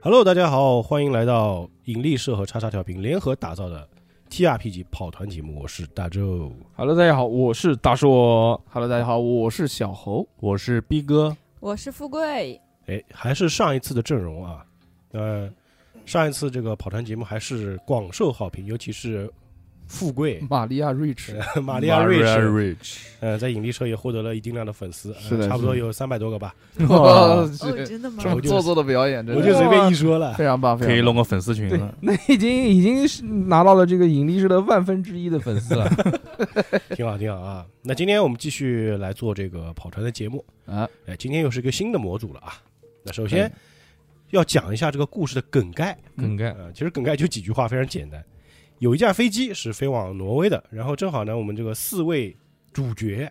Hello，大家好，欢迎来到引力社和叉叉调频联合打造的 TRPG 跑团节目，我是大周。 Hello，大家好，我是大硕。Hello，大家好，我是小猴。我是逼哥，我是富贵，哎，还是上一次的阵容啊，呃，上一次这个跑团节目还是广受好评，尤其是富贵玛利亚· 瑞驰， 玛利亚瑞士， Rich，呃，在引力社也获得了一定量的粉丝，呃是的差不多是有三百多个吧， 哇哦，这真的吗这？我么就做作的表演，真我的就随便一说了。非常棒，非常棒可以弄个粉丝群对了。，那已经已经是拿到了这个引力社的万分之一的粉丝 了挺好，挺好啊。那今天我们继续来做这个跑团的节目。啊！哎，今天又是一个新的模组了啊。那首先要讲一下这个故事的梗概。梗概呃，其实梗概就几句话，非常简单。有一架飞机是飞往挪威的，然后正好呢，我们这个四位主角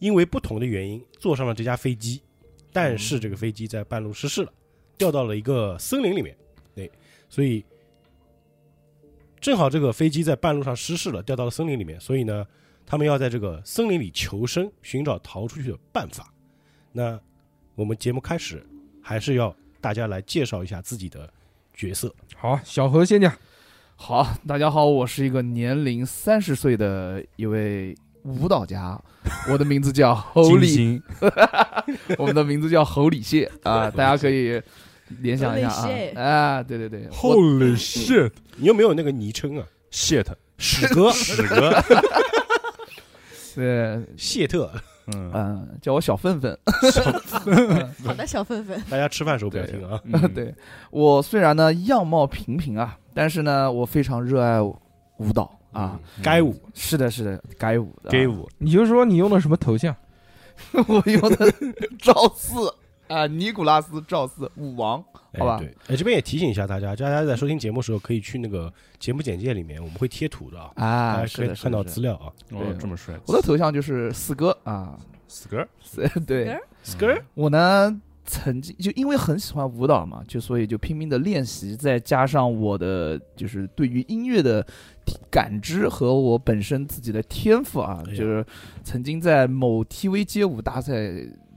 因为不同的原因坐上了这架飞机，但是这个飞机在半路失事了，掉到了一个森林里面。对，所以正好这个飞机在半路上失事了，掉到了森林里面，所以呢，他们要在这个森林里求生，寻找逃出去的办法。那我们节目开始还是要大家来介绍一下自己的角色。好，小何先讲。好，大家好，我是一个年龄三十岁的一位舞蹈家，我的名字 叫侯金李，星， 我们的名字叫侯李谢 啊，大家可以联想一下侯李谢啊，啊，对对对，我嗯 Holy shit 你有没有那个昵称啊？ shit， 史哥、史哥，对，谢特，嗯，嗯，叫我小粪粪。好的，小粪粪，大家吃饭时候不要听啊。嗯 对我虽然呢样貌平平啊，但是呢，我非常热爱舞蹈啊。嗯，该舞是的，是的，该舞的，该，舞，你就说你用的什么头像？ 我用的赵四 啊，尼古拉斯赵四舞王，好吧哎对，哎，这边也提醒一下大家，大家在收听节目的时候可以去那个节目简介里面，我们会贴图的啊，大啊，家可是以的，是看到的，资是料啊。哦，这么帅，我的头像就是四哥啊，死哥，四对哥斯哥儿，我呢。曾经就因为很喜欢舞蹈嘛，就所以就拼命的练习，再加上我的就是对于音乐的感知和我本身自己的天赋啊，哎呀就是曾经在某 TV 街舞大赛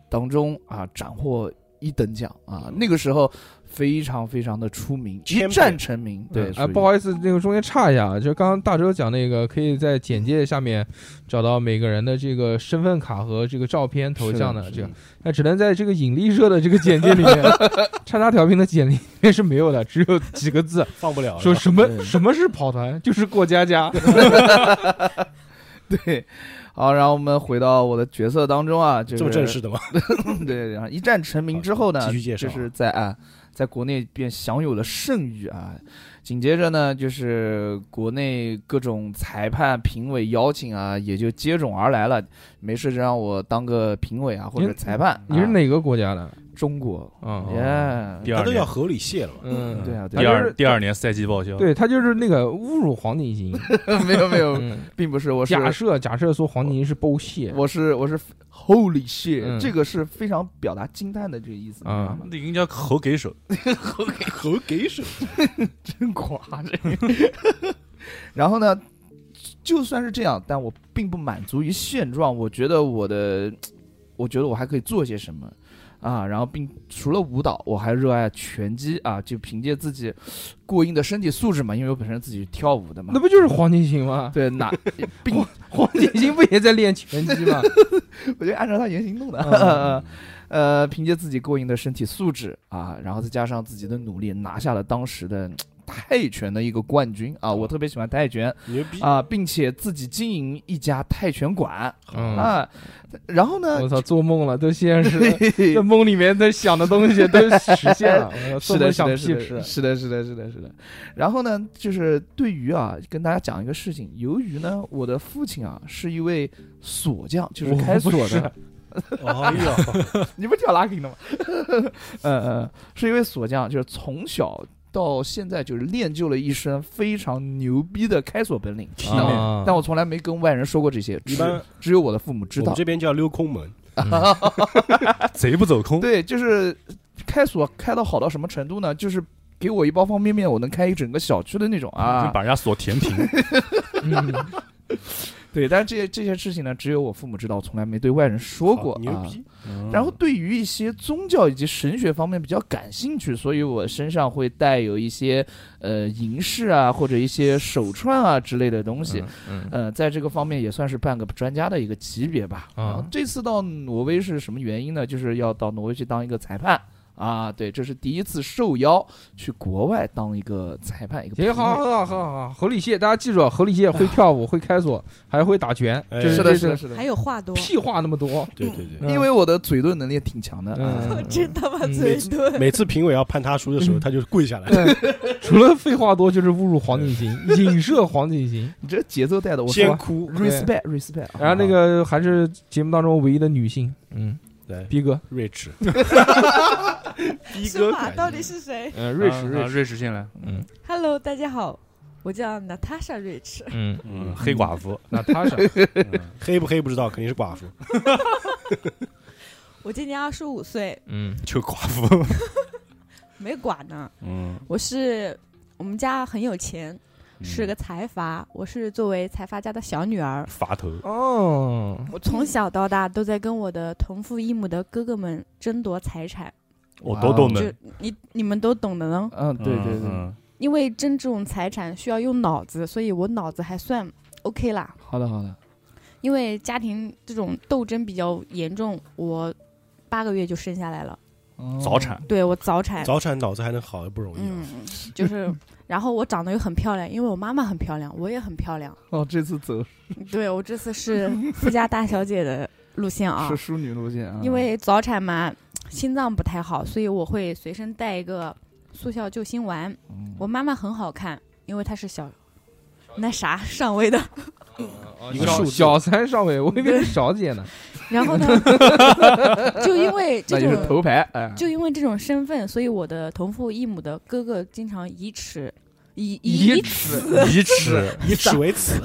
当中啊斩获一等奖啊，那个时候非常非常的出名，一 Champion 战成名。对，啊，不好意意思，那个中间岔一下，啊，就刚刚大周讲那个，可以在简介下面找到每个人的这个身份卡和这个照片头像的这个，那只能在这个引力社的这个简介里面， 叉叉调频的简历里面是没有的，只有几个字，放不了，说是吧什么对什么是跑团，就是过家 家， 对，好，然后我们回到我的角色当中啊，就是这么正式的吗？对，然后一战成名之后呢好继续介，绍就啊是在啊，在国内便享有了盛誉啊。紧接着呢，就是国内各种裁判、评委邀请啊，也就接踵而来了。没事就让我当个评委啊，或者裁判。你是啊哪个国家的？中国？嗯啊，耶、第他二都要年，合理谢了嘛。嗯，对啊，哦第对啊，二第二年赛季报销，对他就是那个侮辱黄景 行，没有没有，嗯并不是，我是假设假设说黄景行是剥蟹，我是我是 Holy shit，、嗯这个是非常表达惊叹的这个意思，啊你知道吗？那应该猴给 手，猴给手，真垮这个。然后呢，就算是这样，但我并不满足于现状。我觉得我的，我觉得我还可以做些什么啊。然后并除了舞蹈，我还热爱拳击啊。就凭借自己过硬的身体素质嘛，因为我本身自己跳舞的嘛那。不就是黄景行吗？对，哪 并黄景行不也在练拳击吗？我就按照他原型弄的。 呃，凭借自己过硬的身体素质啊，然后再加上自己的努力，拿下了当时的嗯泰拳的一个冠军啊。我特别喜欢泰拳，牛 逼！啊，并且自己经营一家泰拳馆嗯 啊，然后呢我，操，做梦了，都现实了， 在梦里面在想的东西都实现了，我操做是的，是的，梦是想的，屁是的，吃。是的，是的，是的。然后呢，就是对于啊，跟大家讲一个事情，由于呢，我的父亲啊是一位锁匠，就是我开不锁是的， 哎呀，你不跳拉丁的吗？ 嗯嗯，是一位锁匠，就是从小到现在就是练就了一身非常牛逼的开锁本领。体面啊啊但我从来没跟外人说过这些，一只般只有我的父母知我道们。这边叫溜空门，贼不走空，对，就是开锁开到好到什么程度呢？就是给我一包方便啊面，我能开一整个小区的那种就啊把。人家锁填平，嗯对，但是这些这些事情呢，只有我父母知道，从来没对外人说过好牛啊。逼，然后对于一些宗教以及神学方面比较感兴趣，所以我身上会带有一些呃银饰啊，或者一些手串啊之类的东西。嗯，呃，在这个方面也算是半个专家的一个级别吧。啊然后这次到挪威是什么原因呢？就是要到挪威去当一个裁判啊，对，这是第一次受邀去国外当一个裁判，一个行，评好委好好好好，侯礼谢，大家记住，啊侯礼谢会跳舞，会开锁，还会打拳，哎这是这的，是的，是的还。有话多，屁话那么多，对对对。嗯因为我的嘴遁能力也挺强的啊，嗯真他妈嗯嘴钝，每次评委要判他输的时候，嗯他就跪下来。除了废话多，就是侮辱黄景 行，影射黄景行。你这节奏带的，我先说啊哭， respect respect。然后那个还是节目当中唯一的女性，嗯，对逼哥， ，Rich，逼是吗？到底是谁嗯，瑞瑞士士，瑞士瑞士，啊瑞士先来，嗯？Hello，大家好，我叫 Natasha Rich，嗯，嗯，黑寡妇， 那他是，黑不黑不知道，肯定是寡妇。我今年二十五岁，嗯就寡妇，没寡呢。嗯，我是我们家很有钱，嗯是个财阀，我是作为财阀家的小女儿。伐头，哦，我从小到大都在跟我的同父异母的哥哥们争夺财产，我都懂嗯就的，你你们都懂的呢。嗯，对对对，嗯，因为争这种财产需要用脑子，所以我脑子还算 OK 啦。好的好的，因为家庭这种斗争比较严重，我八个月就生下来了，哦早 产，对我早产，早产脑子还能好，不容易哎嗯啊。， 就是，然后我长得又很漂亮，因为我妈妈很漂亮，我也很漂亮，嗯哦，这次走对我这次 是富家大小姐的路线啊是，淑女路线啊，因为早产嘛，心脏不太好，所以我会随身带一个速效救心丸，嗯我妈妈很好看，因为她是小那啥上位的。哦一个哦小数字小三上位，我以为是小姐 呢，然 后呢，就因为这那也是种头牌，哎，就因为这种身份，所以我的同父异母的哥哥经常以此 以以以此 以齿，以此为 耻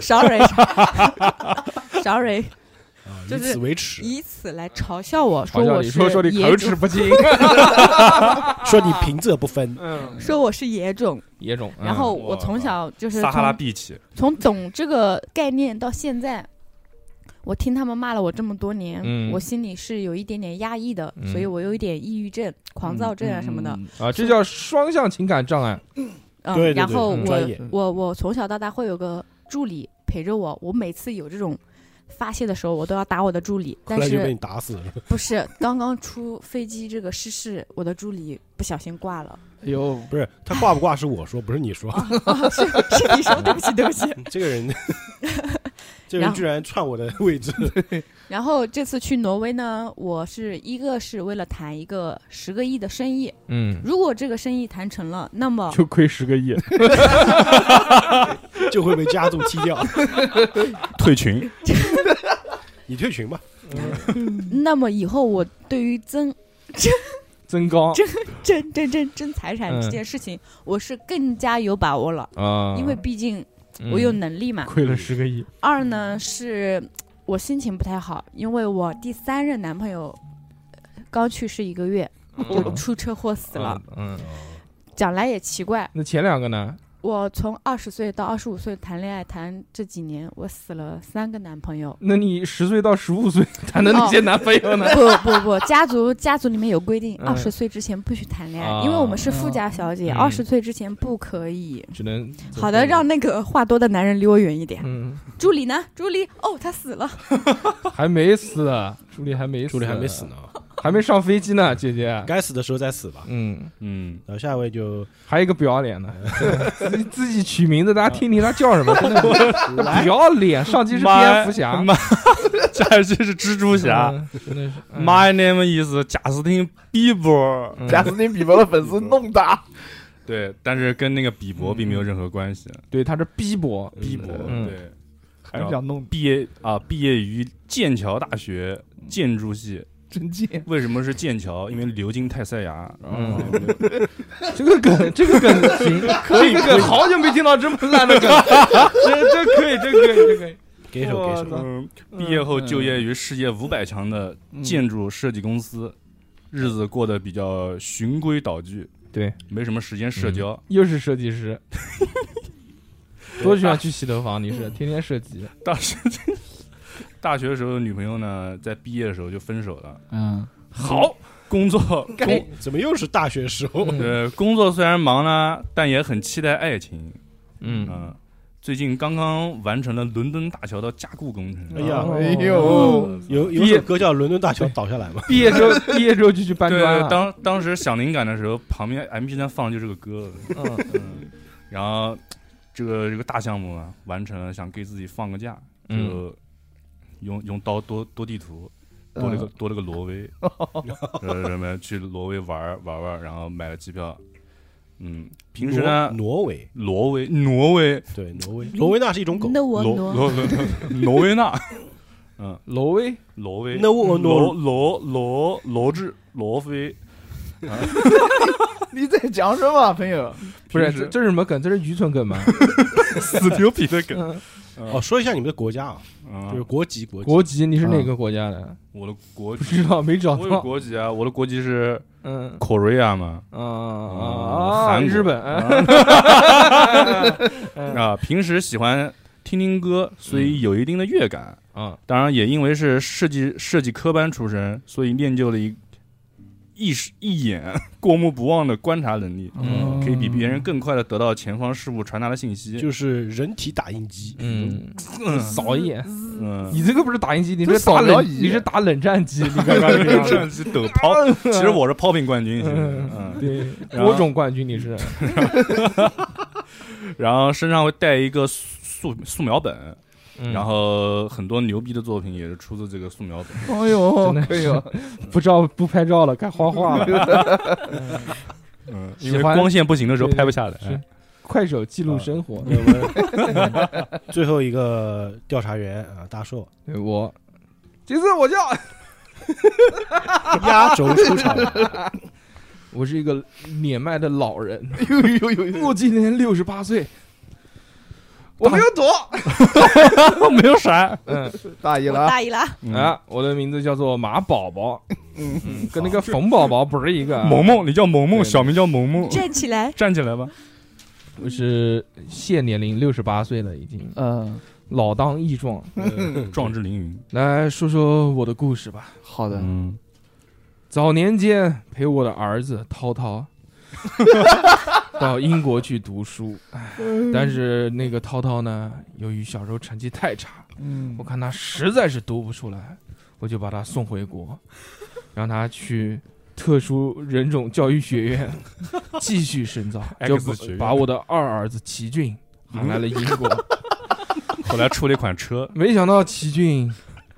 sorry sorry 啊，以就是此为耻，以此来嘲笑我，嘲笑我你，是说说你口野齿种，不 清，说你啊贫仄不分。嗯，说我是野种。野种，嗯然后嗯我从小就是撒哈拉从闭起，从懂这个概念到现在。我听他们骂了我这么多年，嗯我心里是有一点点压抑的，嗯所以我有一点抑郁症、狂躁症啊什么的。嗯，啊，这叫双向情感障碍，嗯，对对对然后嗯我专业我我从小到大会有个助理陪着我，我每次有这种发泄的时候，我都要打我的助理。后但来就被是你打死了， 不是刚刚出飞机这个失事，我的助理不小心挂了。哎呦，不是他挂不挂是我说，不是你说。啊、是是你说对不起对不起。 这个 人，这个然人后居然串我的位置， 然后这次去挪威呢，我是一个是为了谈一个十个亿的生意， 嗯，如果这个生意谈成了，那么就亏十个亿，就会被家族踢 掉。退群，你退群吧，那么以后我对于增增高争争争争财产嗯这件事情，我是更加有把握了，啊，因为毕竟嗯我有能力嘛。亏了十个亿，二呢是我心情不太好，因为我第三任男朋友呃刚去世一个月，就嗯出车祸死了。，嗯，讲来也奇怪，那前两个呢？。我从二十岁到二十五岁谈恋爱，谈这几年我死了三个男朋友那你十岁到十五岁谈的那些男朋友呢？不不不，家族家族里面有规定，嗯二十岁之前不许谈恋爱，啊因为我们是富家小姐，嗯二十岁之前不可以。 只能走好的，后让那个话多的男人离我远一点。嗯，朱莉呢？朱莉，哦，她死了。还没死，啊朱莉还没死，朱莉还没死，呢，还没上飞机呢，姐姐。 该死的时候再死吧。嗯，嗯，然后下一位就还有一个不要脸 的，自己自己取名字，大家听听他叫 什么，真的不要脸。上期是蝙蝠侠，妈，这这是蜘蛛侠。嗯，真的是，嗯 My name is 贾斯汀比伯，嗯贾斯汀比伯的粉丝弄他，对，但是跟那个比伯并没有任何关系。对，他是逼博，比伯，嗯对，哎还是哎想弄毕业啊，毕业于剑桥大学建筑系。真贱。哦为什么是剑桥？因为流经泰塞牙。嗯然后这个梗，这个梗行，可以，可以，好久没听到这么烂的梗，这 这可以，这可以，这可以。给手给我手操，嗯，毕业后就业于世界五百强的嗯嗯建筑设计公司，日子过得比较循规蹈矩，对，嗯 没什么时间社交。又是设计师，多喜欢去洗头房，你是天天射击，当时大学的时候，女朋友呢在毕业的时候就分手了。嗯，好，工作工怎么又是大学时候？嗯呃工作虽然忙啦，但也很期待爱情。嗯、嗯，最近刚刚完成了伦敦大桥的加固工程。哎呀，哦哎呦，有有首歌叫《伦敦大桥倒下来》嘛？毕业之 后，毕业之后就去搬对砖，啊了。当当时想灵感的时候，旁边 M P 三放的就这个歌，嗯，嗯，然后这个这个大项目啊完成了，想给自己放个假，就用用刀多多地图，多了个多了个挪威，呃，什么去挪威玩儿玩儿玩儿，然后买了机票，嗯，平时呢挪，挪 威，挪威挪威对，挪威，挪威那是一种狗。那挪我挪 挪挪威那，嗯，挪威，挪威那我挪挪挪挪挪至挪威，你在讲什么，朋 友？不是平这时这是什么梗？这是愚 蠢梗吗？死牛皮的梗，嗯哦，说一下你们的国家啊，嗯就是国籍，国籍。国籍你是哪个国家的？我的国不籍知道，没找啊我有到。国籍啊，我的国籍是嗯 Korea 嘛，啊啊，韩国日本，啊啊，平时喜欢听听歌，所以有一定的乐感。 啊当然，也因为是设计设计科班出身，所以练就了一一时一眼过目不忘的观察能力，嗯可以比别人更快的得到前方事物传达的信息。就是人体打印机，嗯，扫一眼。嗯，你这个不是打印机，你这这扫打描冷，仪你是打冷 战机。你刚刚这个样这子样子抖抛， 其实我是抛屏冠军。其实嗯，对然后 播种冠军你是，然后身上会带一个素素素描本，嗯然后很多牛逼的作品也是出自这个素描本。哎呦，真的哎是呦，不照不拍照了，该画画 哎了。嗯，喜因为欢光线不行的时候对拍不下来。哎是快手记录生活，那我们啊 最后一个调查员啊，大硕对我，这次我叫压轴出场， 我是一个年迈的老人，呦呦呦哎 呦，我今年六十八岁，我没有 躲，没有闪，嗯大意我了啊，大意了啊，啊，啊，我的名字叫做马宝宝，嗯，跟那个冯宝宝不是一个啊，萌萌，你叫萌萌，对嗯小名叫萌萌，站起 来，站起来吧。我是现年龄六十八岁了，已经嗯，老当益嗯壮。呃壮志凌云。来说说我的故事吧。好的，嗯，早年间陪我的儿子涛 涛到英国去读书，唉嗯但是那个涛涛呢，由于小时候成绩太差，嗯我看他实在是读不出来，我就把他送回国，让他去特殊人种教育学院继续 深造，就 X 学院把我的二儿子齐俊喊来了英 国。，后来出了一款车没想到齐俊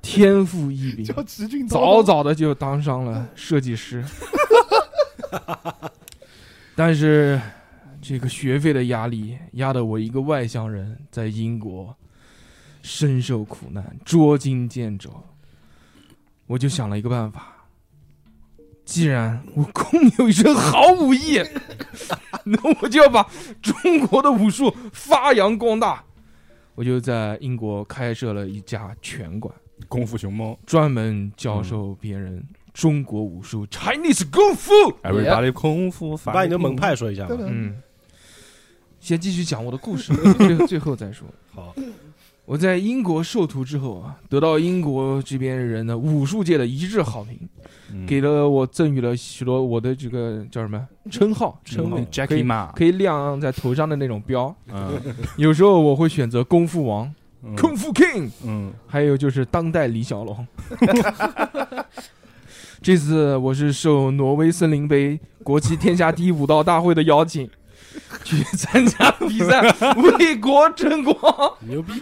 天赋异禀，叫齐俊早涛早的就当上了设计师，但是这个学费的压力压得我一个外乡人在英国深受苦难，捉襟见肘。我就想了一个办法，既然我空有一身好武艺， 那我就要把中国的武术发扬光大。我就在英国开设了一家拳馆。功夫熊猫专门教嗯授别人中国武术、Chinese 功夫。 ，everybody 功夫法，把你的门派说一下吧。嗯，先继续讲我的故 事，最后最后再说。好，我在英国授徒之后啊，得到英国这边人的武术界的一致好评，嗯给了我赠予了许多我的这个叫什么称号、称谓嗯，可 Jackie 以 Ma，可以亮在头上的那种标。嗯有时候我会选择功夫王、 功夫 King，嗯还有就是当代李小龙。 这次我是受挪威森林杯国际天下第一武道大会的邀请，去参加比 赛，为国争光。牛逼！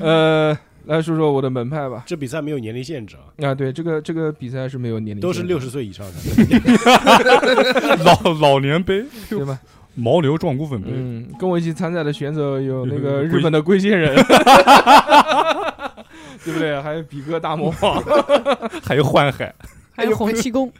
呃，来说说我的门派吧。这比赛没有年龄限制啊，啊，对，这个这个比赛是没有年龄限制的，都是六十岁以上的。 老老年杯，对吧？牦牛壮骨粉杯，嗯，跟我一起参赛的选手有那个日本的龟仙 人，对不对？还有比哥大魔王，还有幻海，还有洪七公，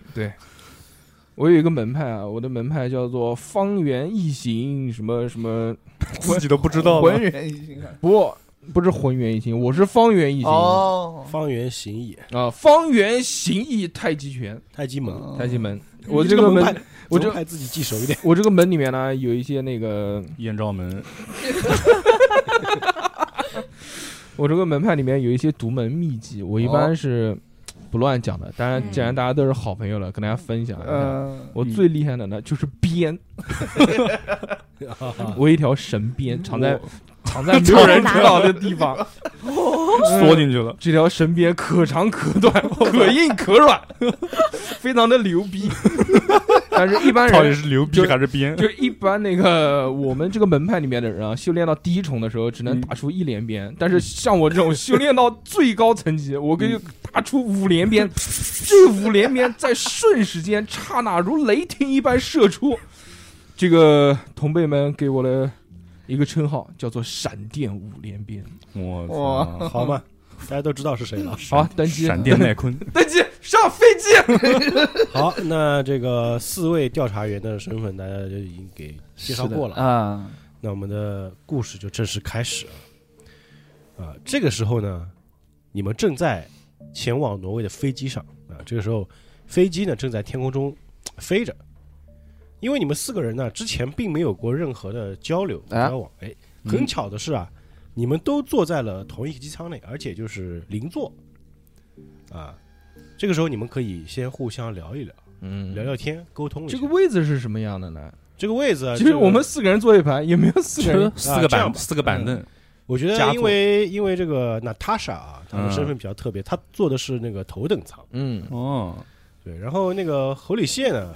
我有一个门派啊，我的门派叫做方圆异形什么什么，自己都不知道浑了。圆一新啊不不是浑圆异形，我是方圆异形啊、哦，方圆形也，方圆形意太极拳嗯太极门。太极门。你我这个门门，派，我这门派自己记熟一点。我这个门里面呢有一些那个艳照门，我这个门派里面有一些独门秘籍，我一般哦是不乱讲的。当嗯然，既然大家都是好朋友了，跟大家分享一呃下。嗯，我最厉害的呢就是 鞭，我有一条神鞭藏在藏在没有人知道的地 方，嗯缩进去了。这条神鞭可长可短，可硬可软， 非常的牛逼。 但是，一般到底人是牛逼就还是编？就一般那个我们这个门派里面的人啊，修炼到第一重的时候只能打出一连鞭，但是像我这种修炼到最高层级，我可以打出五连 鞭，这五连鞭在瞬时间刹那如雷霆一般射出。这个同辈们给我了一个称号，叫做“闪电五连鞭我哇嗯操！好嘛，大家都知道是谁了。”。好，登机，闪电麦 昆，登机，上飞机。好，那这个四位调查员的身份大家就已经给介绍过了。啊，那我们的故事就正式开始了。啊、这个时候呢，你们正在前往挪威的飞机上啊、这个时候，飞机呢正在天空中呃飞着，因为你们四个人呢之前并没有过任何的交流和啊交往。哎，嗯很巧的是啊，你们都坐在了同一个机舱内，而且就是邻座。啊、这个时候你们可以先互相聊一聊，嗯聊聊天，沟通一下。这个位置是什么样的呢？这个位置啊，其实这个我们呃四个人坐一排，也没有四个人四个这样板吧四个板凳，我觉佳得，作因为因为这个娜塔莎啊，她的身份比较特别，她坐的是那个头等舱。嗯，哦，对，然后那个侯礼谢呢，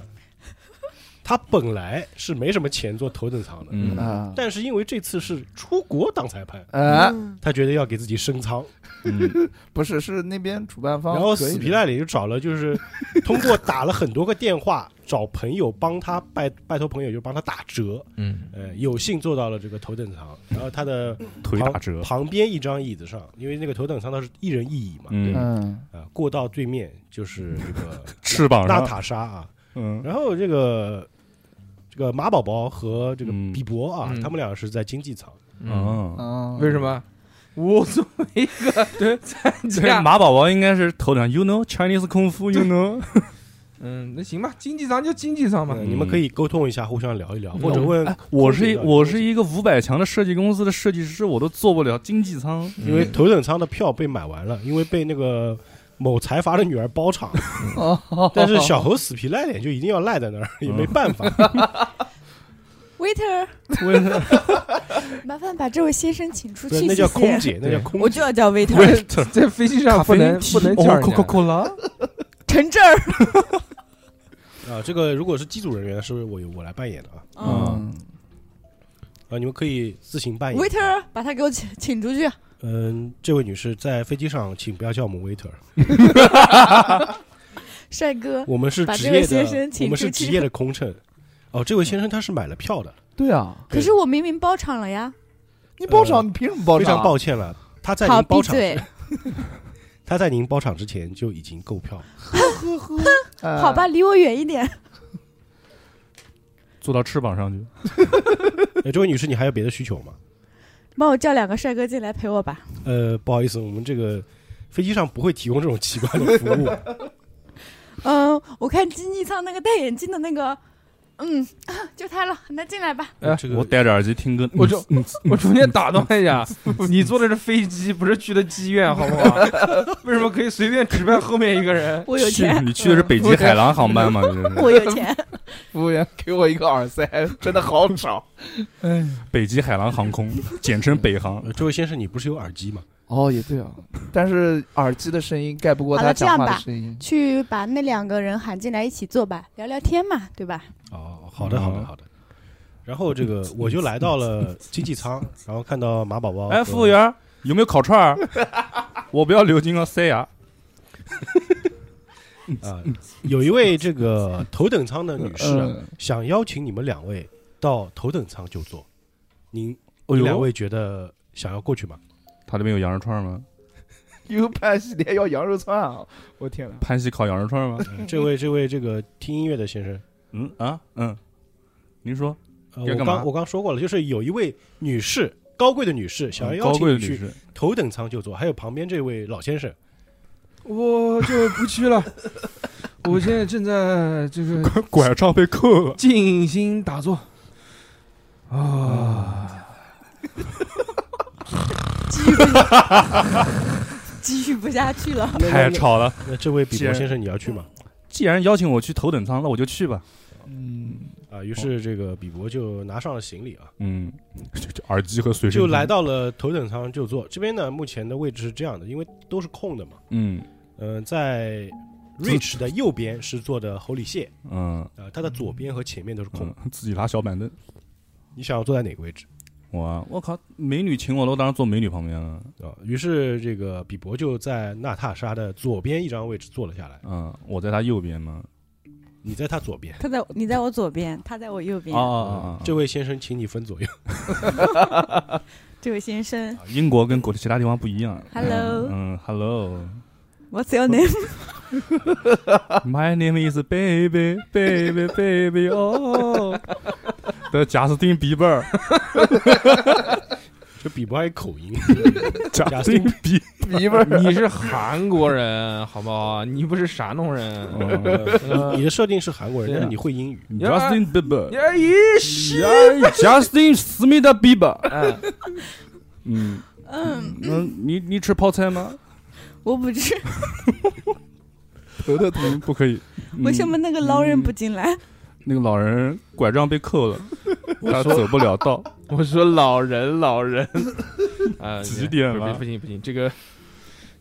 他本来是没什么钱坐头等舱的，嗯啊，但是因为这次是出国当裁判，啊，嗯他觉得要给自己升舱，嗯不是，是那边主办方然后哦可以死的皮赖脸就找了，就是 通过打了很多个电话，找朋友帮他拜拜托朋友就帮他打折，嗯，呃，有幸坐到了这个头等舱，然后他的腿打折，旁边一张椅子上，因为那个头等舱它是一人一椅嘛，嗯，嗯，啊，过道对面就是这个翅膀纳上，塔莎啊，嗯，然后这个这个马宝宝和这个嗯比伯啊，嗯他们俩是在经济舱，嗯，哦，啊，为什么？我作为一个 对参这个加，马宝宝应该是头等，you know Chinese 功夫，you know，嗯，那行吧，经济舱就经济舱嘛。嗯你们可以沟通一下，互相聊一聊，或者嗯问我是 一我是一个五百强的设计公司的设计师，我都做不了经济 舱，嗯因为头等舱的票被买完了，因为被那个。某财阀的女儿包场，哦，但是小猴死皮赖脸，就一定要赖在那儿，也没办法。 ，waiter，我也是麻烦把这位先生请出不是去，那叫谢谢空，姐，那叫空我姐。就要叫 waiter，在在飞机上不能不能叫人可家可可了，陈志儿，啊，这个如果是机组人员，是我我来扮演的啊。嗯嗯，啊，你们可以自行扮演。 ，waiter，把他给我请请出去，嗯，这位女士在飞机上，请不要叫我们 waiter，帅哥， 我们是把职这业位的先生，请我们是出去职业的空乘。哦，这位先生他是买了票的，对啊，呃可是我明明包场了呀，你包场，你凭什么啊包非场？常抱歉了，他在好，您闭包场，嘴，他在您包场之前就已经购票了。啊哎好吧，，离我远一点， 坐到翅膀上去，呃，这位女士，你还有别的需求吗？帮我叫两个帅哥进来陪我吧，呃，不好意思，我们这个飞机上不会提供这种奇怪的服 务。嗯，我看经济舱那个戴眼镜的那个，嗯， 啊就他了，那进来吧，哎这个我戴着耳机听歌， 我就 我中间打断一下，你坐的是飞机，不是去的妓院，好不好？ 为什么可以随便指派后面一个人？我有去钱，你去的是北极海狼航 班吗？你这是 我有 钱，服务员给我一个耳塞，真的好吵。北极海狼航 空，简称北航呃，这位先生，你不是有耳机吗？ 哦，也对啊，但是耳机的声音盖不过好他了这讲样话的吧声音。去把那两个人喊进来一起坐吧，聊聊天嘛，对吧？哦，好的，好嗯的，好的。然后这个我就来到了经济舱，然后看到马宝宝。哎，服务，员有没有烤串儿？ 我不要流金啊，塞牙。啊，嗯有一位这 个头等舱的女士啊，嗯想邀请你们两位到头等舱就坐。您哦你两呦，位觉得想要过去吗？他这边有羊肉串吗？ ，U 盘系列要羊肉串啊！我天哪，潘西烤羊肉串吗？呃这位这位这个听音乐的先生，嗯啊嗯，您说呃、要我干嘛刚我刚说过了，就是有一位女士，高贵的女士想要邀嗯高请贵的你女去 士，头等舱就坐，还有旁边这位老先生，我就不去了，我现在正在这个拐杖被扣了。静心打坐啊。继续不下， 继续不下去了。那 太。吵了。那那这位比伯先生，你要去吗？既然邀请我去头等舱，那我就去吧。嗯，啊，于是这个比伯就拿上了行李啊，嗯， 就就耳机和随身就听来。到了头等舱就坐。这边呢，目前的位置是这样的，因为都是空的嘛。嗯嗯，在自 Rich 的右边是坐的侯礼蟹，嗯呃，他的左边和前面都是空嗯。，自己拉小板凳。你想要坐在哪个位置？我啊我靠，美女请我了，我当然坐美女旁边了。啊、于是这个比伯就在娜塔莎的左边一张位置坐了下来，嗯，我在她右边嘛。你在他左边。他在你在我左边，他在我右边啊。啊啊！这位先生，请你分左右。 这位先生啊英国跟国其他地方不一样。 Hello 嗯嗯，Hello。 ，What's your name？ My name is baby, baby, baby, oh。的贾斯汀·比伯尔，这比伯还有口 音，贾斯汀·比，你不是你是韩国人，好不好？你不是山东人。哦呃嗯你的设定是韩国人，对啊但是你会英语。贾斯汀·比伯你，哎是，贾斯汀·斯密特·比伯。哎嗯嗯，那你你吃泡菜吗？我不知头头头，嗯，不可以。嗯为什么那个老人不进来。那个老人拐杖被扣了，他走不了道。我说老人老人， 啊，几点了不行不行，这个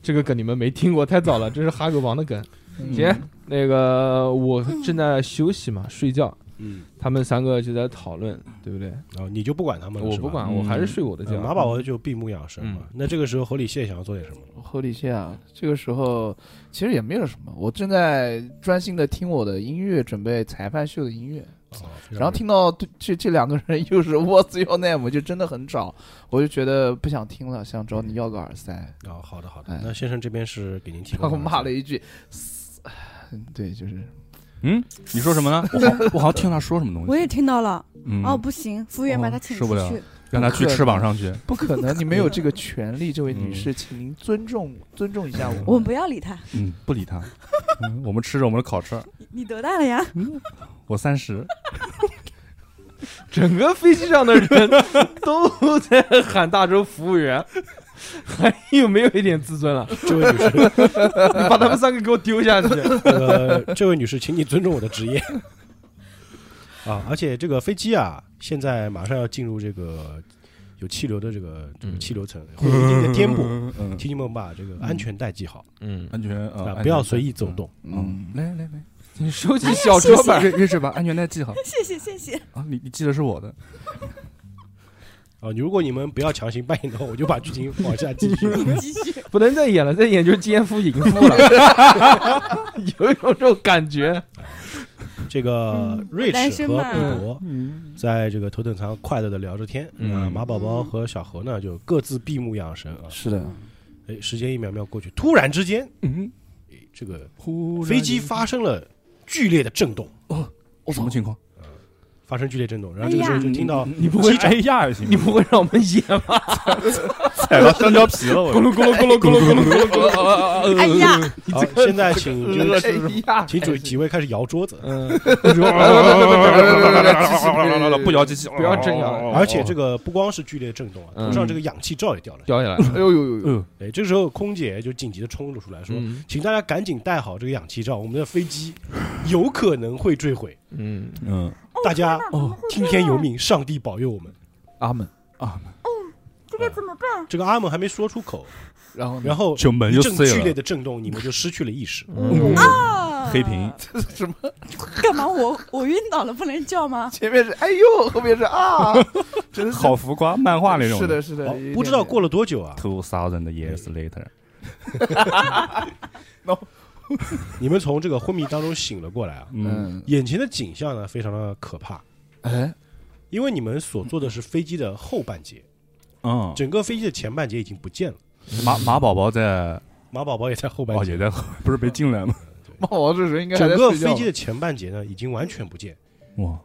这个梗你们没听过，太早了，这是哈狗王的梗。嗯行，嗯那个我正在休息嘛，睡觉。嗯，他们三个就在讨论，对不对？然啊后你就不管他们了，我是不吧。管，嗯我还是睡我的呃觉。嗯马保国就闭目养神嗯嘛。那这个时候，侯礼谢想要做点什么？侯礼谢啊，这个时候其实也没有什么，我正在专心的听我的音乐，准备裁判秀的音乐，哦非常然后听到对这这两个人又是 What's your name，就真的很吵，我就觉得不想听了，想找你要个耳塞，哦，好的好的哎。那先生这边是给您提然供后的。骂了一句，嘶对，就是嗯，你说什么呢？我好，我好像听他说什么东我西。也听到了。嗯，哦，不行，服务员把他请受不出了去。让他去翅膀上去。不可能，你没有这个权利，这位女士，请您尊重尊重一下 我我。们不要理他。嗯，不理他。嗯，我们吃着我们的烤翅。你你多大了呀？我三十，整个飞机上的人都 在喊大周服务员， 还有没有一点自尊了？这位女士，你把他们三个给我丢 下去！呃，这位女士，请你尊重我的职业。啊，而且这个飞机啊，现在马上要进入这个有气流的这个这个嗯气流层，会有一定的颠簸。 嗯，请你们把这个安全带系好嗯，安全啊，啊不要随意走。动。嗯，来来来，你收起小桌板，瑞瑞士把安全带系好谢谢谢 谢。啊！你你记得是我的，啊，你如果你们不要强行扮演的话，我就把剧情往下继续。你继续。 不能再演了，再演就奸夫淫妇了， 有一种这种感觉。这个嗯瑞单士身和嘛比伯嗯在这个头等舱快乐的聊着天，嗯啊，马宝宝和小何呢就各自闭目养神啊。是的，哎，时间一秒秒过去，突然之间，嗯，哎这个忽然飞机发生了剧烈的震动，什么情况？发生剧烈震动，然后这个时候就哎听到哎你不会哎呀也行，你不会让我们演吧？踩到香蕉皮了，我咕噜咕噜咕 噜咕噜咕噜咕噜咕噜。哎哎呀，好，啊现在请就是呀，请主几位开始摇桌子，嗯，不摇机器，哦而且这个不光是剧烈震动啊，头上这个氧气罩也掉了下掉下来。哎呦呦呦，嗯，来。哎，这个时候空姐就紧急的冲了出来，说：“嗯请大家赶紧戴好这个氧气罩，我们的飞机有可能会坠毁，嗯，嗯，大家哦，听天由命，上帝保佑我们。阿门。这该怎么办？”这个阿蒙还没说出口，然后呢然后就门就一阵碎剧烈了，的震动，你们就失去了意识。嗯啊黑屏，什么？ 干嘛我我晕倒了不能 叫吗？前面是哎呦，后面是啊，真是好浮夸，漫画那种。是的，是的好，哦不知道过了了多久啊， ，Two thousand years later，你们从这个昏迷当中醒了过来啊，嗯，嗯，眼前的景象呢非常的可怕，哎，因为你们所坐的是飞机的后半截，嗯，整个飞机的前半截已经不见了，马马宝宝在马宝宝也在后半哦截，也在，不是没进来吗？猫王这时候应该还整在个睡觉飞机的前半截呢已经完全不见。哇，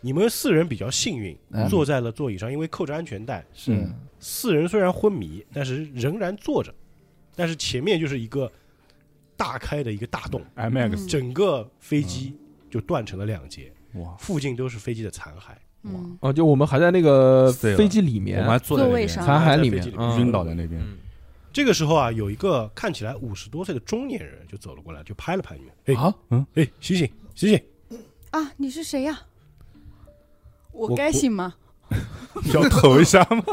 你们四人比较幸运嗯，坐在了座椅上，因为扣着安全带，是嗯四人虽然昏迷，但是仍然坐着，但是前面就是一个大开的一个大洞，嗯嗯，IMAX，整个飞机就断成了两截，哇，附近都是飞机的残骸。嗯，哦，就我们还在那个对了飞机里我面们，还坐在那座位边上残骸里面在飞机里嗯晕倒在那边，嗯这个时候啊，有一个看起来五十多岁的中年人就走了过来，就拍了拍你们，哎啊，嗯哎，醒醒醒醒！啊，你是谁呀？我我该醒吗？ 要投一下吗？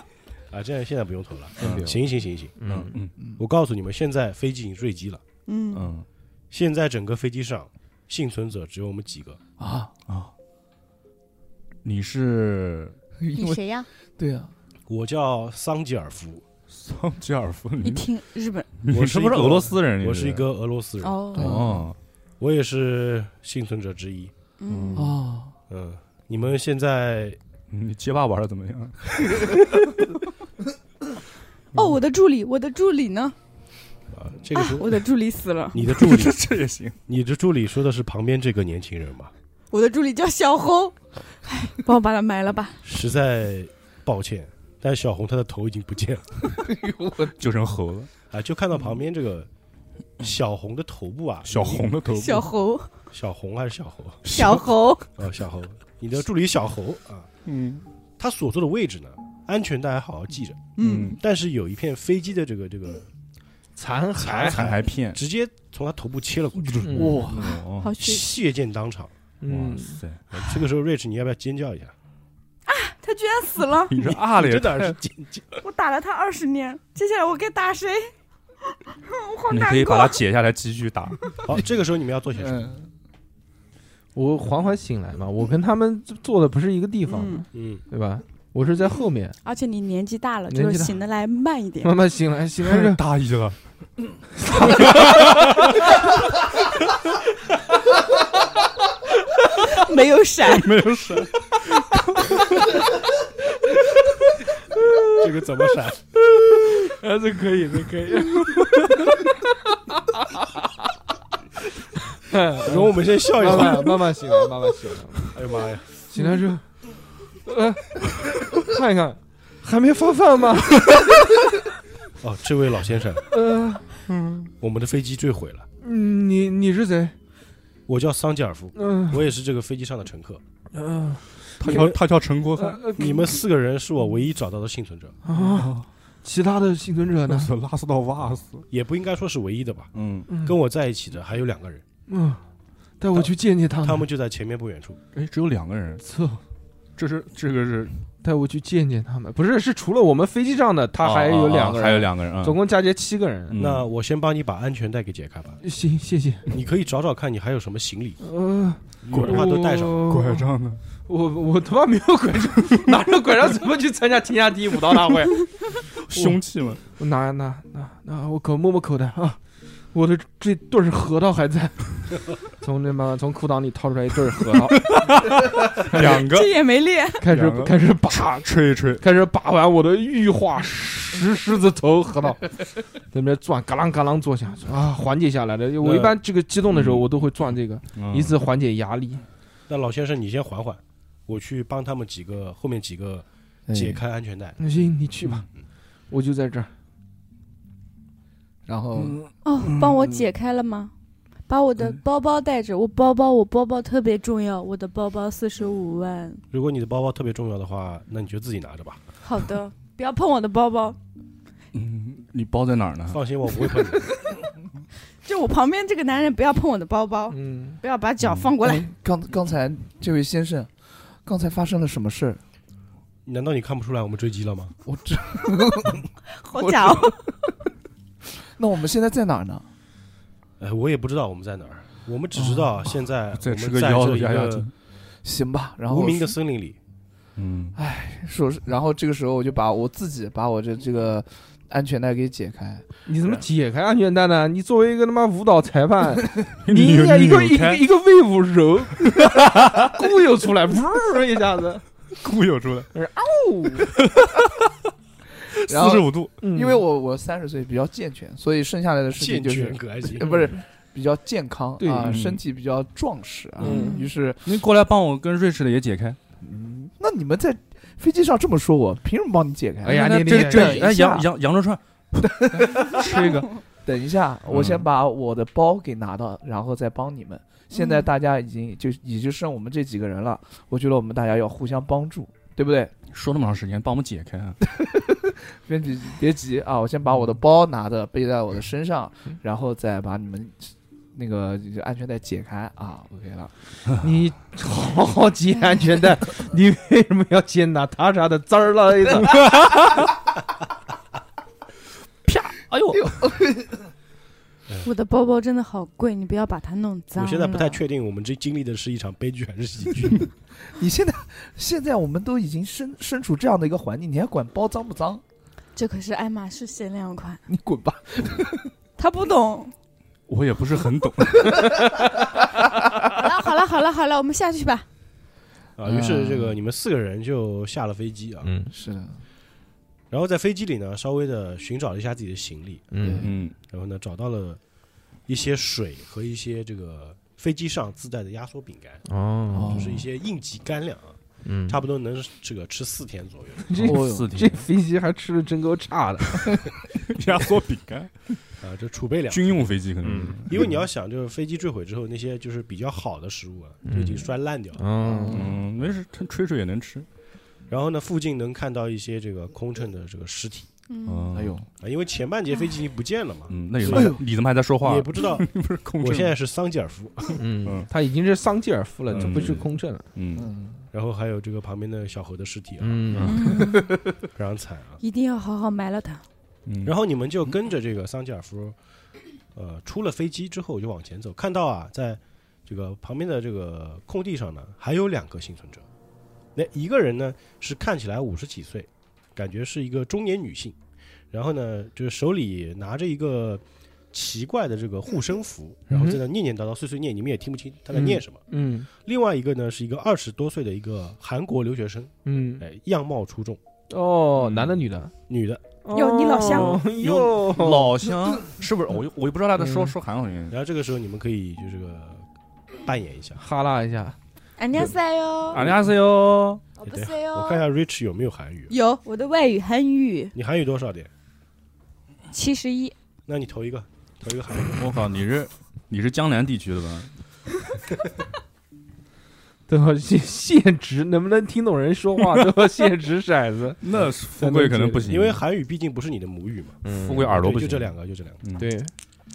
啊，这样现在不用投了，嗯啊醒醒醒醒！嗯嗯我告诉你们，现在飞机已经坠机了，嗯，嗯现在整个飞机上幸存者只有我们几个。啊，啊，你是你因为谁呀？对啊，我叫桑吉尔夫，桑吉尔夫？一你听日本我是是不不是俄是俄罗罗斯人？我是一个俄罗斯人，哦，哦，我也是幸存者之一。嗯嗯哦，嗯，你们现在你街霸玩的怎么样？ 哦，我的助理，我的助理呢？啊，这个啊时，候我的助理死了，你的助理，这也行。你的助理说的是旁边这个年轻人吧？我的助理叫小红，哎，帮我把他埋了吧。实在抱歉，但小红她的头已经不见了就成猴了，啊，就看到旁边这个小红的头部啊，小红的头部，小猴，小红还是小猴？小猴，哦，小猴，你的助理小猴啊，嗯他所坐的位置呢，安全带好好系着，嗯，但是有一片飞机的这个这个残残残骸片，直接从他头部切了过去，嗯哇，哦好血，血溅当场。嗯哇，塞，啊这个时候，瑞士，你要不要尖叫一下？他居然死了，你这 啊你嘞真，的是尖叫，我打了他二十年，接下来我该打谁？ 我好你难可以把它过。解下来继续 打。好，这个时候你们要做些什么？嗯，我缓缓醒来嘛，我跟他们坐的不是一个地方，嗯，嗯，对吧？我是在后面而且你年纪大了，年纪就大是醒得来慢 一点。慢慢醒来，醒来大意了，没有闪，没有闪，这个怎么闪？这，这可以，这可以。嗯 容我们先笑一慢会儿。慢慢慢醒来，慢慢醒来，哎呀妈呀！醒来之后，呃，看一看，还没放饭吗？哦，这位老先生，呃，我们的飞机坠毁了。嗯你你是谁？我叫桑吉尔夫，嗯我也是这个飞机上的乘客。嗯，他叫他叫陈国呃藩，呃你们四个人是我唯一找到的幸存者，啊，其他的幸存者呢？拉斯到瓦斯，也不应该说是唯一的吧。嗯，嗯跟我在一起的还有两个人，嗯，带我去见见嗯他他们就在前面不远处。哎，只有两个人，走，这是这个是带我去见见他们。不是，是除了我们飞机上的，他还有两个哦人，还有两个人啊，总共加起来七个人。嗯那我先帮你把安全带给解开吧，行，谢谢。你可以找找看你还有什么行李，呃，嗯有的话都带上。我拐。杖呢？我我他妈没有拐杖， 拿着拐杖怎么去参加天下第一武道大会？啊凶器嘛， 我拿拿拿拿，我口摸摸口袋啊，我的这对儿核桃还在， 从这妈从裤裆里掏出来一对儿核桃， 两个这也没练。开始两个开始拔，啪吹一吹，开始拔完我的玉化石狮子头核桃，在那边转，嘎啷嘎啷作响啊，缓解下来了。我一般这个激动的时候，我都会转这个，嗯以此缓解压力。那老先生，你先缓缓，我去帮他们几个后面几个解开安全带。嗯那行，你去吧，我就在这儿。然后哎哦，帮我解开了吗？把我的包包带着，我包包，我包包特别重要，我的包包四十五万。如果你的包包特别重要的话，那你就自己拿着吧。好的，不要碰我的包包，嗯，你包在哪儿呢？放心，我不会碰你。 就我旁边这个男人不要碰我的包包，嗯，不要把脚放过来。哎刚刚才这位先生，刚才发生了什么事儿？难道你看不出来我们追击了吗？我这，好哦家伙，那我们现在在哪儿呢？哎，我也不知道我们在哪儿，我们只知道现在我哦再们吃在腰这子一压压个惊。行吧，然后无名的森林里。嗯，说，然后这个时候我就把我自己把我这这个安全带给解开，你怎么解开安全带呢？你作为一个他妈舞蹈裁 判，你嗯你应该一个扭一开个一个 wave 揉，忽悠出来，噗一下子，忽悠出来， 然后四十五度，嗯因为我我三十岁比较健全，所以剩下来的事情健就是全可 还行呃，不是比较健康对啊，嗯身体比较壮实啊。嗯于是，你过来帮我跟瑞士的也解开。那你们在飞机上这么说我，凭什么帮你解开？哎呀那你这你这你哎下羊羊羊肉串，吃一个，等一下，我嗯先把我的包给拿到，然后再帮你们。现在嗯大家已经就也就剩我们这几个人了，我觉得我们大家要互相帮助，对不对？说那么长时间，帮我们解开啊。编辑别急啊，我先把我嗯的包拿着背在我的身上，然后再把你们那个就是安全带解开啊，OK 了。你好好系安全 带，你为什么要系娜塔莎的滋儿了一 个？哎呦，我的包包真的好贵，你不要把它弄我脏啊了。现在不太确定我们这经历的是一场悲剧还是喜剧。你现在现在我们都已经身身处这样的一个环境，你还管包脏不脏？这可是爱马仕限量款，你滚吧！他不懂。我也不是很懂。好了好了好了好了，我们下去吧。啊，于是这个你们四个人就下了飞机啊，嗯是的，然后在飞机里呢，稍微的寻找了一下自己的行李，嗯嗯然后呢，找到了一些水和一些这个飞机上自带的压缩饼干，哦就是一些应急干粮啊，嗯，差不多能这个吃四天左右。这哦四这天飞机还吃的真够差的，压缩饼干，啊，这储备粮， 军用飞机可能是。因为你要想，就是飞机坠毁之后，那些就是比较好的食物啊，就已经摔烂掉了。嗯嗯，没事，吹吹水也能吃。然后呢，附近能看到一些这个空乘的这个尸体嗯，嗯，哎呦，，啊，因为前半截飞机已经不见了嘛，嗯，那你所以们你怎么还在说你话 也？不知道。不 是空我乘现在是桑吉尔夫， 嗯嗯，他已经是桑吉尔夫了，嗯这不是空乘了，嗯，嗯，然后还有这个旁边的小猴的尸体啊，嗯嗯 非常惨啊。一定要好好埋了 它。嗯然后你们就跟着这个桑吉尔夫，呃，出了飞机之后就往前走，看到啊，在这个旁边的这个空地上呢，还有两个幸存者。那一个人呢是看起来五十几岁，感觉是一个中年女性，然后呢就是手里拿着一个奇怪的这个护身符，然后在那念念叨叨、碎碎念，你们也听不清他在念什么。嗯另外一个呢是一个二十多岁的一个韩国留学生，嗯，哎，样貌出众，哦，男的女的？女的。哟你老乡哦哟，老乡是不是？我又我也不知道他在说嗯说韩语。然后这个时候你们可以就这个扮演一下。哈拉一下， 안녕하세요， 안녕하세요，啊我不是哟。我看一下 Rich 有没有韩语。有我的外语韩语你韩语多少点？七十一，那你投一个，投一个韩语。我靠，你是你是江南地区的吧？ 都要限限值，能不能听懂人说话都要限值骰 子。那是富贵可能不行，因为韩语毕竟不是你的母语嘛。嗯富贵嗯耳朵不对就行。这两个，就这两个，嗯，对，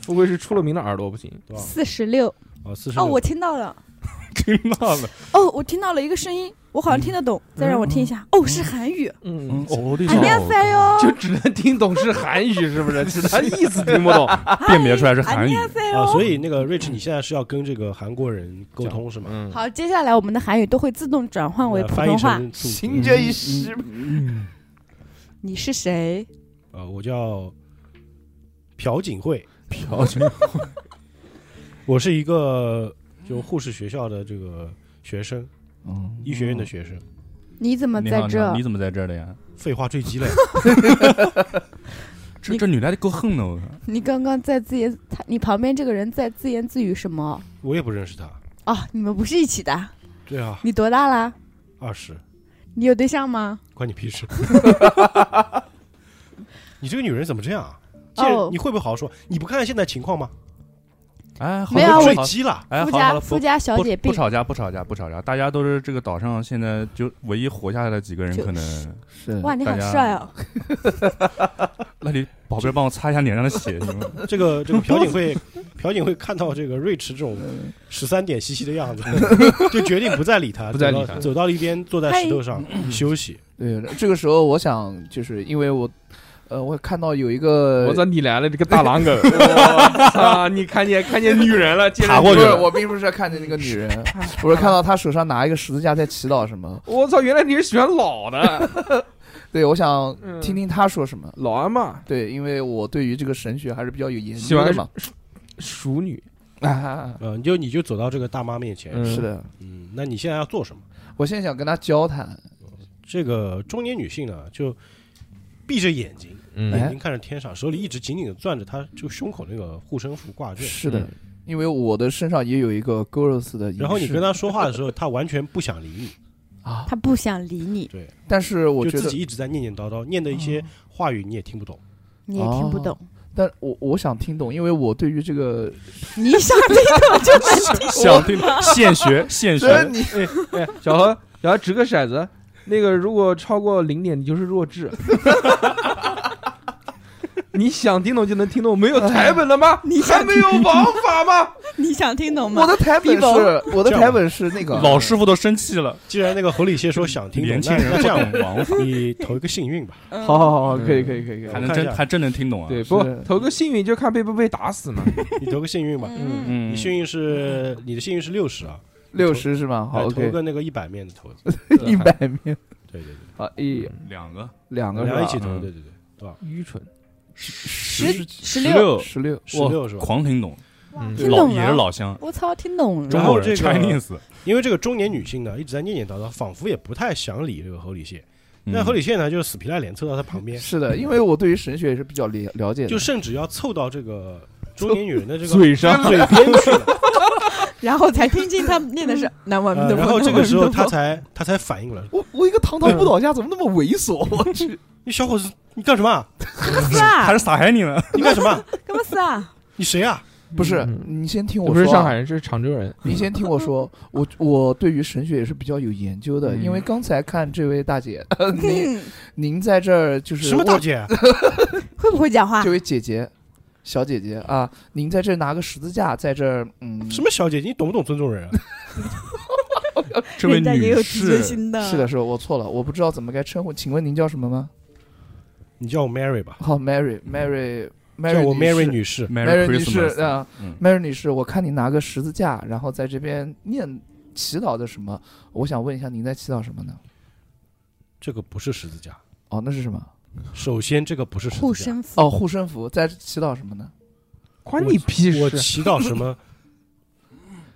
富贵是出了名的耳朵不行。对吧？四十六。哦，四十。哦，我听到了。听到了。哦，我听到了一个声音，我好像听得懂，再让我听一下。哦，是韩语。嗯嗯，，我的 안녕하세 就 요，只能听懂是韩语，是不是？其他意思听不 懂。辨别出来是韩 안녕 语。 하세 啊， 요。所以那个 Rich，你现在是要跟这个韩国人沟通是吗？ 嗯，好，接下来我们的韩语都会自动转换为呃普翻译通话。成速行这一时，你是谁？呃，我叫朴槿惠，朴槿我是一个就护士学校的这个学生，嗯，医学院的学生。你怎么你在好，你这好，你？怎么在这啊儿的呀？废话最鸡肋， 这你这女的还够横的，我靠！你刚刚在自言，他你旁边这个人在自言自语什么？我也不认识他。哦，你们不是一起的。对啊，你多大啦？二十，你有对象吗？关你屁事！你这个女人怎么这样啊？见哦你会不会好好说？你不看看现在情况吗？哎，好没有好啊坠好机了，哎，夫好好家了，夫不家小不姐不病，吵架，不吵架，不吵架，大家都是这个岛上现在就唯一活下来的几个人，就可能。是哇，你好大家帅哦！那你宝贝儿帮我擦一下脸上的血行 吗？这个这个朴槿惠，朴槿惠看到这个瑞驰这种十三点兮兮的样子， 就决定不再理他，不再走理到他走到了一边，坐在石头上休息。对，这个时候我想就是因为我，呃，我看到有一个我操，你来了，这个大狼狗！我操，你看见看见女人了，竟然爬过不去是了。我并不是啊看见那个女人，我是看到她手上拿一个十字架在祈祷什么。我操，原来你是喜欢老的，对，我想嗯听听她说什么。老阿嬷，对，因为我对于这个神学还是比较有研喜究欢的嘛。熟女。啊，嗯，你就你就走到这个大妈面前，嗯是的，嗯，那你现在要做什么？我现在想跟她交谈。这个中年女性呢，就闭着眼睛，眼嗯哎睛看着天上，手里一直紧紧的攥着她就胸口那个护身符挂坠。是的嗯，因为我的身上也有一个 girls 的仪式。然后你跟她说话的时候，她完全不想理你，啊，他不想理你，对，但是我就觉自得己一直在念念叨叨，念的一些话语你也听不懂。你也听不哦懂。但我我想听懂，因为我对于这个，你想听懂就能听想对现学现学，这你哎，小何，小何掷个骰子，那个如果超过零点，你就是弱智。 你想听懂就能听懂，没有台本了吗？你还没有王法吗？你想听懂我吗？的台本逼疯是，我的台本是那个老师傅都生气了。既然那个侯礼谢说想听懂，年轻那人那不这样懂王法，你投一个幸运吧。嗯好好好好，可以可以可以可还以，我看一能下真还真能听懂啊。对，不是投个幸运就看被不被打死嘛。你投个幸运吧。嗯，嗯，你幸运是你的幸运是六十啊，六十是吗？好来投，OK，个那个一百面的投。 一百面，对对好一两个两对，个然后一起是吧？投，嗯对对对，多少？愚蠢，十十六，六，十六，十六是吧？狂听懂，嗯听老懂也是了。老乡，我操，听懂然中了。后国人这个 Chinese。因为这个中年女性呢，一直在念念叨叨，仿佛也不太想理这个侯礼谢。但嗯侯礼谢呢，就是死皮赖脸凑到他旁边，是的，因为我对于神学也是比较了了解的，就甚至要凑到这个中年女人的这个嘴上嘴边去了。然后才听清他们啊念的是南无阿弥呃陀佛。然后这南无阿个弥时陀候佛他才他才反应过来，我我一个堂堂舞蹈家怎么那么猥琐？ 我去，你小伙子，你干什么啊？干嘛死还啊？是撒海你 呢？你干什么啊？干嘛死啊？你谁啊？不是嗯，你先听这我不是说上啊海，人，这是常州人。您先听我说，我我对于神学也是比较有研究的，嗯因为刚才看这位大姐， 您嗯您在这儿就是什么大握姐？啊会不会讲话这？位姐姐，小姐姐啊，您在这儿拿个十字架，在这儿嗯，什么小姐？你懂不懂尊重人啊？这位人家也女有自尊士，心的。是的，，是的，我错了，我不知道怎么该称呼，请问您叫什么吗？你叫我 Mary 吧，好，Mary，Mary，Mary，嗯叫我 Mary 士女士。 Mary Merry 女士 Christmas 啊嗯，Mary 女士，我看你拿个十字架，然后在这边念祈祷的什么？我想问一下，您在祈祷什么呢？这个不是十字架，哦，那是什么？首先这个不是十护字架。身符。哦，护身符，在祈祷什么呢？关你屁我事！祈祷什么？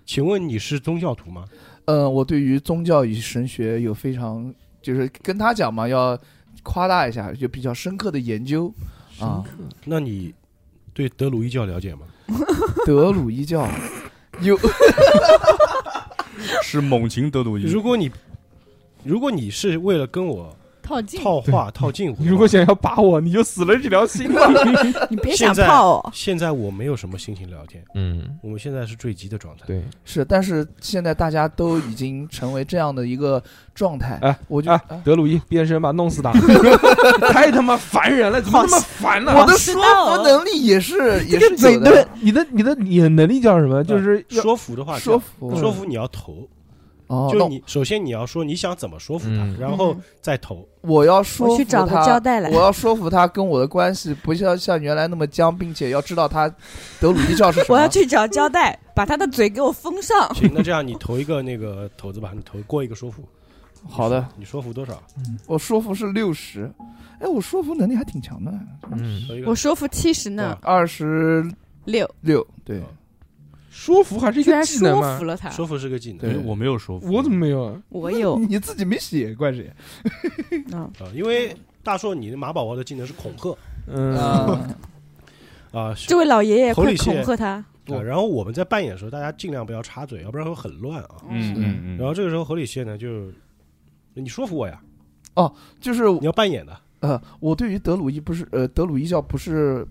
请问你是宗教徒吗？呃，我对于宗教与神学有非常，就是跟他讲嘛，要夸大一下，就比较深刻的研究啊。那你对德鲁伊教了解吗？德鲁伊教有是猛禽德鲁伊，如果你如果你是为了跟我套近套话套近乎，你如果想要把我，你就死了这条心吧。你别现想在泡哦。现在我没有什么心情聊天，嗯，我们现在是坠机的状态。对，是，但是现在大家都已经成为这样的一个状态，哎我就、啊啊，德鲁伊变身吧，弄死他！ 太他妈烦人了，怎么那么烦呢？我的好知说道服能力也是也这是个嘴有的，啊你的你的你的能力叫什么？就是要呃说服的话，说服嗯说服你要投，哦，那就你首先你要说你想怎么说服他，嗯然后嗯再投。我要说我服去他，找个交代来我要说服他跟我的关系不像像原来那么僵，并且要知道他德鲁伊教是什么。我要去找胶带，把他的嘴给我封上。行，那这样你投一个那个骰子吧，你投过一个说服。好的，你说服多少？我说服是六十，哎，我说服能力还挺强的，嗯，投一个我说服七十呢，二十六，六，对，说服还是一居个然技能啊说吗服？了他。说服是个技能。对哎我没有说服，我怎么没有啊？我 有，你自己没写，怪谁？嗯，啊，因为大硕你的马宝宝的技能是恐吓嗯，啊，啊，是这位老爷爷侯快礼谢恐吓他。啊然后我们在扮演的时候，大家尽量不要插嘴，要不然会很乱啊。嗯嗯嗯，然后这个时候何礼谢呢，就你说服我呀， 就是你要扮演的，呃，我对于德鲁伊不是呃德鲁伊教不是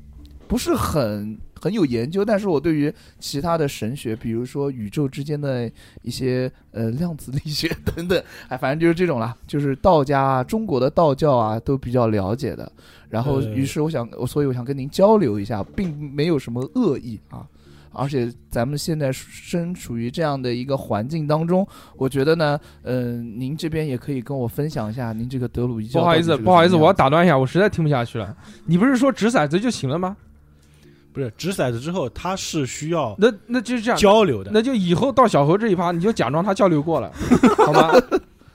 不是很很有研究，但是我对于其他的神学，比如说宇宙之间的一些呃量子力学 等等，哎，反正就是这种啦，就是道家啊、中国的道教啊都比较了解的。然后，呃于是我想，我所以我想跟您交流一下，并没有什么恶意啊。而且咱们现在身处于这样的一个环境当中，我觉得呢，嗯、您这边也可以跟我分享一下您这个德鲁伊教不好到意底是思，个不好什意思，么我要样子打断一下，我实在听不下去了。你不是说掷骰子就行了吗？不是掷骰子之后，他是需要那那就是这样，交流的。那就以后到小何这一趴，你就假装他交流过 了，好吗？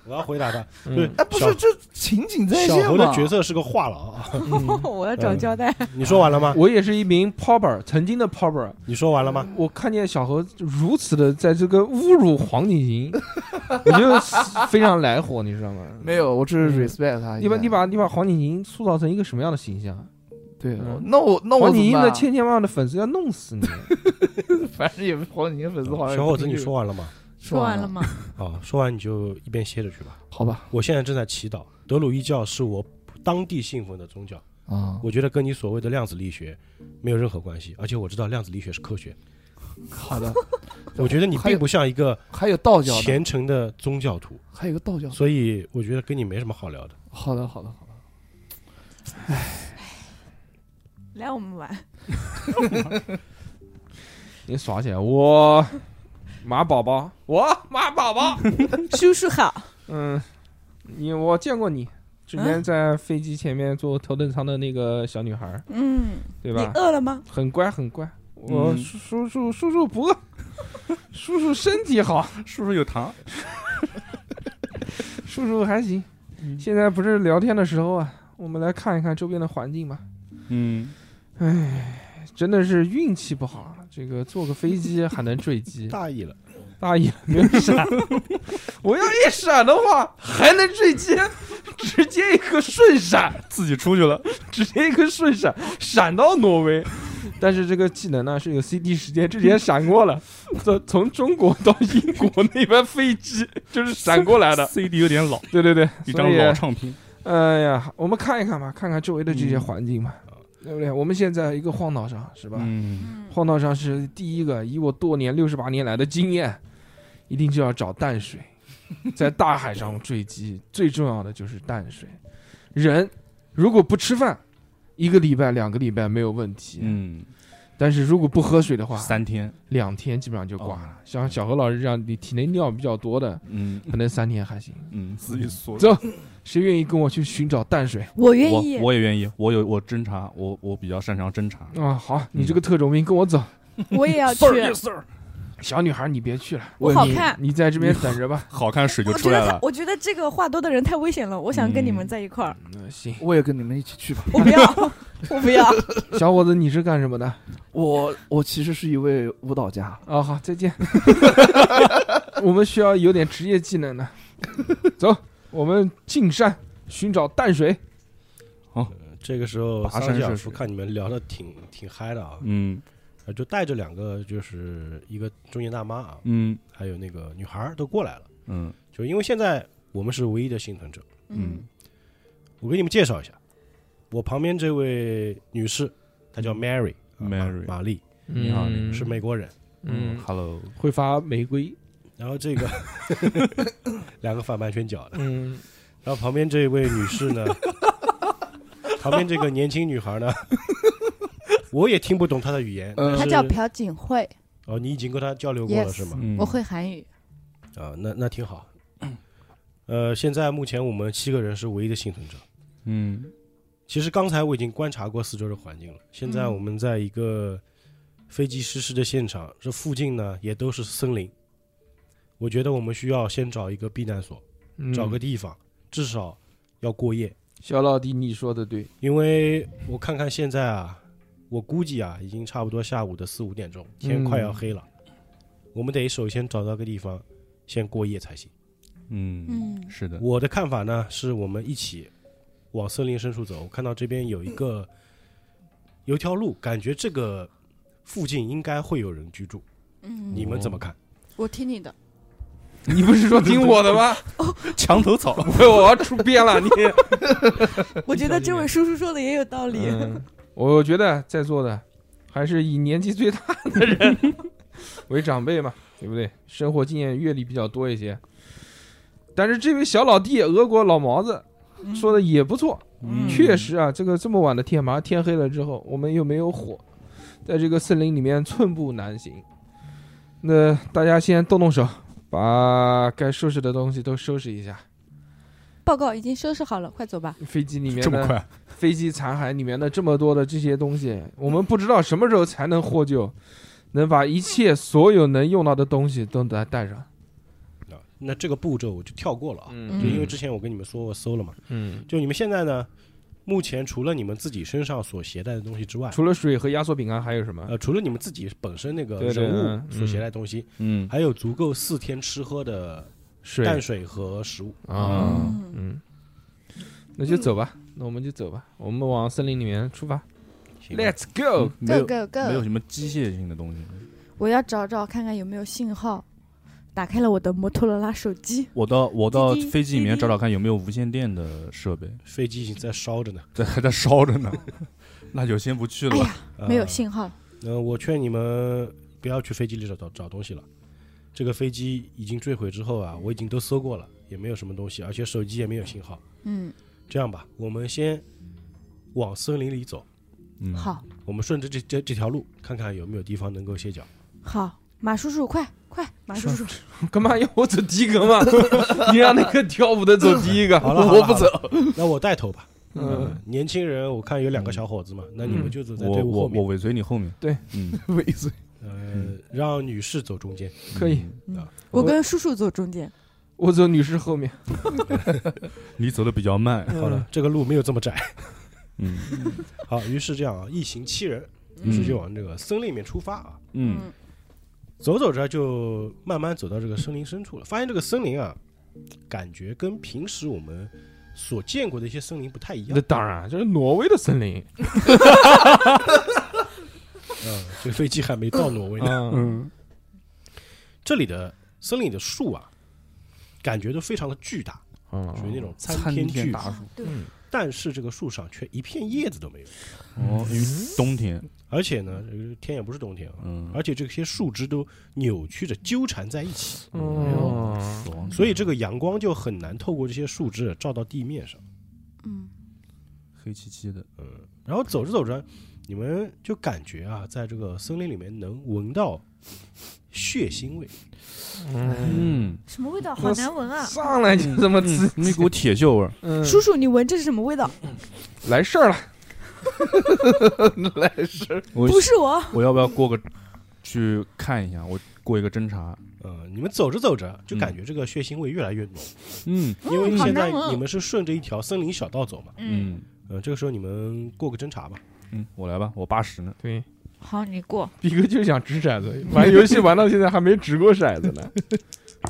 我要回答他，嗯对哎，不小是，这情景在小线猴嘛？的角色是个话痨啊。嗯 我要找胶带。你说完了吗？我也是一名 pauper，曾经的 pauper。你说完了吗？我看见小何如此的在这个侮辱黄景 行，我就非常来火，你知道吗？没有，我只嗯是 respect 他一下。你把你把你把黄景行塑造成一个什么样的形象？对，嗯那我那我黄怎景行么办的啊千千万万的粉丝要弄死你！反正也黄景行粉丝好像小伙子，你说完了吗？说完了？吗？啊，说完你就一边歇着去吧。好吧，我现在正在祈祷，德鲁伊教是我当地信奉的宗教，啊，我觉得跟你所谓的量子力学没有任何关系，而且我知道量子力学是科学。好的，我觉得你并不像一个还有道教的，嗯虔诚的宗教徒，还有个道教的，所以我觉得跟你没什么好聊的。好的，好的，好的，来我们玩，你耍起来，我马宝宝，我马宝宝，叔叔好，嗯，你我见过你之前在飞机前面坐头等舱的那个小女孩儿，嗯，对你吧？饿了吗？很乖很乖，我嗯叔叔叔叔叔不饿， 叔叔身体好，叔叔有糖，叔叔还行。现在不是聊天的时候啊，我们来看一看周边的环境吧。嗯，真的是运气不好，啊这个坐个飞机还能坠 机，大意了，大意了没有闪。 我要一闪的话，还能坠机，直接一个瞬闪， 自己出去了，直接一个瞬闪，闪到挪威。但是这个技能呢是有 CD 时间，之前闪过了，从从中国到英国那边飞机 就是闪过来的。 CD 有点老， 对对对，一所张以老唱片，哎呀，我们看一看吧，看看周围的这些嗯环境吧，对不对？我们现在一个荒岛上是吧？嗯，嗯，荒岛上是第一个，以我多年六十八年来的经验，一定就要找 淡水，在大海上坠机，最重要的就是淡水。人如果不吃饭，一个礼拜、两个礼拜没有问题，嗯，但是如果不喝水的话，三天，两天基本上就挂了。哦像小何老师这样，你体内尿比较 多的，嗯可能三天还行。嗯，自己缩走，谁愿意跟我去寻找淡水？我愿我意，我也愿意，我有我侦查，我我比较擅长侦查。啊，好，你这个特种兵跟我走。我也要去 Sir，yes, sir 小女孩，你别去了，我好看你你在这边等着吧。好看水就我出觉来得他了，。我觉得这个话多的人太危险了，我想跟你们在一块儿，嗯，行，我也跟你们一起去吧。我不要， 我不要，小伙子，你是干什么的？我我其实是一位舞蹈家，哦，好，再见。 我们需要有点职业技能的。走，我们进山寻找淡水。呃这个时候跋山桑吉尔涉夫水看你们聊的挺挺嗨的啊，嗯呃就带着两个就是一个中年大妈啊，嗯还有那个女孩儿都过来了，嗯就因为现在我们是唯一的幸存者。嗯嗯，我给你们介绍一下，我旁边这位女士，她叫 Mary 啊玛 Mary 玛丽你好嗯是美国人，嗯， ，Hello，会发玫瑰。然后这个 两个反半圈脚的，嗯，然后旁边这位女士呢，旁边这个年轻女孩呢，我也听不懂她的语言，嗯但他是叫朴槿惠，哦，你已经跟她交流过了 Yes 是吗？嗯我会韩语，啊，那那挺好。呃，现在目前我们七个人是唯一的幸存者。嗯其实刚才我已经观察过四周的环境了。现在嗯我们在一个飞机失事的现场，这附近呢也都是森林。我觉得我们需要先找一个避难所，嗯找个地方，至少要过夜。小老弟，你说的对。因为我看看现在啊，我估计啊，已经差不多下午的四五点钟，天快要黑了。我们得首先找到个地方先过夜才行。嗯，嗯是的，我的看法呢，是我们一起往森林深处走。我看到这边有一个有一条路，感觉这个附近应该会有人居住。嗯，你们怎么看？我听你的， 你不是说听我的吗？墙头草， 我要出变了，你。我觉得这位叔叔说的也有道理，嗯，我觉得在座的还是以年纪最大的 人为长辈嘛，对不对？生活经验、阅历比较多一些。但是这位小老弟，俄国老毛子嗯说的也不错，嗯确实啊，这个这么晚的天，马上天黑了之后，我们又没有火，在这个森林里面寸步难行。那大家先动动手，把该收拾的东西都收拾一下。报告已经收拾好了，快走吧。飞机里面这么的快，飞机残骸里面的这么多的这些东西，我们不知道什么时候才能获救，能把一切所有能用到的东西都带带上。啊，那这个步骤我就跳过了啊，就嗯因为之前我跟你们说我搜了嘛。嗯，就你们现在呢，目前除了你们自己身上所携带的东西之外，除了水和压缩饼干还有什么？呃，除了你们自己本身那个对对人嗯物所携带的东西，嗯还有足够四天吃喝的水呃淡水和食物。啊，嗯嗯，那就走吧，那我们就走吧，我们往森林里面出发行吧，Let's go。没，Go 有 Go 没有 Go！什么机械性的东西，我要找找看看有没有信号，打开了我的摩托罗拉手机，我到我到滴滴飞机里面滴滴找找看有没有无线电的设备，飞机已经在烧着呢。 在还在烧着呢，那就先不去了啊哎吧。呀，没有呃信号了，嗯、我劝你们不要去飞机里找找找东西了。这个飞机已经坠毁之后啊，我已经都搜过了，也没有什么东西，而且手机也没有信号。嗯，这样吧，我们先往森林里走，嗯，好，我们顺着这这这条路，看看有没有地方能够歇 脚。好，马叔叔，快快，马叔叔，啊干嘛要我走第一个嘛？ 你让那个跳舞的走第一个。好了，好了我不走，，好了那我带头吧。嗯，年轻人，我看有两个小伙子嘛，那你们就走在嗯我队伍我后我面，尾随你后面。对， 嗯，尾随。呃，让女士走中间。可以，嗯我跟叔叔坐中间，我走女士后面。你走的比较慢。好了，这个路没有这么窄。 嗯好，于是这样啊，一行七人，于嗯是就往这个森林里面出发啊。嗯，走走着就慢慢走到这个森林深处了，发现这个森林啊，感觉跟平时我们所见过的一些森林不太一样那。当然，这是挪威的森林。嗯，这个飞机还没到挪威呢。嗯，这里的森林里的树啊，感觉都非常的巨大，属于那种参天巨大树，树。对，啊嗯但是这个树上却一片叶子都没有，哦，因为冬天，而且呢，这个天也不是冬天啊，嗯，而且这些树枝都扭曲着纠缠在一起，哦，所以这个阳光就很难透过这些树枝啊照到地面上。嗯，黑漆漆的，嗯，然后走着走着，你们就感觉啊，在这个森林里面能闻到血腥味，嗯，什么味道？好难闻啊！上来就这么刺激。那股铁锈 味儿，嗯叔叔，你闻这是什么味道？来事儿了，我不是我，我要不要过个去看一下？我过一个侦查。呃，你们走着走着就感觉这个血腥味越来越浓，嗯因为嗯好现在难闻你们是顺着一条森林小道走嘛，嗯，呃，这个时候你们过个侦查吧，嗯，我来吧，我八十呢。对，好，你过。逼哥就是想掷骰子，玩游戏玩到现在还没掷过骰子呢。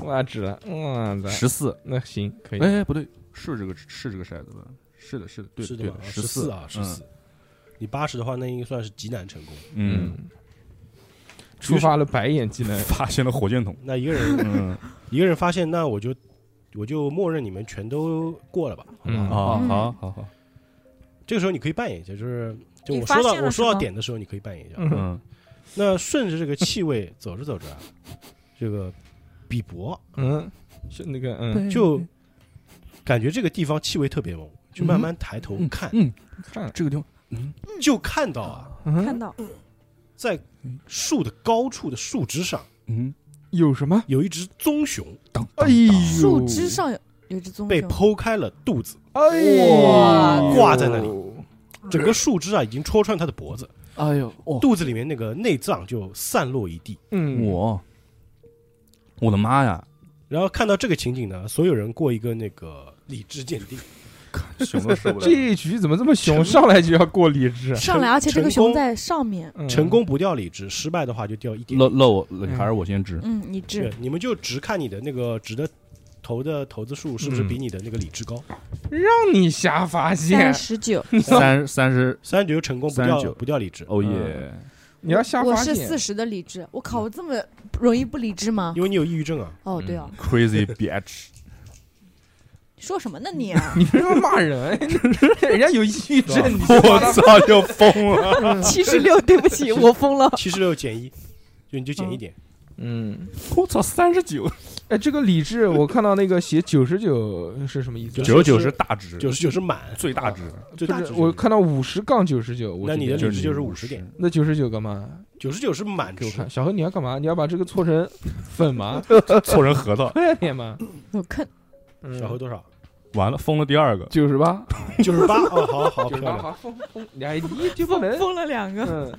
哇，掷了，哇塞，十四，那行可以。哎，不对，是这个是这个骰子吧？是的，是的，对是对的吧，？十四啊，十四、。你八十的话，那应该算是极难成功。嗯，，哎触发了白眼技能。发现了火箭筒。那一个人嗯一个人发现，那我就我就默认你们全都过了吧。嗯啊，嗯好好好，这个时候你可以扮演一下，就是就你我发说到现了我说什到么点的时候，你可以扮演一下。嗯，嗯那顺着这个气味走着走着啊，这个比伯嗯，是那个嗯，就感觉这个地方气味特别浓，就慢慢抬头看，嗯，看，这个地方就看到啊，看嗯，到哎在树的高处的树枝上嗯，有什么？有一只棕熊哎呦，树枝，上有有一只棕被熊，剖开了肚子，哎呦，挂在那里，整个树枝啊已经戳穿它的脖子，哎呦，哦，肚子里面那个内脏就散落一地。嗯，我我的妈呀！然后看到这个情景呢，所有人过一个那个理智鉴定，熊都受不了。这一局怎么这么熊？上来就要过理智，上来，而且这个成功熊在上面，嗯成功不掉理智，失败的话就掉一点那那我还是我先值。嗯，你对治，，你们就只看你的那个值的投的投资数是嗯不是比你的那个理智高？让你瞎发三现，十 九，三三十，三十九成功不掉39不掉理智，嗯 哦耶嗯！你要瞎我发是现，四十的理智，我靠，我这么容易不理智吗？因为你嗯有抑郁症啊。哦，对哦， Crazy bitch！说什么呢 你啊？你为什么骂人？人家有抑郁 症，你就我操，就疯了！七十六，对不起，我 疯啊了。七十六减一，就你就减一点。嗯， 我操，三十九，哎，这个理智，我看到那个写九十九是什么意思？ 90九十九是大值，啊九十九是满，最大值，最嗯不大是值。我看到五十杠九十九，我那这你边的理是智就你是50 50点，那九十九干嘛？九十九是满给我值看，。小何你要干嘛？你要把这个搓成粉吗？啊凑成核桃，快点嘛！我看嗯小何多少？完了，封了第二个。九十八，九十八哦，好好漂九十八，亮。好疯疯，哎，你就不 能疯了两个，嗯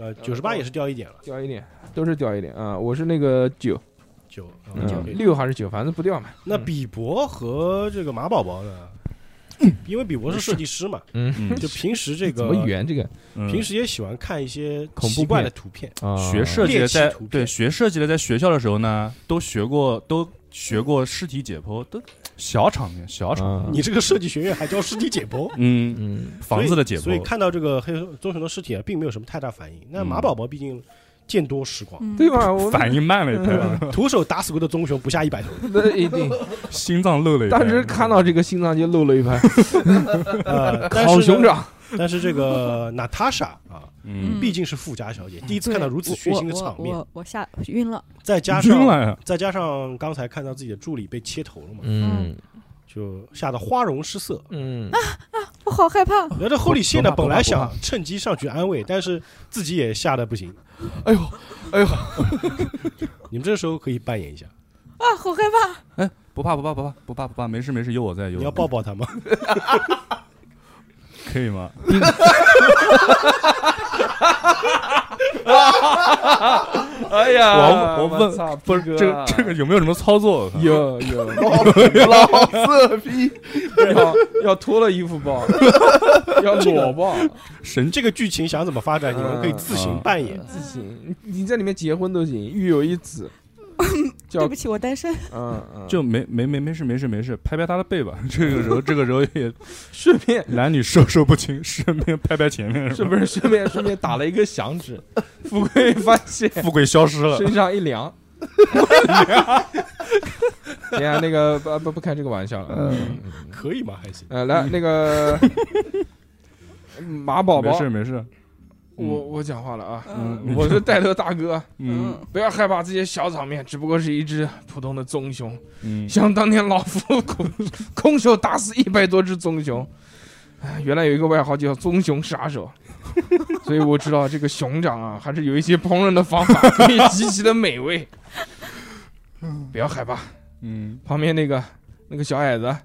呃，九十八也是掉一点了，掉一点，都是掉一点啊！我是那个九，九啊嗯九可以。六还是九，反正不掉嘛。那嗯比伯和这个马宝宝呢？因为比伯是设计师嘛，嗯，嗯，就平时这怎个么圆这个嗯平时也喜欢看一些恐怖奇怪片的图片。啊？学设计的在猎奇图片对学设计的在学校的时候呢，都学过都学过尸体解剖，都小场面小场面。啊，你这个设计学院还教尸体解剖？嗯，嗯房子的解所以剖，看到这个黑棕熊的尸体啊，并没有什么太大反应。那马宝宝毕竟见多识 广，嗯对？吧？我反应慢了一拍，嗯徒手打死过的棕熊不下一百 头。那一定，心脏漏了一拍。当时看到这个心脏就漏了一拍，呃，但是好呢熊，掌。 但是这个娜塔莎啊，嗯，毕竟是富家小姐，第一次对看到如此血腥的我场嗯我面，我我吓晕了。再加晕上了呀，再加上刚才看到自己的助理被切头了嘛，嗯就吓得花容失色。嗯，我好害怕，然后这后里线呢，不本怕来不怕想趁机上去安慰，但是自己也吓得不行。哎呦，哎呦， 你们这时候可以扮演一下，啊，好害怕！不怕不怕不怕不怕不怕，没事没事，有我在，有你我要在抱抱他吗？可以吗？哎呀我我问操不是逼哥啊这个这个有没有什么操作？有有老色批，要要脱了衣服 抱，要裸抱，神，这个剧情想怎么发展，你们可以自行扮演。自行，你在里面结婚都行，育有一子，叫对不起，我 单身。嗯嗯，就没没没没事没事没事，拍拍他的 背吧。这个时候这个时候也顺便男女授受不亲，顺便拍拍前 面是吧？不是顺便顺便打了一个 响指，富贵发现富贵消失了，身上 一凉。哎呀，那个不不不开这个玩笑了，嗯可以吗？还行。呃，嗯来 那个马宝没宝，事没嗯事。我我讲话了啊，嗯我是带头大哥，嗯不要害怕这些小场面，只不过是一只普通的棕熊。嗯，想当年老夫空空手打死一百多只棕熊，哎，原来有一个外号叫棕熊杀手，所以我知道这个熊掌啊，还是有一些烹饪的方法可以极其的美味。不要害怕，嗯，旁边那个那个小矮子，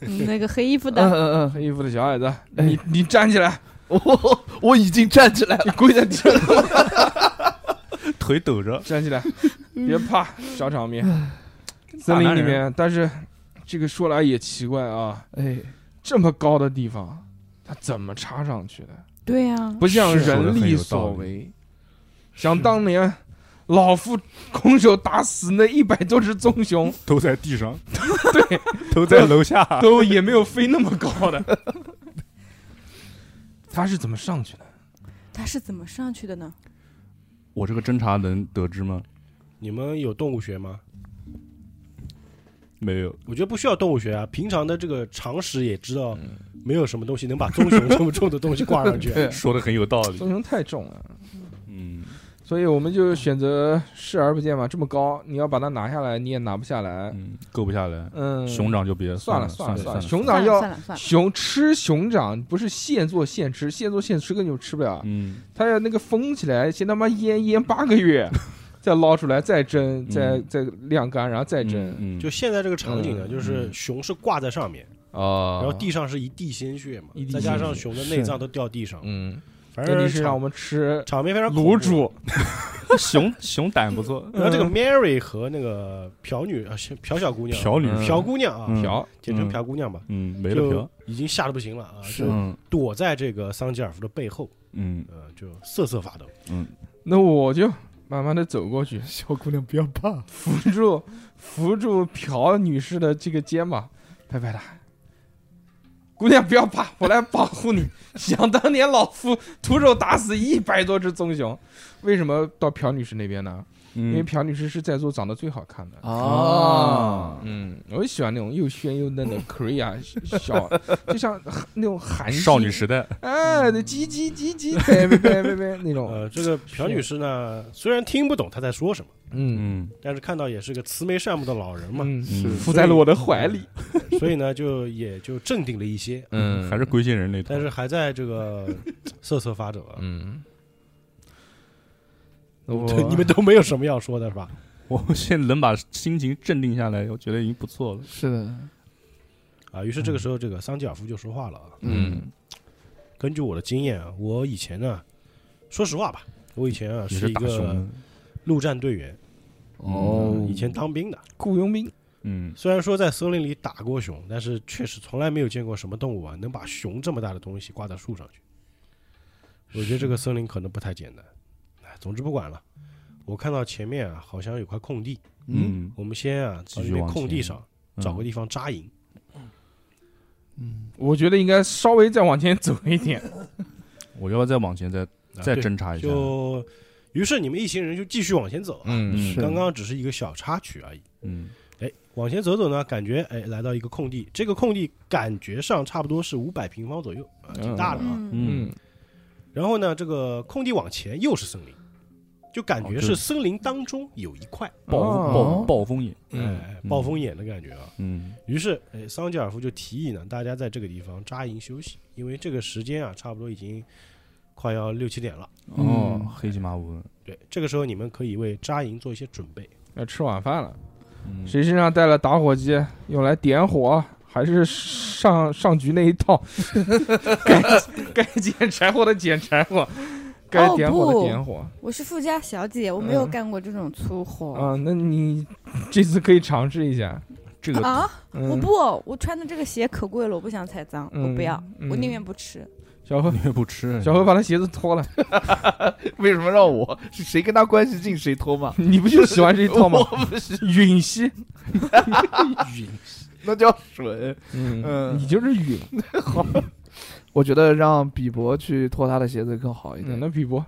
嗯那个黑衣服嗯的，嗯嗯，黑衣服的小矮子，你你站起来，我我已经站起来了，你跪在地上腿抖着，站起来，别怕，小场面，森林里面，但是这个说来也奇怪啊，哎，这么高的地方，它怎么插上去的？对呀，不像是人力所为。想当年，老夫空手打死那一百多只棕熊，都在地 上，对，都在楼下。都也没有飞那么高的。他是怎么上去的？他是怎么上去的呢？我这个侦查能得知吗？你们有动物学吗？没有，我觉得不需要动物学啊，平常的这个常识也知道，没有什么东西能把棕熊这么重的东西挂上去。对说的很有道理。棕熊太重了，嗯，所以我们就选择视而不见嘛。这么高，你要把它拿下来，你也拿不下来。嗯，够不下来，嗯，熊掌就别算了了算了算了，熊算掌了要算了算了，熊吃熊掌，不是现做现吃，现做现吃根本就吃不了。嗯，他要那个封起来，先他妈腌腌八 个月，再捞出来，再嗯蒸，再再晾干，然后再蒸。嗯，就现在这个场景呢，嗯就是熊是挂在上面，哦然后地上是一地鲜血嘛一，地再加上熊的内脏都掉地上，嗯，反那正你是让我场们吃场面非常恐怖卤。煮， 熊熊胆不错，然后这个嗯 Mary 和那个朴女啊，朴小姑娘，朴女嗯朴姑娘啊，嗯瓢，简称朴姑娘吧，嗯，没了就瓢，已经吓得不行了啊，是就嗯躲在这个桑吉尔夫的背后，嗯呃，就瑟瑟发抖。那我就慢慢的走过去，小姑娘不要怕，扶住扶住朴女士的这个肩膀，拍拍她。姑娘，不要怕，我来保护 你。想当年，老夫徒手打死一百多只棕熊，为什么到朴女士那边呢？因为嗯，朴女士是在座长得最好看的。哦，嗯，我就喜欢那种又炫又 嫩的 Korea 小，就像那种韩剧少女，时代，哎，那叽叽叽叽，呗呗呗呗呗那种，呃，这个朴女士呢，虽然听不懂她在说什么，嗯嗯但是看到也是个慈眉善目的老人嘛，嗯，嗯，伏在了我的怀里，所以呢，就也就镇定了一些，嗯还是龟仙人那套但。是还在这个瑟瑟发抖啊。嗯，我对，你们都没有什么要说的是吧？我现在能把心情镇定下来，我觉得已经不错了。是的，啊，于是这个时候，这个桑吉尔夫就说话了啊。嗯根据我的经验啊，我以前呢，说实话吧，我以前啊你是一大个熊，陆战队员，哦，以前当兵的。嗯雇佣兵，嗯虽然说在森林里打过熊，但是确实从来没有见过什么动物啊能把熊这么大的东西挂在树上去。我觉得这个森林可能不太简单。哎，总之不管了。我看到前面啊，好像有块空地，嗯嗯，我们先啊，继从续那边往空地前嗯上找个地方扎营。嗯，我觉得应该稍微再往前走一点，嗯我要不要再往前再啊再对侦查一下？就于是你们一行人就继续往前走啊，嗯，是刚刚只是一个小插曲而已。嗯哎，往前走走呢，感觉哎来到一个空地，这个空地感觉上差不多是五百平方左右啊，挺大的啊。嗯嗯，嗯然后呢，这个空地往前又是森林，就感觉哦是对森林当中有一块暴风哦暴暴风眼，嗯哎嗯暴风眼的感觉啊。嗯于是，哎，桑吉尔夫就提议呢，大家在这个地方扎营休息，因为这个时间啊，差不多已经快要六七点了。哦嗯，黑漆麻乌，对，这个时候你们可以为扎营做一些准备。要吃晚饭了。嗯 谁身上带了打火机用来点火？还是上上局那一 套，该该捡柴火的捡柴火，该点火哦的点火。我是富家小姐，我没有嗯干过这种粗活。嗯啊，那你这次可以尝试一下。这个啊！嗯、我不，我穿的这个鞋可贵了，我不想踩脏，嗯我不要，嗯我宁愿不吃。小何嗯你，也不吃，小何把他鞋子脱了， 为什么让我？是谁跟他关系近谁脱 吗？？你不就喜欢这一套吗 我不是，允熙，那叫蠢。嗯，嗯你就是允。我觉得让比伯去脱他的鞋子更好一嗯，点。那比伯，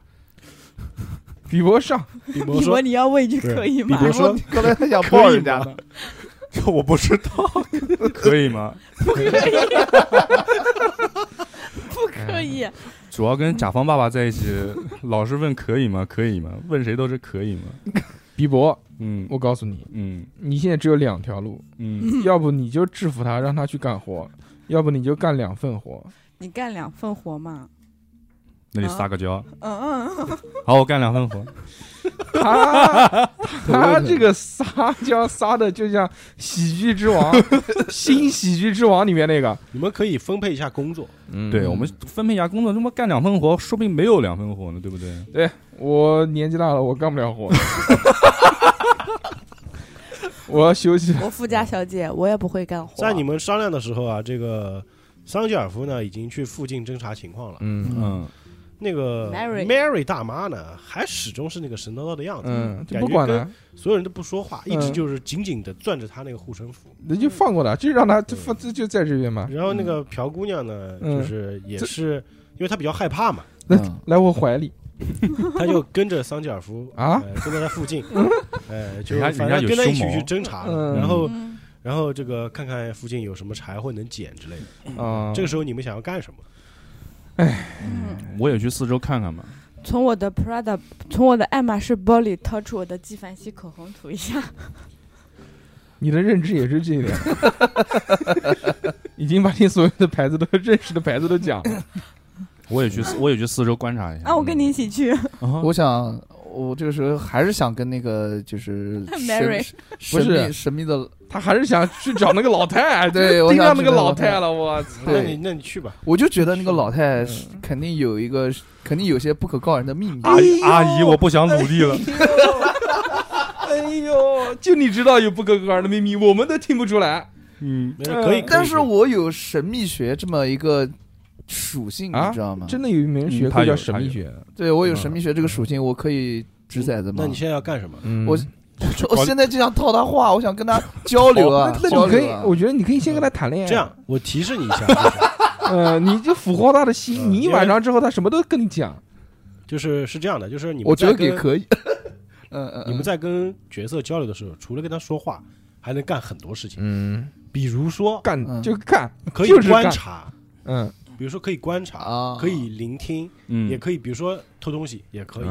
比伯上，比伯你说说你要问一句不是可以吗比？如说你 刚才还想抱人家呢， 我不知 道，可以吗？不可以，不可以。主要跟甲方爸爸在一起，老是问可以吗？可以吗？问谁都是可以吗？比伯，嗯我告诉你，嗯你现在只有两条路，嗯，要不你就制服他，让他去干活；要不你就干两 份活。你干两份活嘛？那就撒个娇。嗯嗯，好，我干两份活。他他这个撒娇撒的就像《喜剧之王》新《喜剧之王》里面那个，你们可以分配一下工作，嗯对我们分配一下工作，他妈干两份活，说不定没有两份活呢，对不对？我年纪大了，我干不了活，我要休息。我富家小姐，我也不会干活。在你们商量的时候啊，这个桑吉尔夫呢已经去附近侦查情况了。嗯嗯，那个 Mary Mary 大妈呢，还始终是那个神叨叨的样子，嗯，就感不觉管跟了，所有人都不说话，一直嗯就是紧紧的攥着她那个护身符。那就放过他，就让他就嗯放就就在这边啊嘛。然后那个朴姑娘呢，嗯就是也这是因为她比较害怕嘛， 那嗯来我怀里，她就跟着桑吉尔夫啊呃跟在他附 近，呃，就人家反正有跟他一起胸毛去侦查，嗯然后嗯然后这个看看附近有什么柴火能捡之类的。啊，嗯这个时候你们想要干什么？嗯，我也去四周看看吧。从我的 Prada，从我的爱马仕包里掏出我的纪梵希口红涂一下。你的认知也是这一点， 已经把你所有的牌子都认识的牌子都讲了。我也去四，我也去四周观察一下。啊，我跟你一起去。啊我想，我这个时候还是想跟那个就是 Mary 神神不秘是神秘的，他还是想去找那个老太，对我盯上想那去个找老老太太了，我操！那对你那你去吧。我就觉得那个老太是是啊肯定有一个，肯定有些不可告人的秘密。阿姨，阿姨，我不想努力 了。哎呦，就你知道有不可告人的秘密，我们都听不出来。嗯没事，可以。呃但是可以我有神秘学这么一个属性，啊你知道吗？真的有一门学嗯他科有叫神秘学，对我有神秘学这个属性，我可以掷骰子吗？那你现在要干什么？嗯我我现在就想套他话，我想跟他交流啊那，那交你可以流啊，。我觉得你可以先跟他谈恋爱。这，样，我提示你一 下，就是呃，你就俘获他的心，嗯你一晚上之后，他什么都跟你讲。就是是这样的，就是你们我觉得在跟也可以。嗯嗯，你们在跟角色交流的时候，除了跟他说话，还能干很多事情，嗯，比如说干嗯就干，可以就是观干察，嗯比如说可以观察，啊， 可以聆听，嗯也可以，比如说偷东西也可以。哦，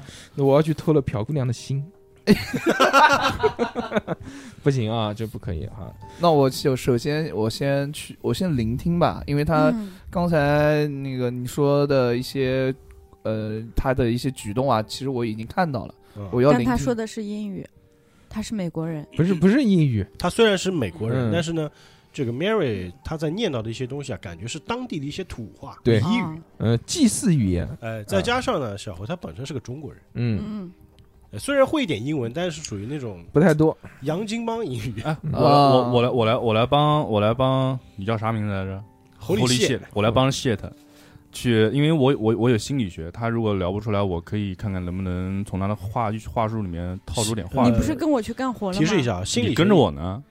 啊那我要去偷了朴姑娘的心。不行啊，这不可以哈。那我就首先我先去，我先聆听吧，因为他嗯刚才那个你说的一些，呃，他的一些举动啊，其实我已经看到了，嗯我要聆但听。他说的是英语，他是美国人。不是不是英语，他虽然是美国人，嗯但是呢，这个 Mary 他在念叨的一些东西啊，感觉是当地的一些土话。对俚语。啊呃，祭祀语言，哎，再加上呢，小侯他本身是个中国人，嗯，嗯呃虽然会一点英文，但是属于那种不太多。洋泾浜英语。哎，我啊我我来我来我来帮我来帮你叫啥名字来着？侯狸里谢，嗯我来帮 shit 去，因为我我我有心理学，他如果聊不出来，我可以看看能不能从他的话话术里面套出点呃话哦你来。不是跟我去干活了吗？哦提示一，下啊，心理你学跟着，我呢？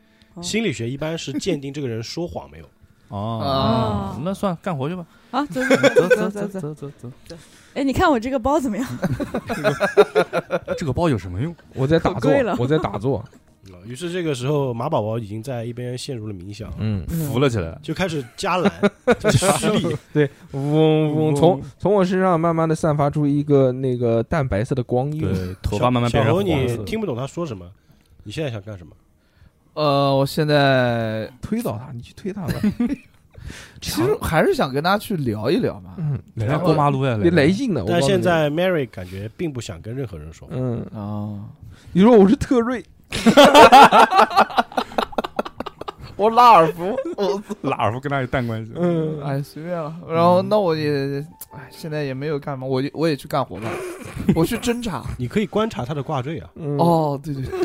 心理学一般是鉴定这个人说谎没有，哦，那算干活去吧，啊，走走走走 走走。走走走，哎，你看我这个包怎么样？这个包有什么用？我在打可坐贵了，我在 打坐，呃 于是这个时候，马宝宝已经在一边陷入了冥想，嗯，扶了起来，就开始加 篮，就蓄力，对，嗡嗡，从从我身上慢慢的散发出一个那个淡白色的光晕，对，头发慢慢变小猴，成黄你色。听不懂他说什么，你现在想干什么？呃，我现在推倒他，你去推他吧，其实还是想跟大家去聊一聊嘛。嗯，人然家后过马路呀，别来来，劲的，我但告诉现你，在 Mary 感觉并不想跟任何人说话，嗯，哦，你说我是 特瑞，我拉尔夫，我拉尔夫跟他有蛋关系。嗯， 哎随便了。然嗯后那我也哎现在也没有干嘛，我就我也去干 活吧，我去侦查。你可以观察他的挂坠 啊，嗯，哦，对对， 对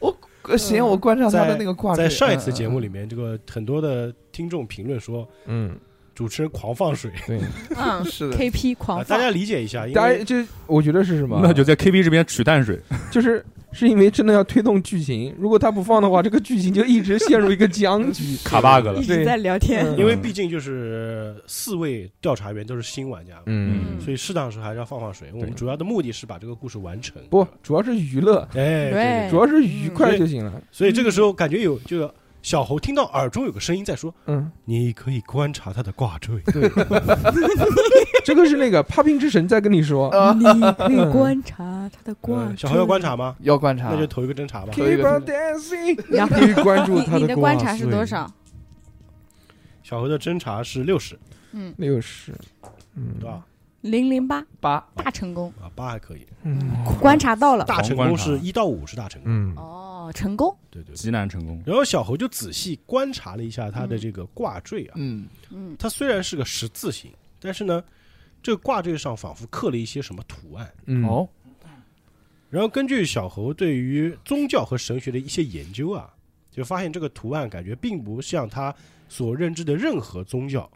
我呃行，我观察他的那个挂嗯坠。在上一次嗯节目里面，这个很多的听众评论说嗯，主持人狂放水，对，嗯 嗯是的， ，KP 啊狂大放，家理解一下，因大家为就我觉得是什么，那就在 KB 这边取淡水，就是是因为真的要推动剧情，如果他不放的话，这个剧情就一直陷入一个僵局。卡 bug 了一。直在聊天。嗯因为毕竟就是四位调查员都是新玩家，嗯，所以适当时候还是要放放水。我们主要的目的是把这个故事完成。不，主要是娱乐，哎，对对嗯主要是愉快就行了。所以这个时候感觉有就小猴听到耳中有个声音在说嗯，：“你可以观察他的挂坠。对， 这个是那个 帕宾之神在跟你说，啊你可以观察他的挂呃坠。小猴要观察吗？要观察，那就投一个侦查吧。啊可以 Keep on dancing，然后 可以关注他你你的观察挂坠是多？少？小猴的侦查是六十，嗯，六十，嗯对，吧？零零八，八大成功，啊，八还可以。嗯观察到了。大成功是狂观察一到五是大成功，嗯，哦，成功。对对对。极难成 功，然后小猴就仔细观察了一下他的这个挂坠啊，嗯嗯它虽然是个十字形，但是呢，这个挂坠上仿佛刻了一些什么图案。嗯，哦然后根据小猴对于宗教和神学的一些研究啊，就发现这个图案感觉并不像他所认知的任何宗教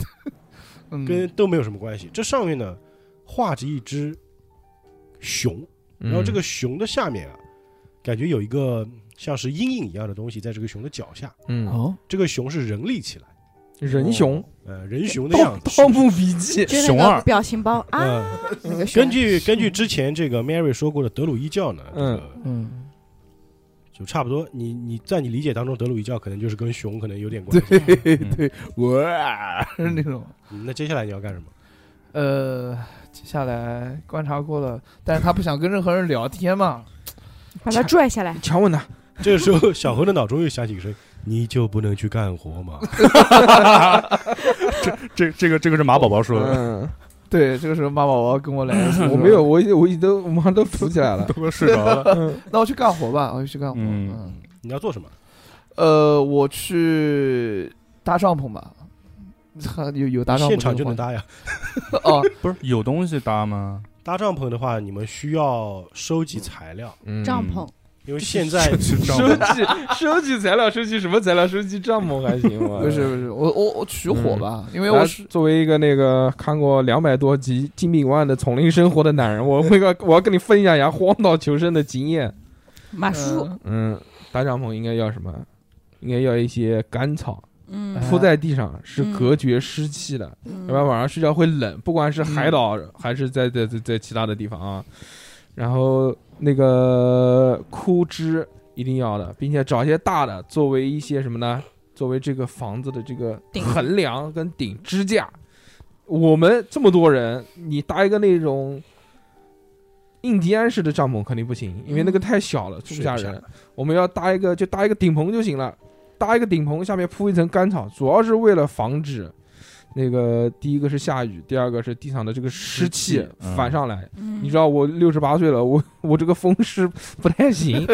嗯跟都没有什么关系。这上面呢画着一只熊，嗯，然后这个熊的下面啊，感觉有一个像是阴影一样的东西在这个熊的脚下。嗯，哦这个熊是人立起来，人熊，呃，人熊 的盗样子。盗墓笔记，就熊那二个表情包啊，嗯，那个熊根据根据之前这个 Mary 说过的德鲁伊教呢，这个嗯，就差不多。你你在你理解当中，德鲁伊教可能就是跟熊可能有点关系。对对，哇那种。嗯那接下来你要干什么？呃，接下来观察过了，但是他不想跟任何人聊天嘛。把他拽下来。 强吻他，这个时候，小猴的脑中又响起一声：“你就不能去干活吗 这这个这个是马宝宝说的，嗯，对，这个时候妈宝宝跟我来一嗯句我没有，，我已我已都我马上都扶起 来了， 都快睡着了。那我去干活吧，我就去干活。嗯嗯，？”你要做什么？呃，我去搭帐篷吧。他 有有搭帐篷现场这就个能环搭呀。节哦，不是有东西搭吗？搭帐篷的话，你们需要收集材料，嗯帐篷，因为现在 是帐收篷集 收集材料，收集什么材料？收集帐篷还 行吗？不是不是，我我我取火吧，因为来我是作为一个那个看过两百多集《金炳万的丛林生活》的男人，我会个我要跟你分享一下荒岛求生的经验。马叔，嗯嗯，搭帐篷应该要什么？应该要一些干草嗯铺在地上，是嗯隔绝湿气的，要不然嗯，晚上睡觉会冷。不管是海岛还是在在在在其他的地方啊，然后那个枯枝一定要的，并且找一些大的作为一些什么呢？作为这个房子的这个顶横梁跟顶支架。我们这么多人，你搭一个那种印第安式的帐篷肯定不行，因为那个太小了，住不下睡不人下。我们要搭一个，就搭一个顶棚就行了，搭一个顶棚，下面铺一层干草，主要是为了防止那个第一个是下雨，第二个是地上的这个湿气湿气嗯反上来。你你知道我六十八岁了，我我这个风湿不太行，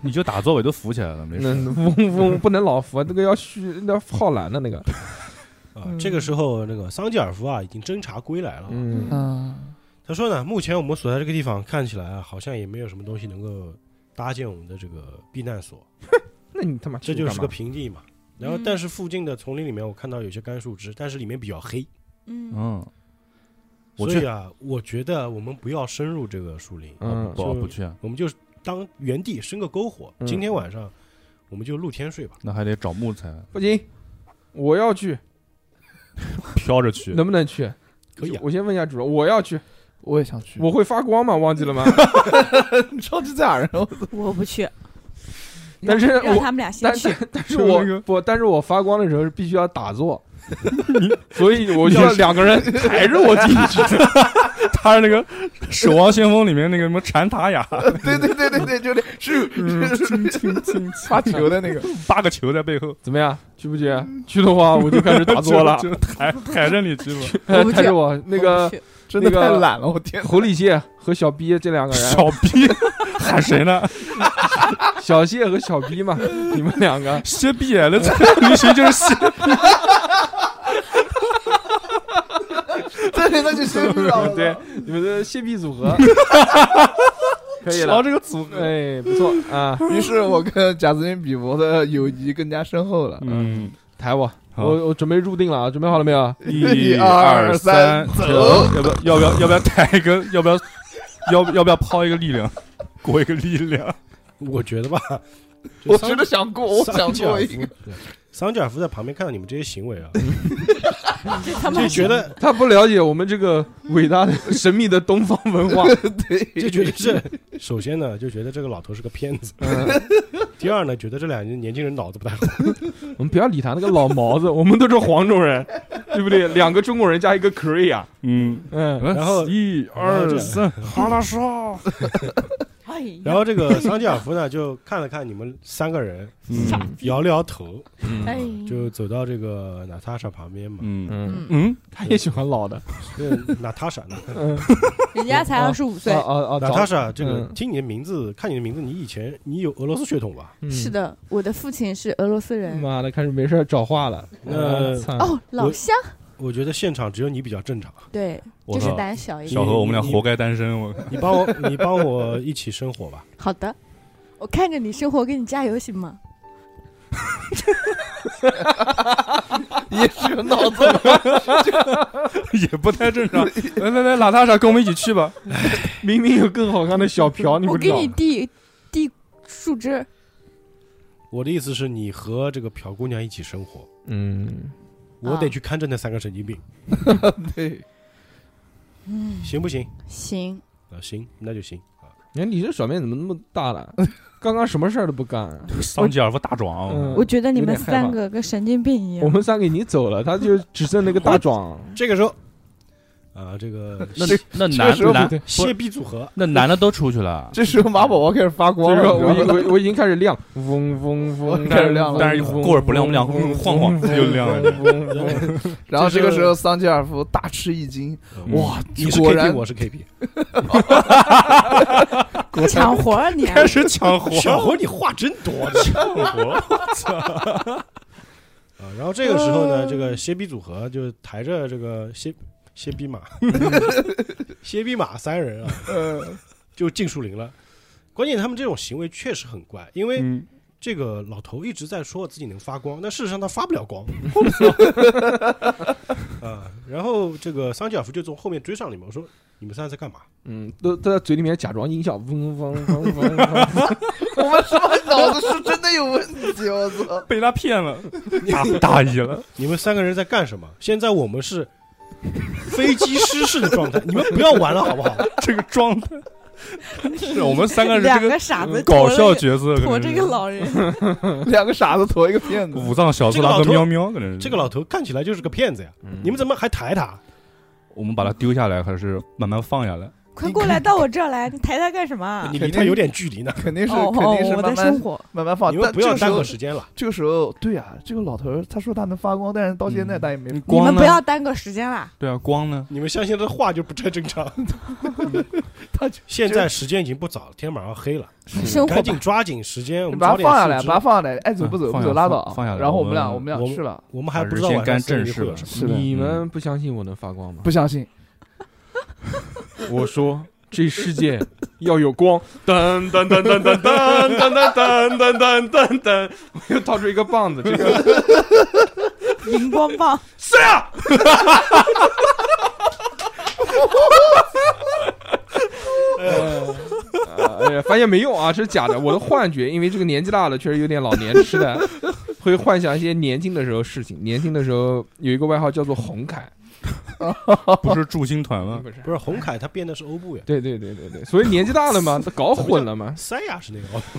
你就打坐尾都扶起来了，没那事。 嗡嗡不能老扶，那个要蓄要耗蓝的那个。啊，这个时候那个桑吉尔夫啊已经侦查归来了。嗯嗯他说呢，目前我们所在这个地方看起来啊，好像也没有什么东西能够搭建我们的这个避难所，那你他妈这去就是干个嘛平地嘛。然后，但是附近的丛林里面，我看到有些干树枝，但是里面比较黑。嗯嗯，我所去以，啊，我觉得我们不要深入这个树林，嗯不不去，啊我们就当原地生个篝火。嗯今天晚上我们就露天睡吧。那还得找木材。不行，我要去，飘着 去，能不能去？可以啊，我先问一下主任，我要去，我也想去。我会发光吗？忘 记了吗？超级赞，然后我不去，但是让让我他们俩先但去但。 但是我不，但是我发光的时候是必须要 打坐，所以我需要两个人抬着我进去。 他是那个《守望先锋》里面那个什么禅塔雅， 对对对对对，就那是是 发球的那个，八个球在背后，怎么样？去不去？啊去的话我就开始 打坐了嗯就就抬抬着你去吧。呃我不去抬着我那我个不去真的那个太懒了，我天！狐狸蟹和小逼这两个人，小逼 喊谁呢？小蟹和小 逼嘛，你们两个歇逼眼了，这旅行就是 歇。 对对，那就真不了。 对，你们的蟹币组合， 可以瞧了，这个组合，哎，不错啊，于是，我跟贾斯汀比伯的友谊更加深厚了。嗯，抬我，好我我准备入定了啊，准备好了没有？一一二三三，走！要不要要不要要不要抬一个？要不要要不要不要抛一个力量？ 过一个力量， 我觉得吧，就我桑觉得想过，我想桑吉过尔一个夫，对桑吉尔夫在旁边看到你们这些行为啊，他们就觉得他不了解我们这个伟大的神秘的东方 文化，这绝对是，首先呢，就觉得这个老头是个骗子； 嗯第二呢，觉得这两年年轻人脑子不太好。我们不要理他那个老毛 子，我们都是黄种人，对不对？两个中国人加一个 Korea，嗯，嗯，然后一二三，哈拉少，哎呀然后这个桑吉尔夫呢，就看了看你们三个人，傻嗯摇了摇头，哎，就走到这个娜塔莎旁边嘛。嗯嗯，嗯，嗯，他也喜欢老的，这娜塔莎呢，嗯，人家才哦二十五岁哦，哦哦，娜早塔莎，这个嗯听你的名字，看你的名字，你以前你有俄罗斯血统吧？嗯是的，我的父亲是俄罗斯人。妈的，开始没事儿找话了。那操哦，老乡，我觉得现场只有你比较正常。对，我就是操胆小一小点。小何何，我我们们俩俩活活该单身，我你帮我，你帮我一起生活吧。好的，我看着你生活，给你加油，行吗？也是有脑子的。 也不太正常。来来来，娜塔莎，跟我们一起去吧。明明有更好看的小朴，你我不知给道你？递递树枝，我的意思是，你和这个朴姑娘一起生活，嗯，我啊得去看着那三个神经病，对，嗯，行不行？行，啊，行，那就行啊。你看你这小便怎么那么大了？ 刚刚什么事儿都不干啊，桑吉尔夫大壮，嗯我觉得你有们点害怕三个跟神经病一我样。们三个已经走了，他就只剩那个大壮。这个时候，啊，这个那谢那这时候男男对谢必组合，那男的都出去了，这时候马宝宝开始发所光以了，说你知我道已吗我我已经开始亮，嗡嗡嗡，开始亮了但是过会儿不亮不亮晃晃就亮了嗡嗡嗡然后这是这个时候，桑吉尔夫大吃一惊，嗯哇，你是果 KP，然我是 KP，果然抢活儿你啊，开始抢活， 小猴你话真 多抢活，啊。然后这个时候呢，这个谢必组合就抬着这个谢谢必 马，谢必马三人啊，呃，就进树林了。关键他们这种行为确实很怪，因为嗯，这个老头一直在说自己能发光，但事实上他发不了 光。啊，然后这个桑吉尔夫就从后面追上你们，我说你们三个在干嘛？嗯，都都在嘴里面假装音效，嗡嗡嗡嗡嗡。我们他妈脑子是真的有问题，我操！被他骗了， 大大意了，你们三个人在干什么？现在我们是飞机失事的 状态，你们不要玩了好不好？这个 状态， 是我们三个人两这个傻子个搞笑驮了角色，个驮可能这是个老人，两个傻子驮一个骗 子，五藏小次郎和喵喵，可能是这个老头看起来就是个骗子呀，嗯你们怎么还抬他？我们把它丢下来，还是慢慢放下来？快过来到我这儿来，你抬他干什么啊？你离他有点距离呢，肯定是哦肯哦定，是我慢在生慢活，慢慢放你。但们不这要个时耽候搁，时间了。这个时候，对啊，这个老头儿他说他能发光，但是到现在他也没你们呢不？要耽搁时间啦。对啊，光呢？你们相信他的话就不太正常。 他就 现在时间已经不早了，天马上黑了，生活赶紧吧，抓紧时间，我你们早把他点放下来，树枝把他放下来，爱哎走不嗯走不放走下拉倒啊，放下来然后我们俩我们俩我们去了，我们还不知道还是晚上先干森林正事会有吧 什嗯么。是的你们不相信我能发光吗？不相信，我说这世界要有光。噔噔噔噔噔噔噔噔噔噔噔噔，又掏出一个棒子，这个荧光棒，谁啊？呃，哎呀，发现没用啊，这是假的，我的幻觉，因为这个年纪大了，确实有点老年痴呆。会幻想一些年轻的时候事情。年轻的时候有一个外号叫做红凯，不是驻星团吗？不是不是红凯他变的是欧布呀，对对对对对，所以年纪大了嘛，搞混了嘛。三亚是那个欧布。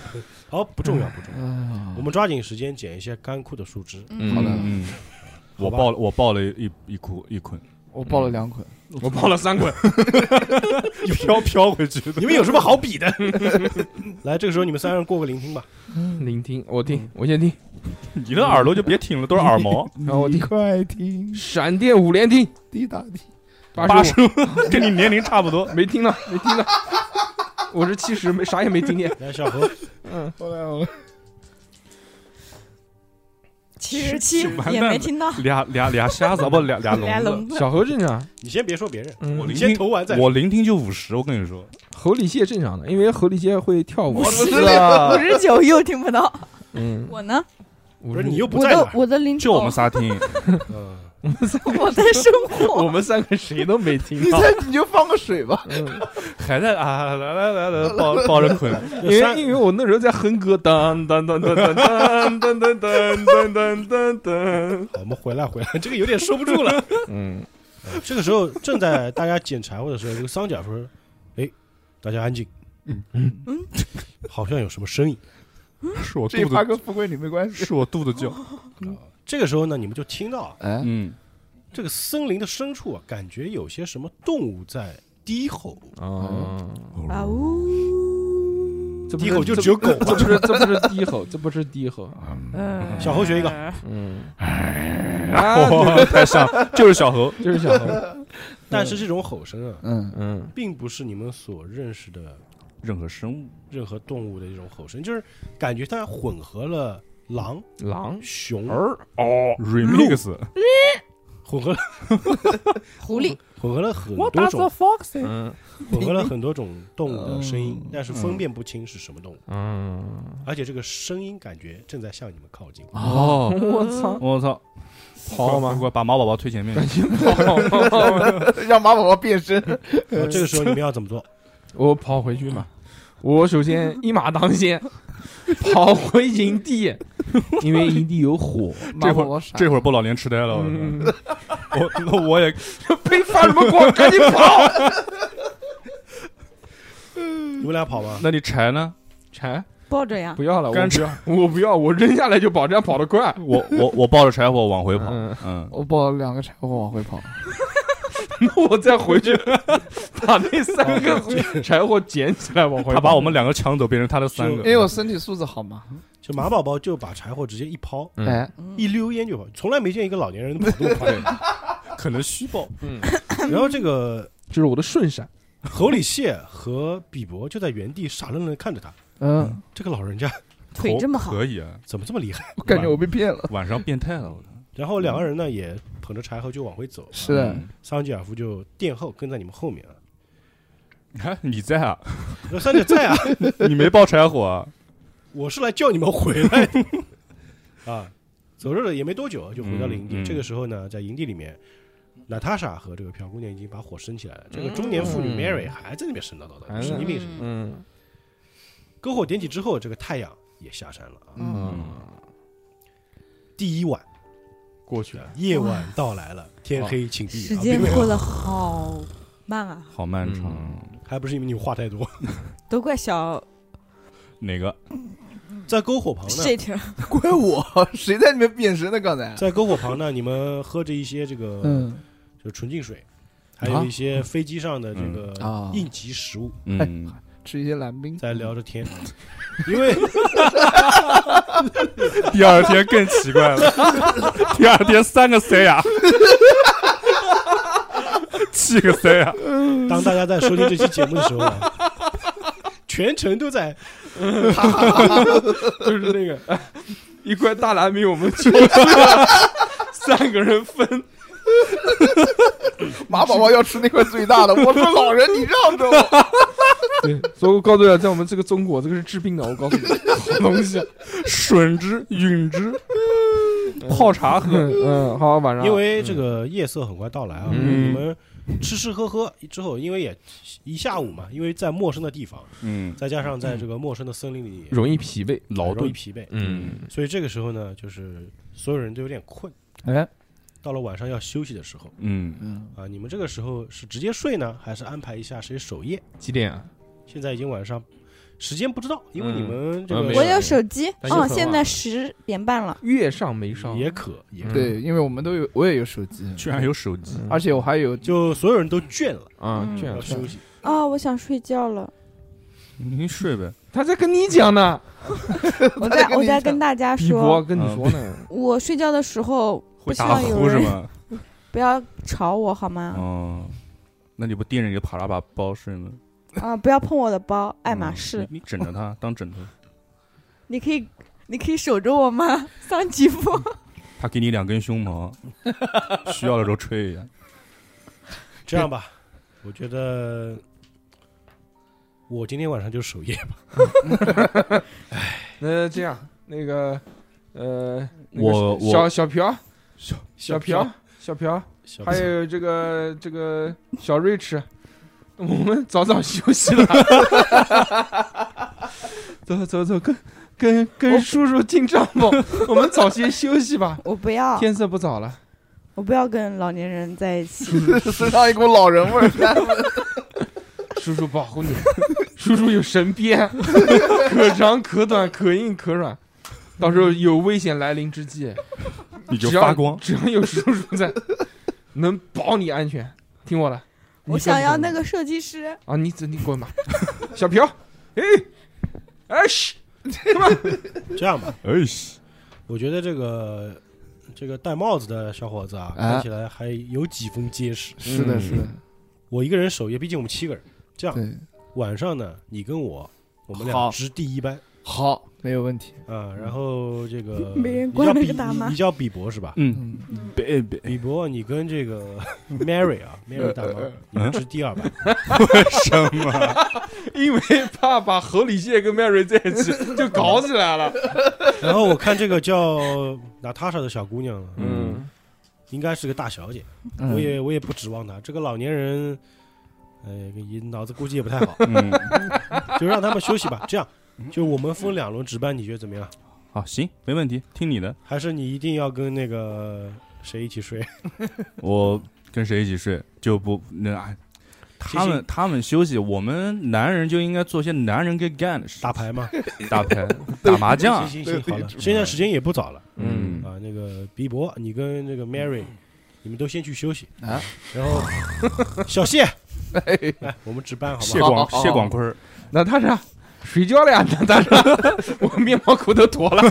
好，不重要不重要，哎我们抓紧时间捡一些干枯的树枝。嗯好的嗯，好我吧抱了我抱了一一一捆一捆，我抱了两捆，。我抱了三滚，飘飘回去 的。你们有什么好比的？来，这个时候你们三人过个聆听吧。聆听，我听，我先听， 你的耳朵就别挺了，都是耳毛然后我你听快听，闪电五连听，滴答滴，八十十五， 跟你年龄差不多。没听到，没 听到，我是七十，没啥也没听见。来，小 何，嗯，后来我七十七完也蛋没了听到，俩俩俩瞎子，啊不俩俩来聋聋子， 小猴正常，你先别说别人，嗯，你先投完再子。说。我聆听就五十，我跟你说，猴李蟹正常的，因为猴李蟹会跳舞五。十是啊五十九又听不到，嗯，我呢？不不是你又不我在的了。我的零就我们仨听。嗯， 我的生我活，们三个谁都没听你到。再你就放个水吧，嗯 还在啊，来来来来，抱抱着捆，因为因为我那时候在哼歌，当当当当当当当当当当当当。好我们回来回来，这个有点收不住 了。嗯，嗯这个时候正在大家捡柴火的时候，这个桑甲说：“哎，大家安静。”嗯嗯好像有什么声音。是我这一肚趴子，跟富贵你没 关系。是我肚子叫。这个时候呢，你们就听到啊哎，嗯，这个森林的深处啊，感觉有些什么动物在低吼，哦，嗯啊呜，这不低是吼就只有狗这嘛不。是这不是低吼，这不是低吼。嗯，小猴学一个，嗯，哇啊，太像，就是小猴。对就是小猴。 但是这种吼声啊， 嗯，嗯，并不是你们所认识的任何生物，任何动物的一种吼声，就是感觉它混合了狼、狼熊，哦，remix，混合了 狐狸，混合了很多种， fox？嗯混合了很多种动物的声音嗯，但是分辨不清是什么动物，嗯，而且这个声音感觉正在向你们靠近。哦，我操，我操，跑快吗？快把马宝宝推前 面，让马宝宝变 身，呃这个时候你们要怎么做？我跑回去嘛。我首先一马当先，跑回营地，因为营地有火。马宝宝傻，这会儿不老年痴呆了，我嗯，我那我也呸！发什么光？赶紧跑！嗯你们俩跑吗？那你柴呢？柴抱着呀，不要了，我干不要，我不要，我扔下来就跑，这样跑得快。啊我我我抱着柴火往回跑嗯， 嗯，我抱了两个柴火往回跑，那我再回去 把那三个柴火捡起来往回他跑。把我们两个抢走，变成他的三就个因，为我身体素质好嘛。就马宝宝就把柴火直接一抛，嗯哎，嗯一溜烟就跑，从来没见一个老年人跑这么快。可能虚报，嗯，然后这个这是我的 顺闪。侯里谢和比伯就在原地傻愣愣地看着他，嗯，这个老人家腿可这么好可以啊，怎么这么厉害？我感觉我被骗了。晚上变态了，我操，然后两个人呢也捧着柴火就往回走，是的，嗯桑吉尔夫就殿后跟在你们后面啊。你看你在啊，那桑吉尔在啊， 你没抱柴火啊，我是来叫你们回来的 啊。走着走着也没多久就回到了营地。嗯嗯这个时候呢，在营地里面，娜塔莎和这个朴姑娘已经把火升起来了。这个中年妇女嗯 Mary 还在那边神叨叨的，嗯神经病似的。嗯嗯篝火点起之后，这个太阳也下山了啊。嗯，第一晚过去了。夜晚到来了，天黑请闭眼。时啊间并没有过得好慢啊，好漫长，还不是因为你话太多。都怪小哪个？在篝火旁呢， shit，怪我，谁在里面变身的？刚才，在篝火旁呢，你们喝着一些这个、嗯就纯净水，还有一些飞机上的这个啊，应急食物，嗯，吃一些蓝冰，在聊着天。 因为第二天更奇怪了，第二天三个塞牙， 七个啊塞牙，当大家在收听这期节目的时候啊， 全程都在就是那个、 哎一块大蓝莓，我们就三个人分。马宝宝要吃那块最大的，我说老人你让着我， 对，所以我告诉大家，在我们这个中国，这个是治病的。我告诉你，好东西。吮之吮之，泡茶喝。嗯嗯，好，晚上因为这个夜色很快到来啊，嗯你们吃吃喝喝之后，因为也一下午嘛，因为在陌生的地方，嗯，再加上在这个陌生的森林里容易疲惫，劳容易顿，疲惫，嗯所以这个时候呢，就是所有人都有点困。哎，到了晚上要休息的时候嗯，嗯，啊，你们这个时候是直接睡呢，还是安排一下谁守夜？几点啊？现在已经晚上，时间不知道，因为你们这嗯个没我有有手机，但有哦，可能现啊在十点半了，月上没上，也可也可，对，因为我们都有，我也有手机，嗯居然有手机，嗯而且我还有就所有人都倦了，啊，嗯这样要休息。啊，我想睡觉了。你睡呗。他在跟你讲呢，我他在在跟我你在讲跟大家比伯说，跟你说呢，我睡觉的时候不会希打望有呼是人啊吗？不要吵我好吗？哦，那你不盯着一个帕拉把包睡吗？啊，不要碰我的包，爱马嗯仕，你你枕着它当枕头，你可以你可以守着我吗？ 桑吉夫，他给你两根胸毛，需要的时候吹一下。这样吧，我觉得我今天晚上就守夜吧。那这样那个呃，那个我我小小朴小朴朴，小朴，小朴还有这个这个小瑞吃，我们早早休息了，走走走，跟跟跟叔叔进帐篷，我们早些休息吧，我不要，天色不早了。我不要跟老年人在一起。身上一股老人味儿，叔叔保护你，叔叔有神鞭， 可长可短，可硬可软。到时候有危险来临之际，你就只要发光。只要有叔叔在，能保你安全。听我的，你我想跟不要跟那个设计师，啊！你你滚吧，小朴，哎哎嘘，这样吧，哎西，我觉得这个这个戴帽子的小伙子啊，哎看起来还有几分结实。 是的，是的，我一个人守夜，毕竟我们七个人。这样对，晚上呢，你跟我，我们俩好值第一班 好，没有问题，啊。然后这个没人你管叫那比个大你妈你叫比伯是吧？嗯，嗯，别别，比伯，你跟这 个 Mary 啊，Mary 嗯大妈，你们值第二班。什么？，因为怕把侯礼蟹跟 Mary 在一 起就搞起来了。 然后我看这个叫娜塔莎的小姑娘啊，嗯，应该是个大小姐，嗯我也我也不指望她。这个老年人，呃，也脑子估计也不太好嗯，就让他们休息吧。这样，就我们分两轮值班，你觉得怎么样？好，行，没问题，听你的。还是你一定要跟那个谁一起睡？我跟谁一起睡就不那。哎他行们他们休息，我们男人就应该做些男人该干的事，打牌吗？打牌、打啊麻将。行行行，好了，现在时间也不早了嗯啊。那个比伯，你跟那个 Mary，你们都先去休息啊。然后小谢，来，我们值班好谢不好？广谢广坤儿， 那他是睡觉了呀？那他是我面包裤都脱了。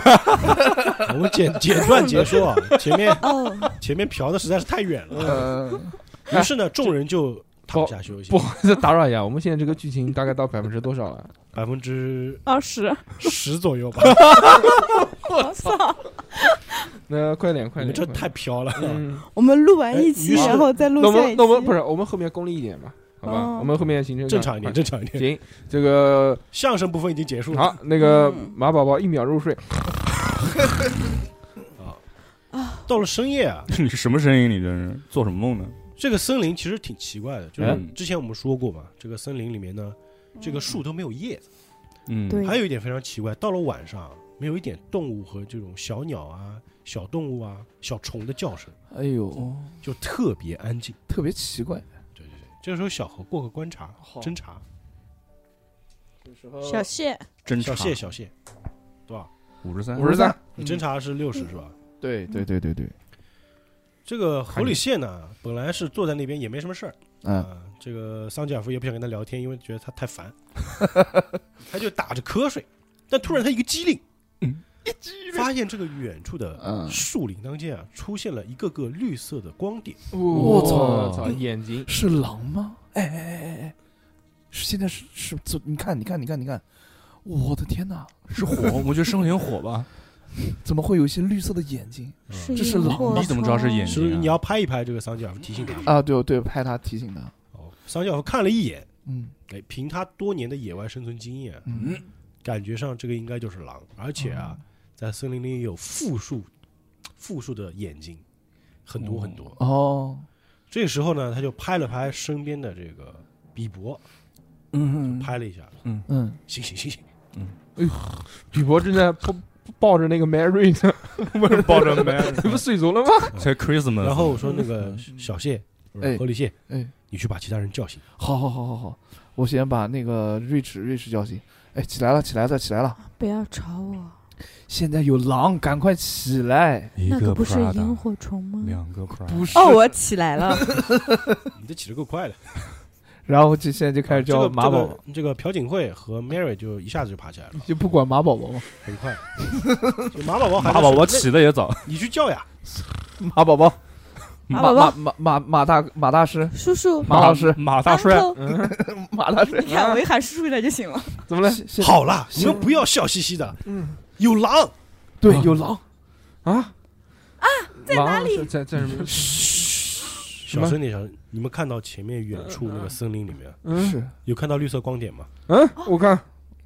我们简简短截说啊，前面 哦，前面嫖的实在是太远了。呃，于是呢，众人就躺下休息不， 好意思，打扰一下，我们现在这个剧情大概到百分之多少了？ 百分之二十，十左右吧。我操！那快点，快你点！们这快点太飘了。嗯，我们录完哎一期，于是然后再录那我下一们期。那我们不是，我们后面功利一点吧，好吧？哦我们后面形成啊正常一点，。正常一点。行，这个相声部分已经结束了好，那个嗯马宝宝一秒入睡，啊。到了深夜啊，你什么声音？你这是做什么梦呢？这个森林其实挺奇怪的，就是嗯之前我们说过嘛，这个森林里面呢，嗯这个树都没有叶子。嗯，对还有一点非常奇怪，到了晚上，没有一点动物和这种小鸟啊、小动物啊、小虫的叫声，哎呦，就特别安静。特别奇怪，这个时候，小何过河观察、好侦查，小谢，侦小查谢，小谢，多少？五十三，五十三，你侦查是六嗯十是吧？对对对对对，这个侯礼谢呢，本来是坐在那边也没什么事儿啊、嗯，这个桑吉尔夫也不想跟他聊天，因为觉得他太烦，他就打着瞌睡。但突然他一个机灵，发现这个远处的嗯树林当间啊，出现了一个个绿色的光点。我操操，眼睛是狼吗？哎哎哎哎哎，是现在是是这，你看你看你看你看，我的天哪，是火， 我觉得生点火吧。怎么会有一些绿色的眼睛？这是萤狼火你怎么知道是虫眼睛所以你要拍一拍这个桑吉尔夫，提醒他。啊，对对，拍他提醒他，哦，桑吉尔夫看了一眼，嗯哎，凭他多年的野外生存经验，嗯，感觉上这个应该就是狼，而且啊，在森林里有复数复数的眼睛，很多很多。哦，这个时候呢，他就拍了拍身边的这个比伯，嗯拍了一下，嗯，醒醒醒醒，比伯正在抱抱着那个 Mary 呢，抱着没？你不睡着了吗？ 才 Christmas，然后我说那个小谢，嗯哎河里蟹，哎，你去把其他人叫醒。好好好好好，我先把那个瑞驰瑞驰叫醒。哎，起来了，起来了，起来了！不要吵我，现在有狼，赶快起来！一那个个不是 Prada，萤火虫吗？两个 Prada，不是，哦，我起来了，你这起得够快的，然后就现在就开始这个叫马宝这宝，个这个朴槿惠和 Mary 就一下子就爬起来了，就不管马宝宝嘛。很快。 就马宝宝还马在宝睡宝那起的也早，你去叫呀。马宝宝，马马宝宝马马马大马大师，叔叔，马老师，马大帅 Uncle，嗯，马大师你看我一喊叔叔来就行了。怎么了？现好了，你行们不要笑嘻嘻的，嗯有狼。对，有狼，啊啊，在哪里？嗯在在什么？小声点，小声。你们看到前面远处那个森林里面嗯是有看到绿色光点吗？嗯，我看，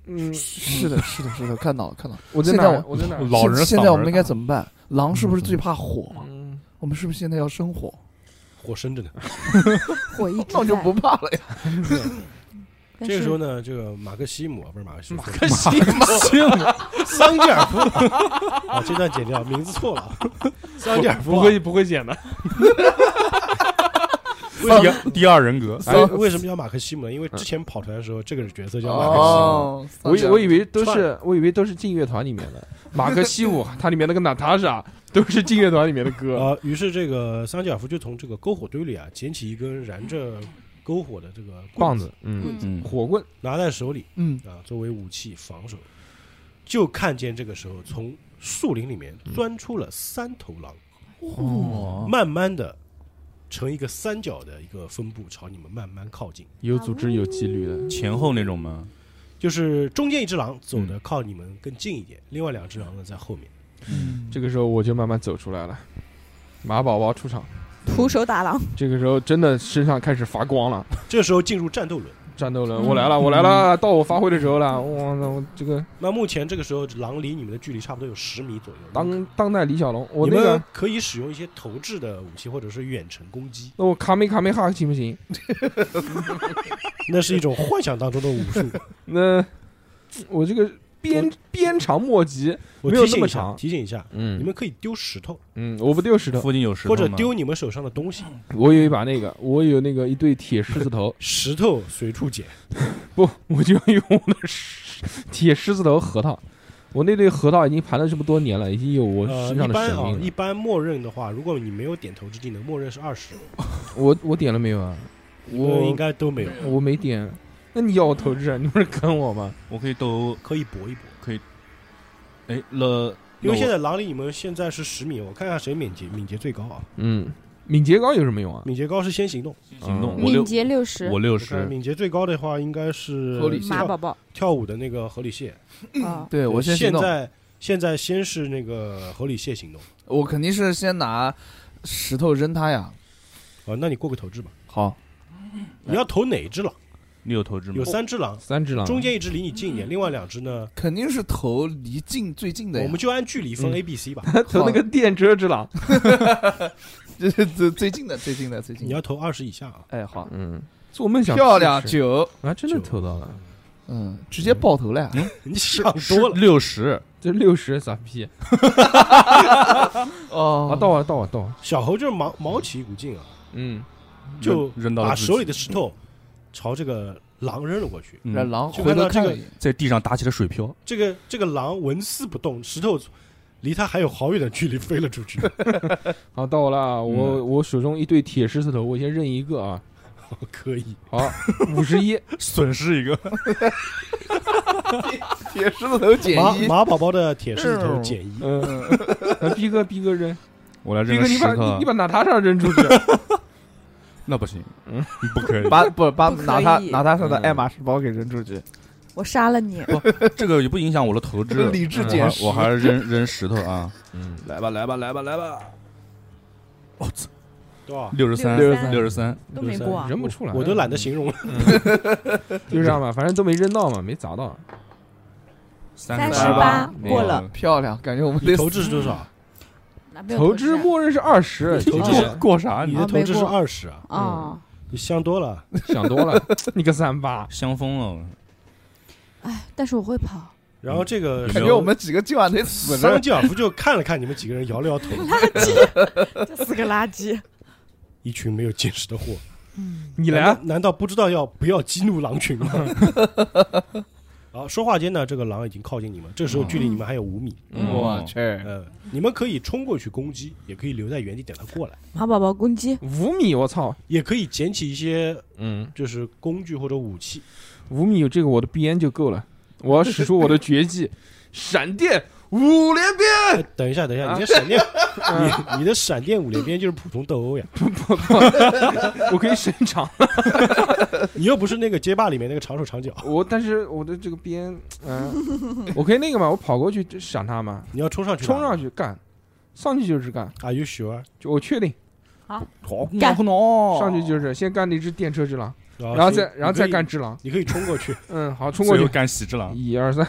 嗯，是 的，是的，是的，看到了，看到了。我在现哪在儿？我我在哪儿？老人嗓门啊现大现在我们应该怎么办？狼是不是最怕火？嗯，我们是不是现在要生火？火生着呢。火一直那我就在不怕了呀！但这个是时候呢，这个马克西姆啊，不是马克西姆，可惜桑吉尔夫 啊，这段剪掉，名字错了 啊。桑吉尔夫不啊会不会剪的。为什么第第二人格，哎为什么叫马克西姆呢？因为之前跑团的时候，这个角色叫马克西姆。哦，我以我以为都串是我以为都是劲乐团里面的马克西姆，它里面那个娜塔莎都是劲乐团里面的歌。啊，于是这个桑吉尔夫就从这个篝火堆里啊捡起一根燃着篝火的这个棒棍子，嗯，嗯嗯，火棍，拿在手里，嗯，啊，作为武器防守，就看见这个时候从树林里面嗯钻出了三头狼，哦，慢慢的成一个三角的一个分布，朝你们慢慢靠近。有组织有纪律的。前后那种吗？就是中间一只狼走嗯的靠你们更近一点，另外两只狼呢在后面。这个时候我就慢慢走出来了，马宝宝出场。徒手打狼，这个时候真的身上开始发光了，这时候进入战斗轮。战斗轮，我来了，我来了，到我发挥的时候了。哇，那我这个那目前这个时候狼离你们的距离差不多有十米左右。当当代李小龙，我你那们个可以使用一些投掷的武器或者是远程攻击，那我卡梅卡梅哈行不行？那是一种幻想当中的武 术。那我这个鞭鞭长莫及，我没有提那醒么一下，长提醒一下，嗯你们可以丢石头嗯，我不丢石头，附近有石头或者吗丢你们手上的东西，，我有一把那个，我有那个一对铁狮子头 石头随处捡。不，我就用我的狮铁狮子头核桃。我那对核桃已经盘了这么多年了，已经有我呃，身一上的般神啊，韵一了。般默认的话，如果你没有点投掷技能，默认是二十，我我点了没有啊？呃我应该都没有，我没点。那你要我投掷啊？你不是坑我吗？我可以兜，可以搏一搏。哎，了，因为现在在狼离你们现在是十米，我看看谁敏捷，敏捷最高啊！嗯，敏捷高有什么用啊？敏捷高是先行动，行动嗯我敏六捷六十我，六我看十，敏捷最高的话应该是合理性马跳宝宝跳舞的那个河里蟹。啊，对我先行现动，在现在先是那个河里蟹行动我肯定是先拿石头扔他呀。啊，那你过个投掷吧。好，你要投哪一只狼？你有投掷吗？有三只狼，三只狼，中间一只离你近一点，另外两只呢，肯定是投离近最近的呀。我们就按距离分嗯 A、B、C 吧。投那个电车之狼。这这这最近的最近的最近你的。要投二十以下啊！哎，好，嗯，做梦想漂亮试试九，啊！真的九投到了，嗯，直接爆头了呀。 你想多了，六十，这六十傻逼啊！哦到我啊了，到我了，到我了。小猴就是毛毛起一股劲啊，嗯，就扔扔到了把自己手里的石头朝这个狼扔了过去。嗯让狼就回看头到这看个了一眼。在地上打起了 水漂，这个这个狼纹丝不动，石头离它还有好远的距离飞了出去。 好，到我了啊。我我手中一对铁狮子头，我先认一个啊。可以，好， 五十一，损失一个，铁狮子头减马一，马宝宝的铁狮子头减一，嗯，逼哥，逼哥扔，我来逼扔哥个你十把个你你，把娜塔莎扔出去，那不行，嗯你不 可以，把不嗯把不可以拿他拿他上的爱马仕包给扔出去，我杀了你，这个也不影响我的投掷，理智嗯我减还十。我还是扔扔石头啊，嗯，来吧来吧来吧来吧，对吧？六十三， 63六十三，都没过啊，扔不出来，我都懒得形容 了。 就这样吧，反正都没扔到嘛，没砸到，三38八过了，漂亮，感觉我们你得啊投掷是多少？那没有投掷默认是二十，投你掷过过啥你你的啊投掷没是过二十啊，啊，你香多了。想多 了，你个三八，香疯了，哎，但是我会跑，然后这个嗯感觉我们几个今晚得死桑了。吉尔夫就看了看你们几个人，摇了摇 头，这是个垃圾。一群没有见识的货。你来难啊道，难道不知道要不要激怒狼群 吗？好，说话间呢，这个狼已经靠近你们，这时候距离你们还有五米。嗯我去，呃，你们可以冲过去攻击，也可以留在原地等它过来， 马宝宝攻击，五米，我操，也可以捡起一些嗯，就是工具或者武器。五米有这个我的鞭就够了，我要使出我的绝技，闪电五连鞭，哎等一下，等一啊下，你的闪 电，你你的闪电五连鞭就是普通斗殴呀，我可以伸长，你又不是那个街霸里面那个长手长脚，我但是我的这个鞭， 嗯，我可以那个嘛，我跑过去就闪他嘛，你要冲上去，冲上去干，上去就是干， ，Are you sure？就我确定好干孬上去就是先干那只电车之狼，然然后哦所以再然你后可再以干，只狼，你可以冲过去，嗯，好，冲过所以去我，干喜之郎，一二三，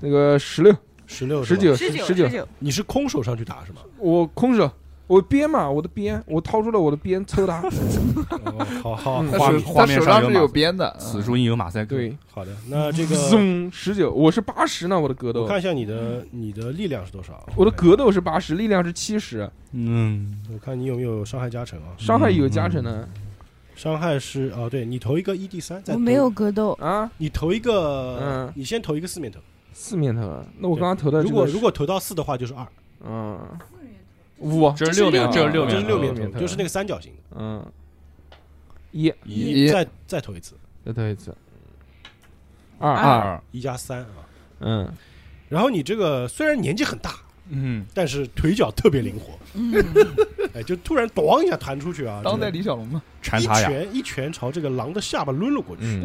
那个十六、十 六十，九、十十九九，九，你是空手上去打是吗？我空手，我鞭嘛，我的鞭，我掏出了我的鞭 抽他，哦，好好嗯画他手画面他手上上有是马有赛编的，嗯此处应有马赛克，对，好的，那这个 松十九，我是八十呢，我的格我斗，看一下你的你的力量是多少？我的格斗是八十，力量是七十，嗯，我看你有没有伤害加成啊？伤害有加成呢伤害是哦，对你投一个一 d 三，再我投没有，格斗，啊，你投一个，嗯你先投一个四面投，四面头，啊那我刚刚投的如这果个如果投到四的话就是二，嗯五，这是六面，这这是是六六这是六面面，面面投，投就是那个三角形的，嗯一，一再再投一次，再投一次，二二二，一加三啊。嗯，然后你这个虽然年纪很大，嗯，但是腿脚特别灵活，嗯， 哎，就突然咣一下弹出去啊，当代这李小龙嘛。个缠一他呀，拳一拳朝这个狼的下巴抡了过去，嗯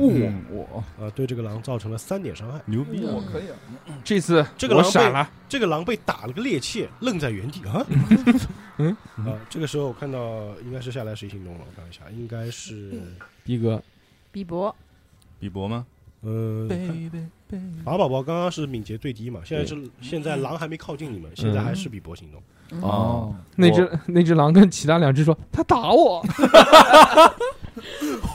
我我啊，对这个狼造成了三点伤害。牛逼，我嗯可以啊，这次这个我狼被闪了，这个狼被打了个趔趄，愣在原地 啊。嗯啊，这个时候我看到应该是下来谁行动了？我看一下，应该是逼哥，比伯比伯吗？呃，马宝宝刚刚是敏捷最低嘛，现在是现在狼还没靠近你们，现在还是比伯行动。哦，那只那只狼跟其他两只说他打 我，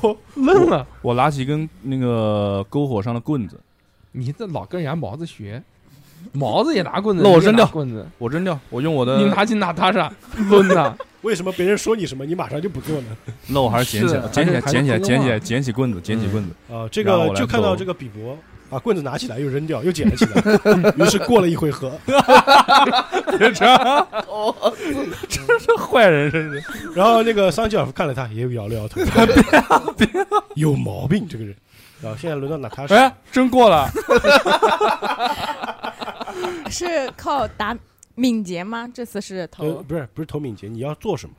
我愣了，我拿起一根那个篝火上的棍子，你这老跟人家毛子学，毛子也拿棍子，那我你也扔掉拿棍子，我扔掉，我用我的你，拿起拿他上 抡他，为什么别人说你什么，你马上就不做呢？那我还是捡起来，是捡起来，还是捡起来，还是捡起来，捡起棍子，捡起棍子，啊，这然后个我来就看到投这个比伯把棍子拿起来又扔掉，又捡了起来，于是过了一回 合，这坏人真是。 然后那个桑吉尔夫看了他，也摇了摇 头，啊有毛病这个人。然后现在轮到娜塔莎，呃哎，真过了，啊是靠打敏捷吗？这次是呃，投不是不是投敏捷，你要做什么？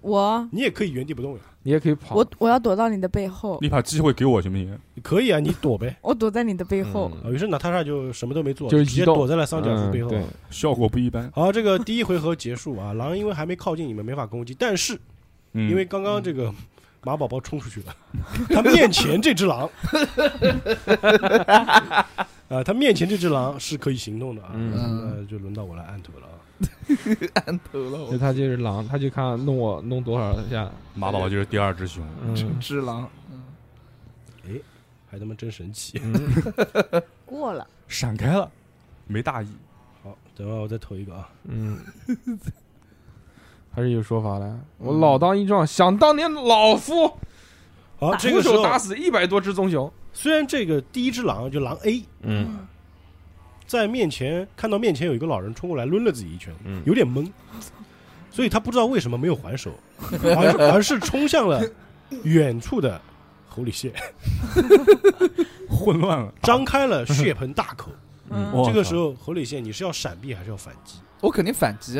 我，你也可以原地不动呀，你也可以跑，我我要躲到你的背后，你把机会给我行不行？可以啊，你躲呗。我躲在你的背后，嗯啊，于是娜塔莎就什么都没做，就是直接移动躲在了桑吉尔夫嗯背后。对效果不一般，好，这个第一回合结束啊，狼因为还没靠近你们，没法攻击，但是嗯因为刚刚这个马宝宝冲出去了， 他面前这只狼， 啊，他面前这只狼是可以行动的啊，嗯那就轮到我来按图了啊。按头了就嗯我。他就是狼，他就看弄我弄多少下，马宝宝就是第二只熊，嗯只狼，还他妈真神奇！嗯过了，闪开了，没大意。好，等会儿我再投一个啊。嗯，还是有说法的。我老当益壮，想当年老夫好，这徒个时手候打死一百多只棕熊，虽然这个第一只狼就狼 A 嗯在面前看到面前有一个老人冲过来抡了自己一拳，嗯有点懵，所以他不知道为什么没有还手，而是而是冲向了远处的狐狸蟹，混乱了。张开了血盆大口。嗯我这个时候狐狸蟹你是要闪避还是要反击？我肯定反击。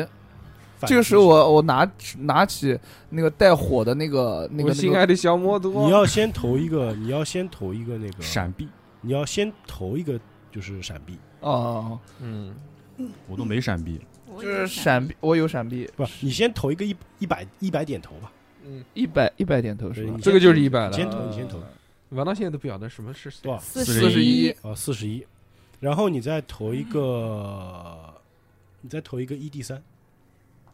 反击这个时候我我拿拿起那个带火的那个那我个心那个爱的小摩你托，要先投一个，你要先投一个那个，闪避，你要先投一个就是闪避，哦哦，嗯，我都没闪避，哦就就是闪避，我有闪避，不，你先投一个一一百一百点投吧。嗯，一百一百点头是对吧呃你？这个就是一百你了先。投，你先啊投玩到现在都不晓得什么是多少？四41十41一，啊，四十一，然后你再投一个，你再投一个一 d 三，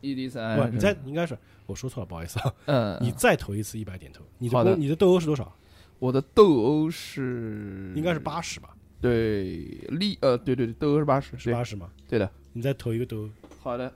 伊迪三，不，你再应该是我说错了，不好意思啊。哎嗯，你再投一次一百点投，你的好的嗯公你的斗殴是多少？我的斗殴是应该是八十吧？对力呃对对对斗殴是八十是八十吗？对的，你再投一个斗殴，好的，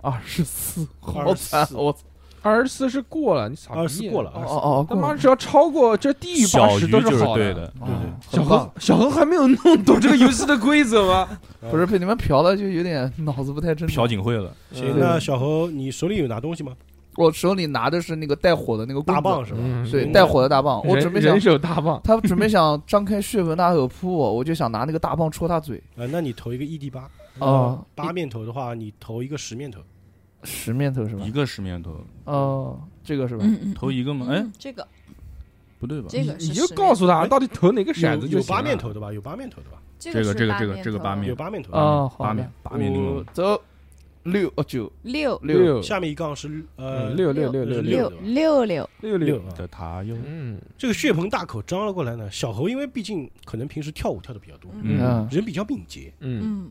二十四，好惨24，我操二十四是过了，你傻逼二十四过了，。哦二十哦哦，他过妈了只要超过这地狱八小十于都就是好对。的，哦小很棒何，小何还没有弄懂这个游戏的规则吗？不是被你们嫖的，就有点脑子不太正常。朴槿惠了，四行，嗯那小侯，你手里有拿东西吗？我手里拿的是那个带火的那个棍大子棒，是吧？嗯对，嗯带火的大棒。我人准备想人，手大棒，他准备想张开血盆大口扑我，我就想拿那个大棒戳他嘴。啊，那你投一个 ED 八，呃哦，八面投的话，你投一个十面投，十面头是吧一？个十面投，哦，这个是吧？嗯嗯，投一个吗？哎嗯，，这个不对吧？嗯这个你是你就十面告诉他到底投哪个骰有子就有行八了面。投的吧？有八面投的吧？这这个个这是个八这个面这个头八面有八面投的。啊哦，好八的面，八面玲五珑，走，六哦九六六，六下面一杠是呃嗯六六六六六六六六，六六六，啊。的塔又嗯，这个血盆大口张了过来呢，小侯因为毕竟可能平时跳舞跳的比较多，嗯嗯，人比较敏捷，嗯，嗯，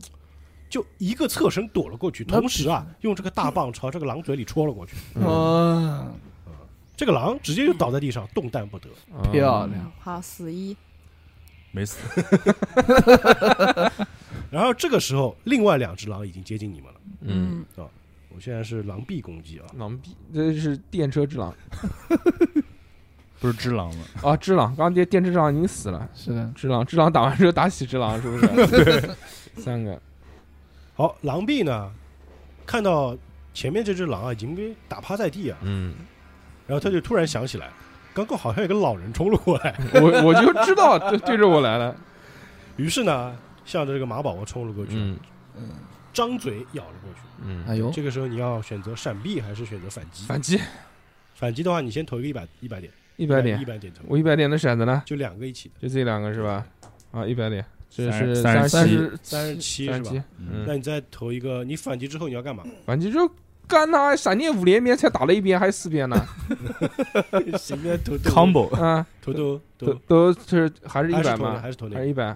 就一个侧身躲了过去，那同时啊，用这个大棒朝这个狼嘴里戳了过去，哦嗯，这个狼直接就倒在地上，动弹不得。啊漂亮。嗯好，死一，没死，然后这个时候，另外两只狼已经接近你们了。嗯，，我现在是狼臂攻击啊，狼逼，这是电车之狼不是只狼吗？啊！之狼，刚刚电电车之狼已经死了。是的，之狼，之狼打完之后打喜之狼是不 是？三个，好，狼臂呢，看到前面这只狼啊已经被打趴在地啊，嗯，然后他就突然想起来，刚刚好像有个老人冲了过来，我我就知道对对着我来了。 于是呢，向着这个马宝宝冲了过去，嗯张嘴咬了过去。嗯，哎呦，这个时候你要选择闪避还是选择反击？反击反击的话，你先投一个一百一百点，一百一点，百点投，我一百点的骰子呢？就两个一起的，就这两个是吧？啊，一百点，这三是十三三十十三十七三是吧？十七，那嗯，你再投一个，你反击之后你要 干嘛？反击就干他！闪电五连鞭才打了一遍，还有四遍呢。谁在投投 combo 啊，投投投都都是还是一还百是投的吗？还是投那还个是一百？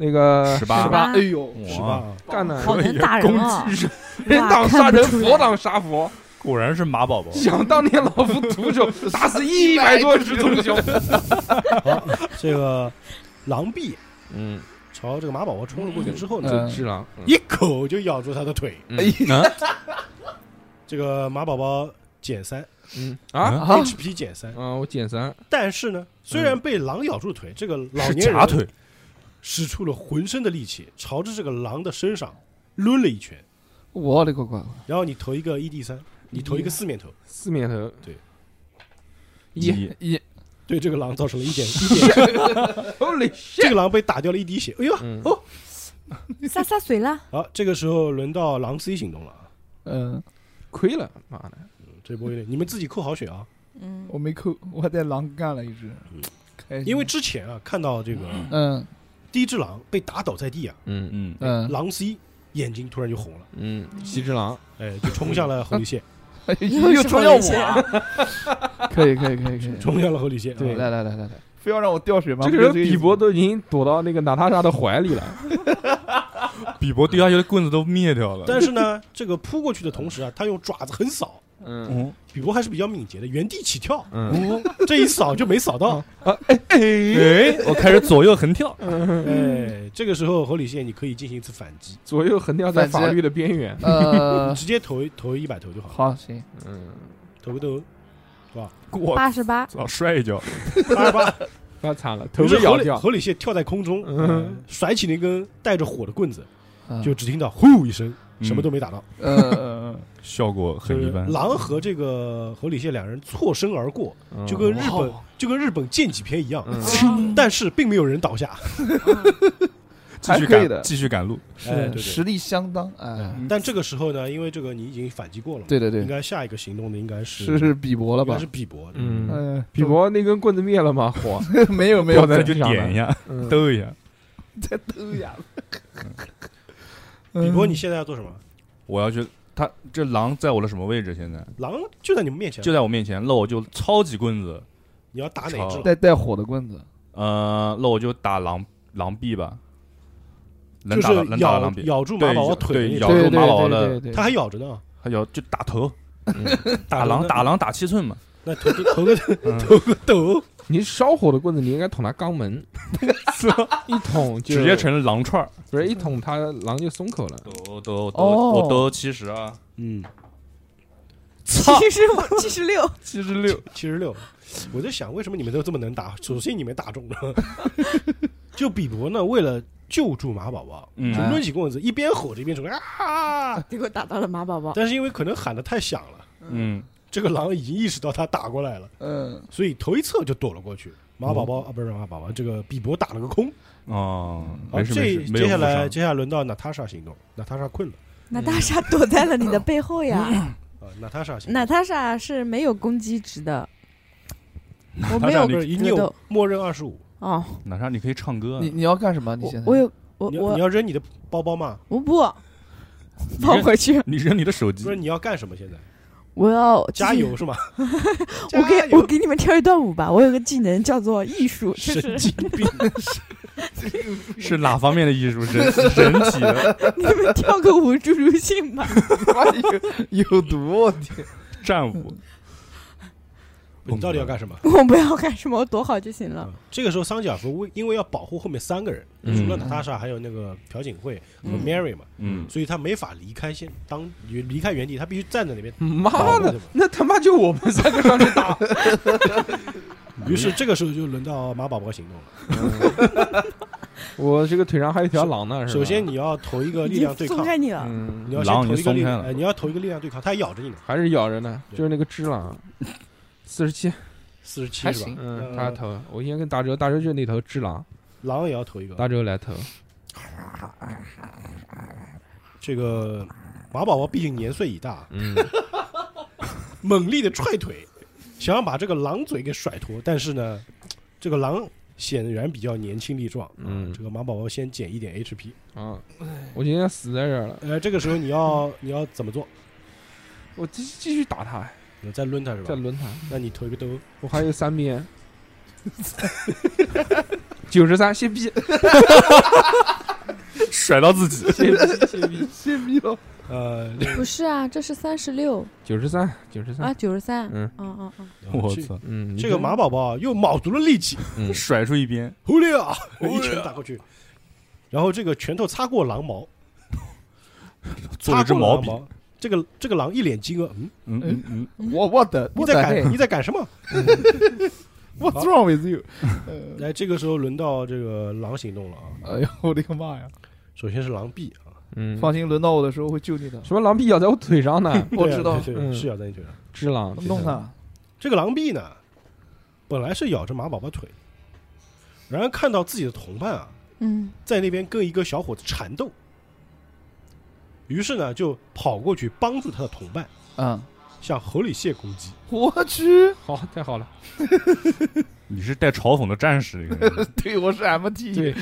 那个十八，八，哎呦，十八哇，啊？干的，好能打人啊！人哇挡看杀不人，出佛来挡杀佛。果然是马宝宝，想当年老夫徒 手打死一百多只棕熊。这个狼臂嗯，朝这个马宝宝冲了过去之后呢，嗯智狼，一口就咬住他的腿，嗯啊这个马宝宝减三嗯啊，啊， ，HP 减三。嗯，我减三，但是呢，虽然被狼咬住腿，这个老是年人假腿，使出了浑身的力气，朝着这个狼的身上抡了一拳。我的个乖，然后你投一个一 d 三，你投一个四面投，四面头，对，一一对这个狼造成了一点一点， ，Holy 这 shit！个狼被打掉了一滴血。哎呦，嗯哦，洒洒水了，好，这个时候轮到狼 C 行动了啊，嗯，亏了，妈的，这波有点，你们自己扣好血啊，嗯，我没扣，我还带狼干了一只嗯，开心因为之前啊看到这个嗯第一只狼被打倒在地啊，嗯嗯，嗯，狼 C 眼睛突然就红了，嗯，西之狼，哎，就冲向了侯礼谢， 又又冲向我，可以可以可以可以，冲向了侯礼谢，对，啊嗯来来来来来，非要让我掉血吗？这个时候比伯都已经躲到那个娜塔莎的怀里了。比伯丢下去的棍子都灭掉了， 但是呢，这个扑过去的同时啊，他用爪子横扫，嗯嗯，比伯还是比较敏捷的，原地起跳，嗯，这一扫就没扫到。 哎，我开始左右横跳，嗯哎，这个时候侯礼谢你可以进行一次反击，左右横跳在反击法律的边缘。你啊呃，直接投一投一百投 就好了，好行，嗯，投个投我八十 八，操，摔一跤，八十八，那惨了， 头于是被咬侯礼掉。侯礼谢跳在空中，嗯呃甩起那根带着火的棍子，嗯就只听到呼一声，嗯什么都没打到。呃，效果就很一是般，狼和这个侯礼谢两人错身而过，嗯就跟日本哇就跟日本剑戟片一样，嗯但是并没有人倒下。继续还可以的赶，继续赶路，是哎对的对呃实力相当哎，嗯但这个时候呢，因为这个你已经反击过了，对对应对，该下一个行动的应该是是比伯了应吧该是？比伯。对嗯，嗯，比伯那根棍子灭了吗？火，没有没掉 有，在再去地上点一了。下， 嗯兜一下，在都呀。嗯比伯，你现在要做什么？我要去。他这狼在我的什么位置？现在狼就在你们面前，就在我面前，那我就抄起棍子，你要打哪一只操狼？带带火的棍子，呃，那我就打狼狼臂吧，能就打到是能打到咬两笔，咬住马对宝宝咬腿对那咬种，住对马宝对的对对他还咬着呢，还有就打头，打打狼人 打狼打七寸嘛，那头个 头个头个头，你烧火的棍子，你应该捅他肛 门，一捅就直接成狼串儿，不是一捅他狼就松口了。都都都哦我都七十啊，嗯，七十五、七十六，七十六，七十六，我在想为什么你们都这么能打，首先你们打中 了，就比伯呢为了救助马宝宝，嗯就抡起棍子一边吼着一边冲 啊，结果打到了马宝 宝。但是因为可能喊的太响了，嗯，这个狼已经意识到他打过来了，嗯，所以头一侧就躲了过去。马宝嗯宝、啊，不是马宝宝，这个比伯打了个空。哦，好，没事没这事，没有接下负来伤接下来轮到娜塔莎行动，娜塔莎困了娜塔莎躲在了你的背 后呀。啊，娜塔莎行动。娜塔莎是没有攻击值的，我塔没莎有不是一格扭斗，默认二十五。哦，哪吒你可以唱歌啊，你你要干什么？你我现在 我有我你要你我要扔你的包包吗？我不放回去， 你扔你的手机不，是你要干什么？现在我要加 油。是吗？我加给油我给你们跳一段舞吧，我有个技能叫做 艺术， 就神是经病！是哪方面的艺术？人人体的你们跳个舞助助 兴吧。有有毒！我天战舞，你到底要干什么？我不要干什么，我躲好就行了。啊这个时候，桑吉尔夫为因为要保护后面三个人，嗯除了娜塔莎，还有那个朴槿惠和 Mary 嘛， 嗯，所以他没法离开现当离开原地，他必须站在那边。妈的，那他妈就我们三个上去打，于是这个时候就轮到马宝宝行动了。 我这个腿上还有一条狼呢。是吧首先，你要投一个已力经量对松抗，开你了，嗯，你要先投一个力狼已经松开量，了哎，你要投一个力量对抗，他还咬着你呢，还是咬着呢，对就是那个只狼，四十七，四十七还是吧行？呃嗯，他投，我先跟大哲，大哲就是那头只狼，狼也要投一个，大哲来投，这个马宝宝毕竟年岁已大，嗯，猛力的踹腿，想要把这个狼嘴给甩脱，但是呢，这个狼显然比较年轻力壮，啊嗯这个马宝宝先减一点 HP。啊，我今天死在这儿了，呃，这个时候你要你要怎么做？我继继续打他，你再抡他是再吧？抡他，那你投一个兜，我还有三 鞭，九十三，谢 逼，甩到自己，谢逼，谢逼，泄密了！呃，不是啊，这是三十六九十三，九十啊，三，九十三。嗯嗯嗯嗯， 我这操，嗯，你这个跟马宝宝又卯足了力气，嗯甩出一边，狐狸啊， 一拳打过去，然后这个拳头擦过狼毛，做擦了一支过了毛狼笔，毛。这个这个狼一脸惊愕，嗯，嗯嗯嗯，我我的你我在的赶你在赶什么？ What's wrong with you？嗯来，哎这个时候轮到这个狼行动了啊！哎呦 我的个妈呀！首先是狼臂啊，嗯，放心，轮到我的时候会救你的。什么狼臂咬在我腿上呢？ 我对啊知道，对对对嗯是咬在你腿上。只狼，弄他！这个狼臂呢，本来是咬着马宝宝腿，然而看到自己的同伴啊，嗯，在那边跟一个小伙子缠斗，于是呢就跑过去帮助他的同伴，嗯，向河里蟹攻击。我去，好，太好了，你是带嘲讽的战士，应该 是 对我是 MT，对，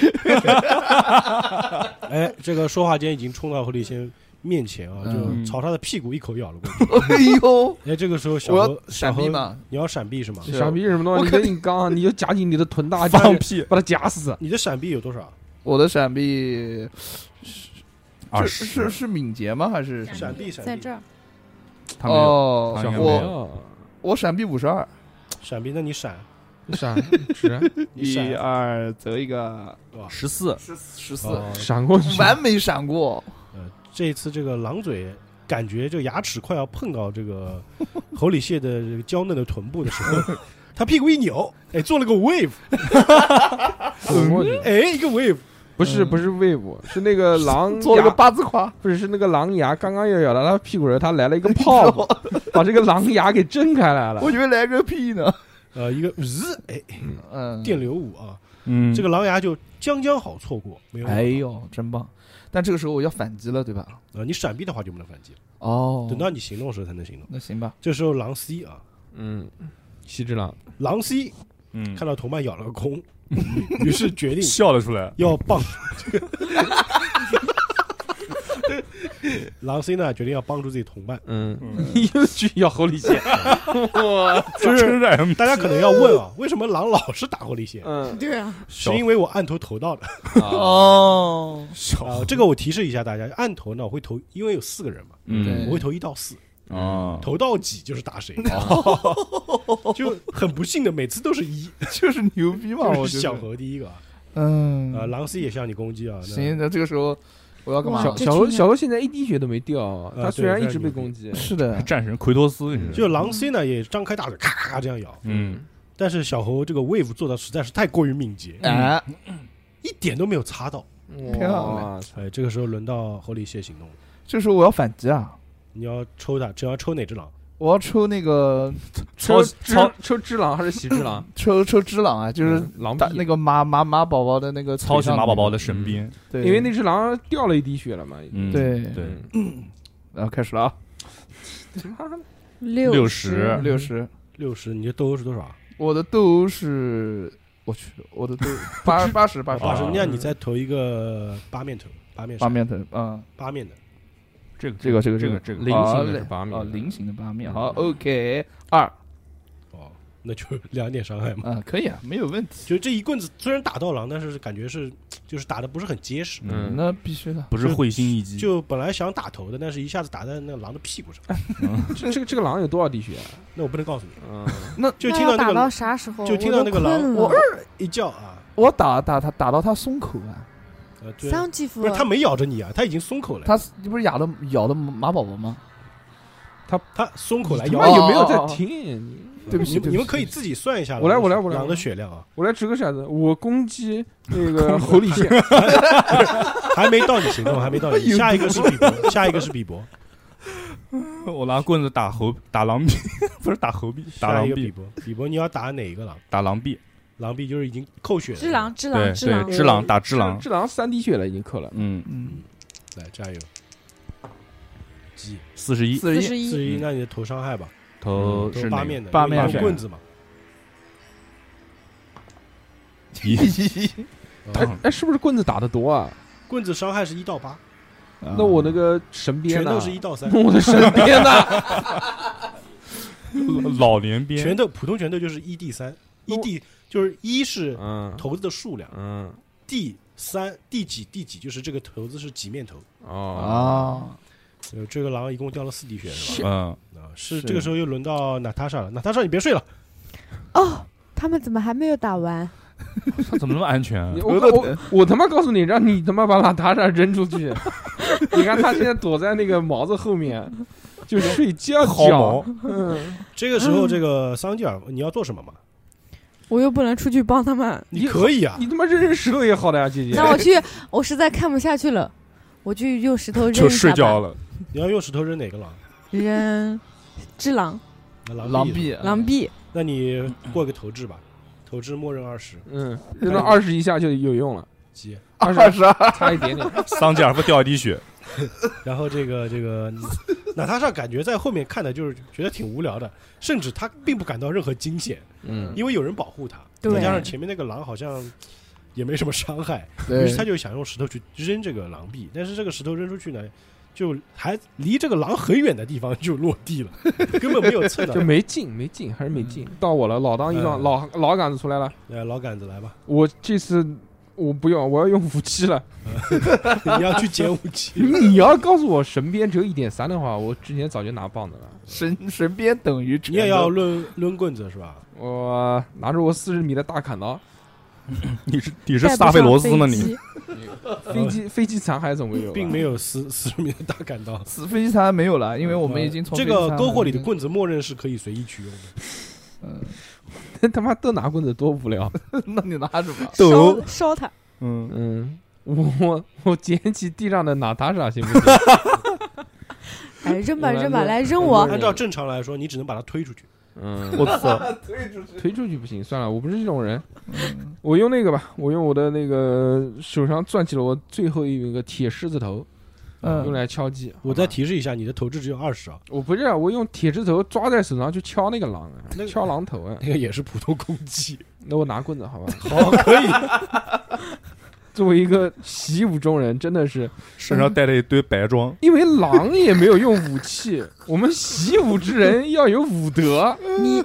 哎，这个说话间已经冲到河里蟹面前啊，就嗯朝他的屁股一口咬了过去。 哎呦，哎，这个时候小我何要小闪避何，嘛，你要闪避是吗？是傻逼什么东西？我你肯跟你 刚，啊你就夹紧你的臀大，夹放紧屁，把他夹死。你的闪避有多少？我的闪避二是是十，是敏捷吗？还是闪避闪避在这儿，他没有，哦他应该没有我我闪避五十二，闪避，那你闪闪直你闪一二走一个十四，十十四，哦闪过 去，完美闪过，呃，这次这个狼嘴感觉这个牙齿快要碰到这个猴里蟹的这个娇嫩的臀部的时候，他屁股一扭，哎，做了个 wave，滚过去。哎，一个 wave，不是不是 wave，是嗯那个狼做了个牙，八字胯，不是是那个狼牙，刚刚要咬到他屁股的时候，他来了一个泡泡， 把这个狼牙给震开来了我。以为来个屁呢，呃，一个日，哎，嗯，电流舞啊，嗯，这个狼牙就将将好错过，没有，哎呦，真棒！但这个时候我要反击了，对吧？呃，你闪避的话就不能反击，哦，等到你行动的时候才能行动。那行吧，这时候狼 C 啊，嗯，西之狼，狼 C 嗯，看到同伴咬了个空，嗯于是决定笑了出来，要帮郎 C 呢决定要帮助自己同伴，嗯，嗯你又去咬狐狸血，我，就是大家可能要问啊，为什么狼老是打狐狸血？嗯，对啊，是因为我按头投到的哦，啊。这个我提示一下大家，按头呢我会投，因为有四个人嘛，对我会投一到四，嗯哦啊，投到几就是打谁， 就很不幸的每次都是一，就是牛逼嘛，就哦 我是觉小得。何第一个啊。呃，嗯，狼 C 也向你攻击啊，那行，那这个时候我要干嘛哇？小这群小猴人小猴现在一滴血都没掉，呃他虽对然一非直常牛被逼攻击，是的，战神奎托斯，你是就狼 C 呢也张开大嘴咔咔咔这样咬，嗯，但是小猴这个 wave 做的实在是太过于敏捷，哎，一点都没有擦到。漂哇，哎，这个时候轮到狐狸蟹行动了，这时候我要反击啊！你要抽它，只要抽哪只狼？我要抽那个抽超抽抽只狼还是喜之狼？抽抽只狼啊，就是嗯狼打屁那，个马马马宝宝的那个操起腿上马宝宝的那身边，个，对，因为那只狼掉了一滴血了嘛，嗯，对对，嗯然后开始了啊，六六十十六十，六十，你的斗殴是多少啊？我的斗殴是，我去，我的斗八八十八十八十啊，那你再投一个八面头，八面八骰面头，嗯，八面的，这个这个这个这个个这个菱形的是啊八面哦，的，菱形的八面，好嗯，OK，二，哦，那就 两点伤害嘛。嗯，可以啊，没有问题，就这一棍子虽然打到狼，但是感觉是就是打的不是很结实，嗯那必须的，不是会心一击，就本来想打头的，但是一下子打在那个狼的屁股上，这这个这个狼有多少滴血啊？那我不能告诉你。嗯，就那听要到打那到个啥时候？就听到那个我都困狼了一叫啊，我打打他打到他松口啊，呃，对，桑吉夫不是他没咬着你啊，他已经松口了，他你不是咬的咬的马宝宝吗？他松口来你咬妈你。有没有哦哦在哦听？你对不你起，们你们可以自己算一下狼的，我来我来我来狼的血量啊，我来掷个骰子，我攻击那个狐狸线，还没到你行动，还没到你，下一个是比伯，下一个是比伯，我拿棍子打猴打狼币， 不是打猴币，打下狼一个比币，伯，比伯你要打哪一个狼？打狼币，狼币就是已经扣血了，只狼，只对狼，只狼对，，只狼打只狼，只狼三滴血了，已经扣了。嗯，嗯，来加油，几四嗯十一四四十一，十四一，十一？那你的头伤害吧，头头是八哪个？面的，八面因为的用棍子嘛，一哎哎，是不是棍子打的多啊？嗯棍子伤害是一到八，啊那我那个神鞭拳呢？头是一到三，那 我的神鞭啊呢？ 老年鞭，拳头普通拳头就是一 d 三，一 d 就是一是嗯头子的数量嗯，d 三 d 几 d 几就是这个头子是几面头。哦啊，呃，这个狼一共掉了四滴血 是吧？嗯，啊，是是这个时候又轮到娜塔莎了。娜塔莎，你别睡了，哦，他们怎么还没有打完？他怎么那么安全啊你我我我他妈告诉你，让你他妈把拉塔莎扔出去！你看他现在躲在那个毛子后面，就睡觉 薅毛觉。嗯，这个时候这个桑吉尔，你要做什么嘛？我又不能出去帮他们，你可以啊你，他 妈扔扔石头也好的呀，姐姐。那我去，我实在看不下去了，我去用石头扔一下就吧睡觉了，你要用石头扔哪个狼？扔只狼那狼啊币。币，狼币，那你过个投掷吧，投掷默认二十，嗯，扔到二十一下就有用了，急。二二十二，差一点点。桑吉尔夫掉一滴血，然后这个这个娜塔莎感觉在后面看的就是觉得挺无聊的，甚至她并不感到任何惊险， 嗯，因为有人保护她，对再加上前面那个狼好像也没什么伤害，于对是他就想用石头去扔这个狼币，但是这个石头扔出去呢，就还离这个狼很远的地方就落地了，根本没有蹭到就。没进，没进，还是没进。到我了，老当益嗯壮，老老杆子出来了。来，哎老杆子来吧，我这次我不用，我要用武器了。你要去捡武器。 你要告诉我神鞭只有一点三的话，我之前早就拿棒子了。神神鞭等于你也要抡抡棍子是吧？我拿着我四十米的大砍刀，你是你你是斯大罗斯吗你？？飞机飞机残骸总呃 会有吧，啊并没有四四十米的大砍刀。啊死飞机餐没有 了，因为我们已经嗯从这飞机个餐篝火里的，棍子，默认是可以随意取用的。嗯，他妈都拿棍子多无聊。那你拿着 吧，斗殴烧烧他，嗯， 嗯， 我我捡起地上的娜塔莎行 不行？哎，扔吧我来扔吧，扔来扔我我来扔，按照正常来说，你只能把它推出去。嗯，我操， 推出去不行，算了，我不是这种人。我用那个吧，我用我的那个手上攥起了我最后一个铁狮子头，用 嗯，来敲击。我再好吧提示一下，你的投掷只有二十啊，我不是，我用铁石头抓在手上去敲那个狼啊，那个敲狼头啊。那个也是普通攻击。那我拿棍子好吧？好，可以。作为一个习武中人，真的是身上带了一堆白装，因为狼也没有用武器， 我们习武之人要有武德， 你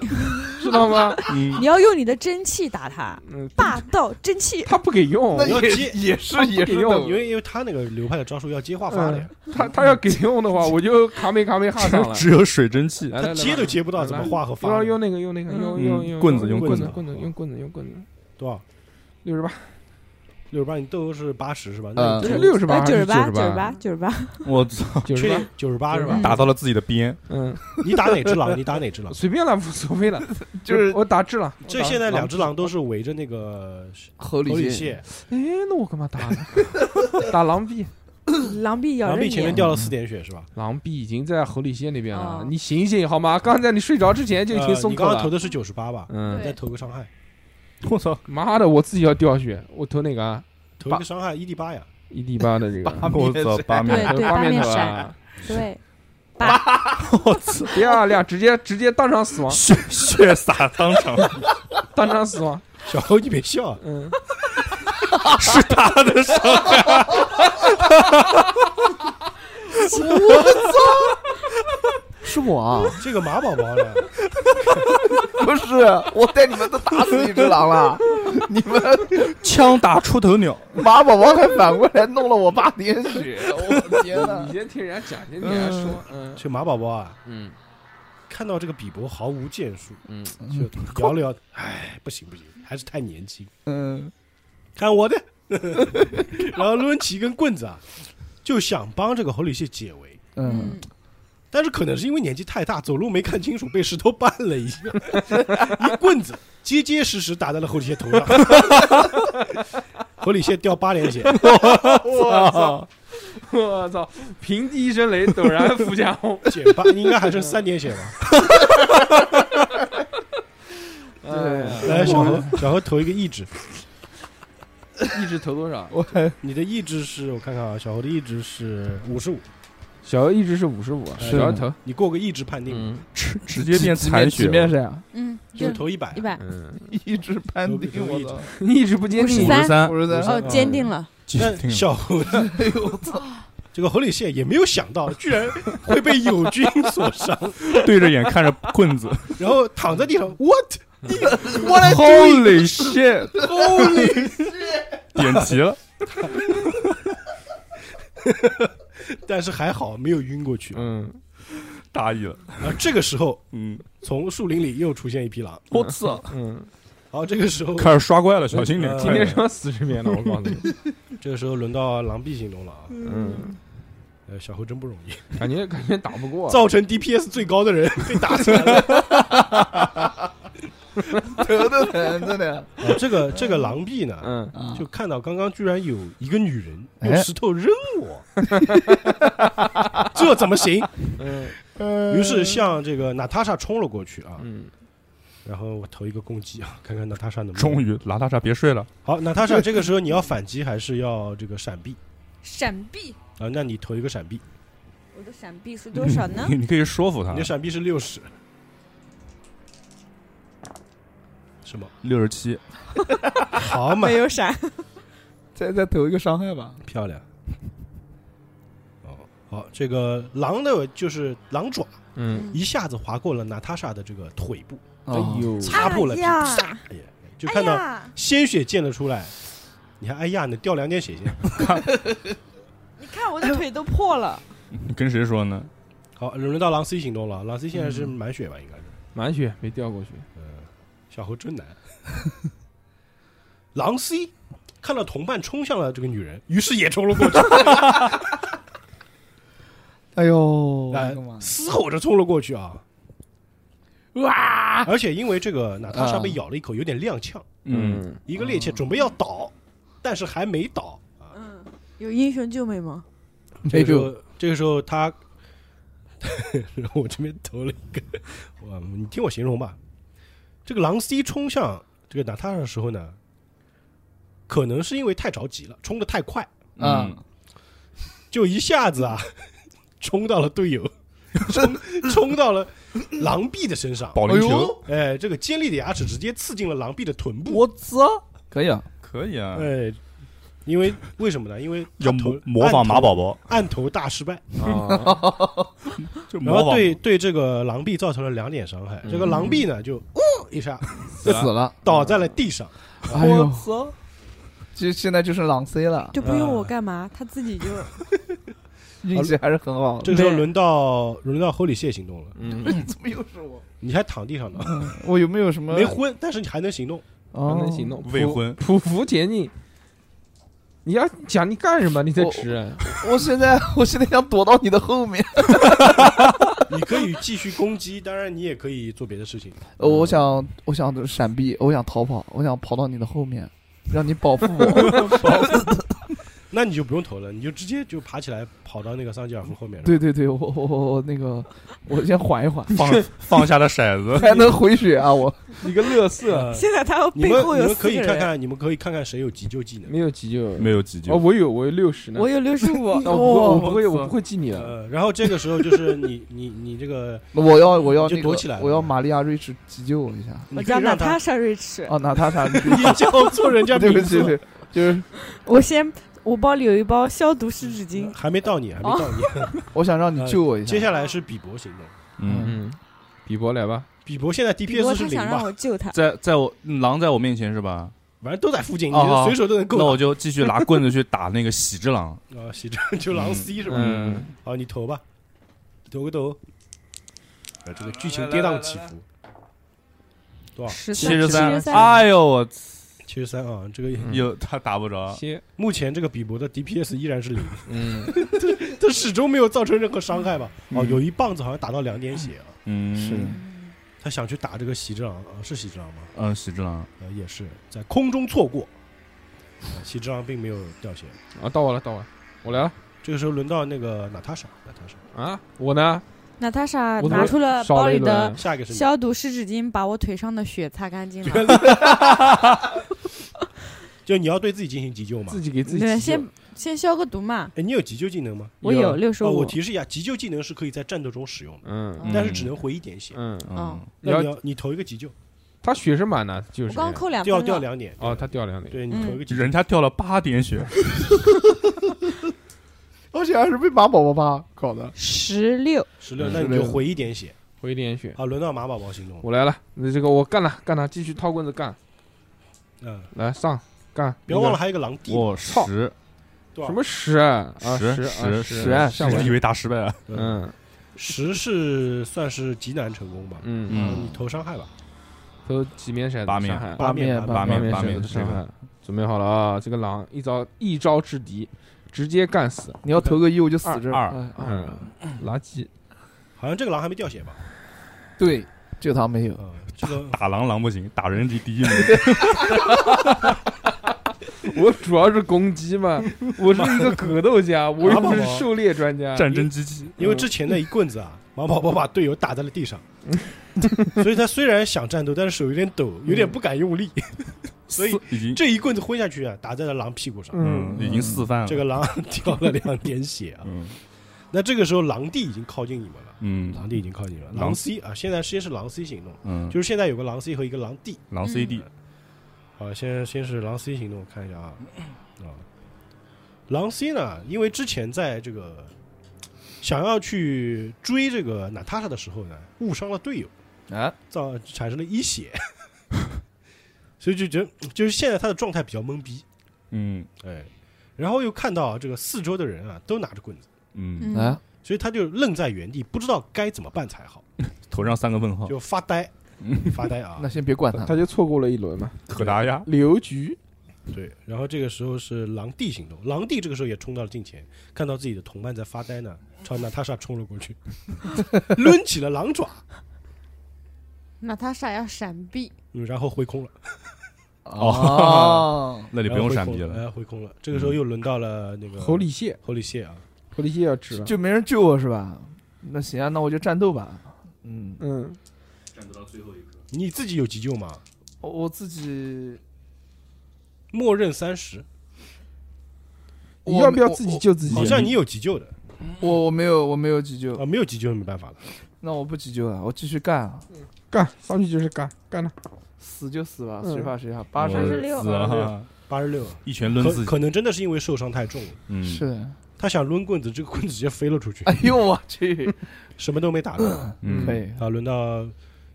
知道吗？你要用你的真气打他，嗯，霸道真气。他不给用， 那你要也接也他是不也给是嗯用懂因为因为他那个流派的招数要接话发的呀，他他要给用的 话，我就卡梅卡梅哈上嗯了。只有水蒸气。来来他来接都接不到，来怎么来画和发用呢？用那个用那个用嗯用用棍子用棍棍子棍子用棍子用棍子多少？六十八六十八，你斗殴是八十是吧？嗯呃那你六十八九十十八，十九十八，，九十八， 我操，确九十定八，九十八是吧？打到了自己的 边，嗯，你打哪只狼？你打哪 只狼？啊随便了，无所 谓了，就是我打智了。我这打现在两只狼都狼是围着那个头合理里性。蟹，哎，那我干嘛打呢？ 打狼币，狼臂咬狼着狈前面你。掉了四点血是吧？狼币已经在侯里谢那边了哦，你醒醒好吗？刚才在你睡着之前就已经呃松你口刚刚投了。的是九十八吧？嗯你，再投个伤害，我操，妈的，我自己要掉血，我投哪个啊？投一个伤害一 d 八呀。一 d 八的这个， 我面操，闪八面 对对八八面面头啊闪！对，漂亮，直接直接当场死亡，血血洒当场，当场死亡。小猴，你别笑啊，嗯，是他的伤害。是我啊，这个马宝宝呢？ 不是我带你们都打死一只狼了，你们枪打出头鸟，马宝宝还反过来弄了我八点血，我的天哪你！先听人家讲，先听人家说。嗯这马宝宝啊，嗯看到这个比伯毫无建树，嗯，就摇了摇，哎，不行不行，还是太年轻，嗯，看我的。 然后抡起一根棍子啊，就想帮这个猴里蟹解围。嗯，但是可能是因为年纪太大，走路没看清楚，被石头绊了一下，一棍子结结实实打在了侯里蟹头上，侯里蟹掉八连血，我操！我操！平地一声雷，陡然 扶墙。减八，应该还剩三点血吧。哎来，小何，小何投一个意志，一直投多少？我还你的意志是我看看啊，小何的意志是五十五，小姚一直是五十五，啊是小姚投。你过个意志判定，嗯直直接变残几血面谁啊？嗯，就就是投一百啊一，百嗯，一直判定我操！你一直不坚定53。三我说在嗯哦，坚定了，但小何呢？这个侯里蟹也没有想到，居然会被友军所伤， 对着眼看着棍子然后躺在地上，what？ ，Holy shit，点题了，但是还好没有晕过去。嗯，大意了，而这个时候，嗯，从树林里又出现一匹狼。我操，嗯，好，这个时候，开始刷怪了，小心点，嗯今快天点是要死这边了，我告诉你。 这个时候轮到狼臂行动了啊！嗯，呃，小猴真不容易，感觉感觉打不过。造成 DPS 最高的人被打死了。 头都疼 着呢。啊这个这个狼臂呢，嗯，就看到刚刚居然有一个女人哎用石头扔我，这怎么行？嗯于是向这个娜塔莎冲了过去啊，嗯，然后我投一个攻击啊，看看娜塔莎能不能。终于拉大莎别睡了，好，娜塔莎，这个时候你要反击还是要这个闪避闪避，啊？那你投一个闪避，我的闪避是多少呢嗯你？你可以说服啊他你的，闪避是六十，什么？六十七，好嘛啊没，有闪，再再投一个伤害吧。漂亮。哦，好，这个狼的就是狼爪嗯，一下子划过了娜塔莎的这个腿部，哎呦， 擦破了皮，哎哦呀啪！哎呀就哎看到呀，鲜血溅了出来。你还哎呀，你掉两点血线。你看我的腿都破了，你跟谁说呢？好，轮到狼 C 行动了，狼 C 现在嗯是满血吧？应该是。满血没掉过去。嗯，小猴真难。 狼 C 看到同伴冲向了这个女人，于是也冲了过去，哎呦，我哎的妈！嘶吼着冲了过去啊！哇！而且因为这个娜塔莎啊被咬了一口，有点踉跄，，嗯一个趔趄，准备要倒，但是还没倒啊。嗯， 有英雄救美吗？这个时候，这个时候他，然 后我这边投了一个，我你听我形容吧。这个狼 C 冲向这个娜塔莎的时候呢，可能是因为太着急了，冲的太快，嗯，就一下子啊， 冲到了队友，冲冲到了狼臂的身上。保龄球，哎，这个尖利的牙齿直接刺进了狼臂的臀部。我操！可以啊，可以啊，哎，因为为什么呢？因为他要投模模仿马，宝宝，按头按头大失败，嗯哦啊，就然模后仿对对这个狼臂造成了两点伤害。这个狼臂呢，就呜一下死了，倒在了地上，哎呦，操！就现在就剩朗 C 了，就不用我干嗯嘛，他自己 就运气还是很好的。这个时候轮到轮到侯里谢行动了， 嗯，怎么又是我？你还躺地上呢，我有没有什么没昏，但是你还能行动。还哦能行动，未婚匍匐前进。你要讲你干什么？你在我直啊？我现在我现在想躲到你的后面。你可以继续攻击，当然你也可以做别的事情。呃我想我想闪避，我想逃跑，我想跑到你的后面，让你保护我。那你就不用投了，你就直接就爬起来跑到那个桑吉尔夫后面了。对对对，我我我我那个，我先缓一缓，放放下了骰子，还能回血啊！我你个乐色，呃，现在他你们背后你有们四可以个看人，看，你们可以看看谁有急救技能。没有急救，没有急救，哦，我有，我有六十呢。我有六十五，那我哦不会，我不会，我不会记你的。呃，然后这个时候就是你你你这个， 我要我你要就那个躲起来了我要玛利亚瑞士急救我一下。你我可叫以娜让塔他，莎瑞驰，哦，拿他 啥？你叫错人 家对名不起，字，对，就是我先我包里有一包消毒湿纸巾， 还没到你，还哦没到你。我想让你救我一下接。下来是比伯行动，嗯，嗯，比伯来吧，比伯现在比如 DPS 是他零想让吧，我救他，在在我狼在我面前是吧？反正都在附近，你哦好随手都能那够我就继续拿棍子去打那个喜之郎，到。啊，喜正就狼 C 是吧？嗯，好，你投吧，投个投。呃这个剧情跌宕起伏，十七十三三，，啊哎呦我操七十三啊，这个嗯又他打不着，切，目前这个比伯的 DPS 依然是零，嗯，这始终没有造成任何伤害吧？哦，有一棒子好像打到两点血啊。嗯，是的他想去打这个喜之郎啊，是喜之郎吗？嗯，喜之郎，呃，也是在空中错过，呃喜之郎并没有掉血。啊，到我了，到我了，我来了这个时候轮到那个娜塔莎，娜塔莎，啊，我呢，娜塔莎我怎么啊拿出了少包了一里的轮，下一个是你。消毒湿纸巾把我腿上的血擦干净了。原来就你要对自己进行急救嘛自？己给自己急对，救先先消个毒嘛。哎，你有急救技能吗？我有有六十哦，我五，提示一下，急救技能是可以在战斗中使用的，嗯但是只能回一点血。嗯，嗯嗯，你那要你要你投一个急救，他血是满的，就是我刚扣两分掉了掉两点。哦，他掉两点，对你投一个急救人，家掉了八点血，而且还是被马宝宝吧搞的。十六，十六，嗯那你就回一点血。回一点血，好，轮到马宝宝行动了。我来了，那这个我干了，干了，继续掏棍子干，嗯，来上干，不要忘了还有一个狼帝，我操十多少一个什么十啊十十十啊十啊像我以为打失败了，嗯十是算是极难成功吧？嗯，嗯，你嗯，投伤害吧，都几面骰子，八面上海八面八八面面八骰面子伤是吧害，准备好了啊！这个狼一招一招制敌，直接干死。你要投个一，我就死这儿。二哎嗯，垃圾。 好像这个狼还没掉血吧？对，这他没有。啊，嗯这个打狼狼不行，打人敌第一名，我主要是攻击嘛， 我是一个格斗家，我又不是狩猎专家。战争机器，因为之前那一棍子啊，马宝宝把队友打在了地上，嗯所以他虽然想战斗，但是手有点抖，有点不敢用力， 所以已经这一棍子挥下去啊，打在了狼屁股上，嗯嗯，已经四犯了，这个狼 掉了两点血啊。嗯那这个时候狼帝已经靠近你们了，嗯狼帝已经靠近你们了，狼狼 C 啊，现在先是狼 C 行动，嗯，就是现在有个狼 C 和一个狼 D，狼 CD 好，先先是狼 C 行动，我看一下啊，啊，狼 C 呢，因为之前在这个想要去追这个娜塔莎的时候呢，误伤了队友，啊，造产生了一血， 所以就觉得就是现在他的状态比较懵逼，嗯哎，然后又看到这个四周的人啊都拿着棍子，嗯，嗯啊，所以他就愣在原地，不知道该怎么办才好，头上三个问号，就发呆，发呆啊 那，先别管他他。就错过了一轮嘛。可达鸭，刘局，对，然后这个时候是狼帝行动，狼帝这个时候也冲到了近前，看到自己的同伴在发呆呢，朝娜塔莎冲了过去， 抡起了狼爪，娜塔莎要闪避，嗯然后挥空了， 哦，那你不然后用挥闪空避了，了，嗯哎，挥空了。这个时候又轮到了那个侯礼谢，侯里谢啊，侯礼谢要吃了。就没人救我是吧？那行啊，那我就战斗吧。嗯，嗯，你自己有急救吗？我我自己，默认三十，你我要不要自己？救自己？好像你有急救的我我我没有，我没有急救啊，，没有急救没办法了。那我不急救了，我继续干啊，干上去就是干，干了。死就死吧，嗯谁怕谁怕，八我十86死了哈，八十六，啊一拳抡可自己，可能真的是因为受伤太重了，嗯，是 的，他想抡棍子，这个棍子直接飞了出去，哎呦我去，什么都没打 到。嗯可以，啊，轮到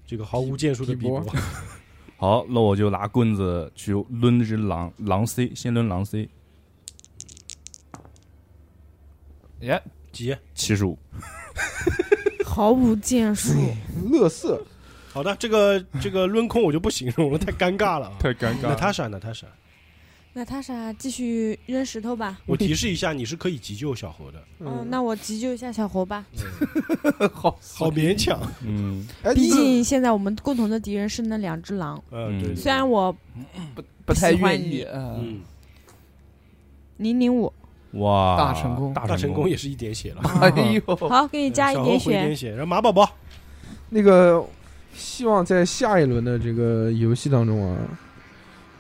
这个毫无建树的比伯，好，那我就拿棍子去抡这只狼狼 C，先抡狼 C，耶，急。七十五， 毫无建树。哎乐色，好的，这个这个抡空我就不形容了，太尴尬了啊。太尴尬那了。他闪，那他闪。那他啥，继续扔石头吧。我提示一下，你是可以急救小猴的，嗯，那我急救一下小猴吧。好， 好勉强。嗯，哎毕你竟现在我们共同的敌人是那两只狼，嗯，对。对虽然我不太喜欢愿意，你嗯，嗯，零零五，哇，啊大成功大大成成功也是一点血了。哎呦，啊好，给你加一小猴点回一点血，血。然后马宝宝， 那个，希望在下一轮的这个游戏当中啊，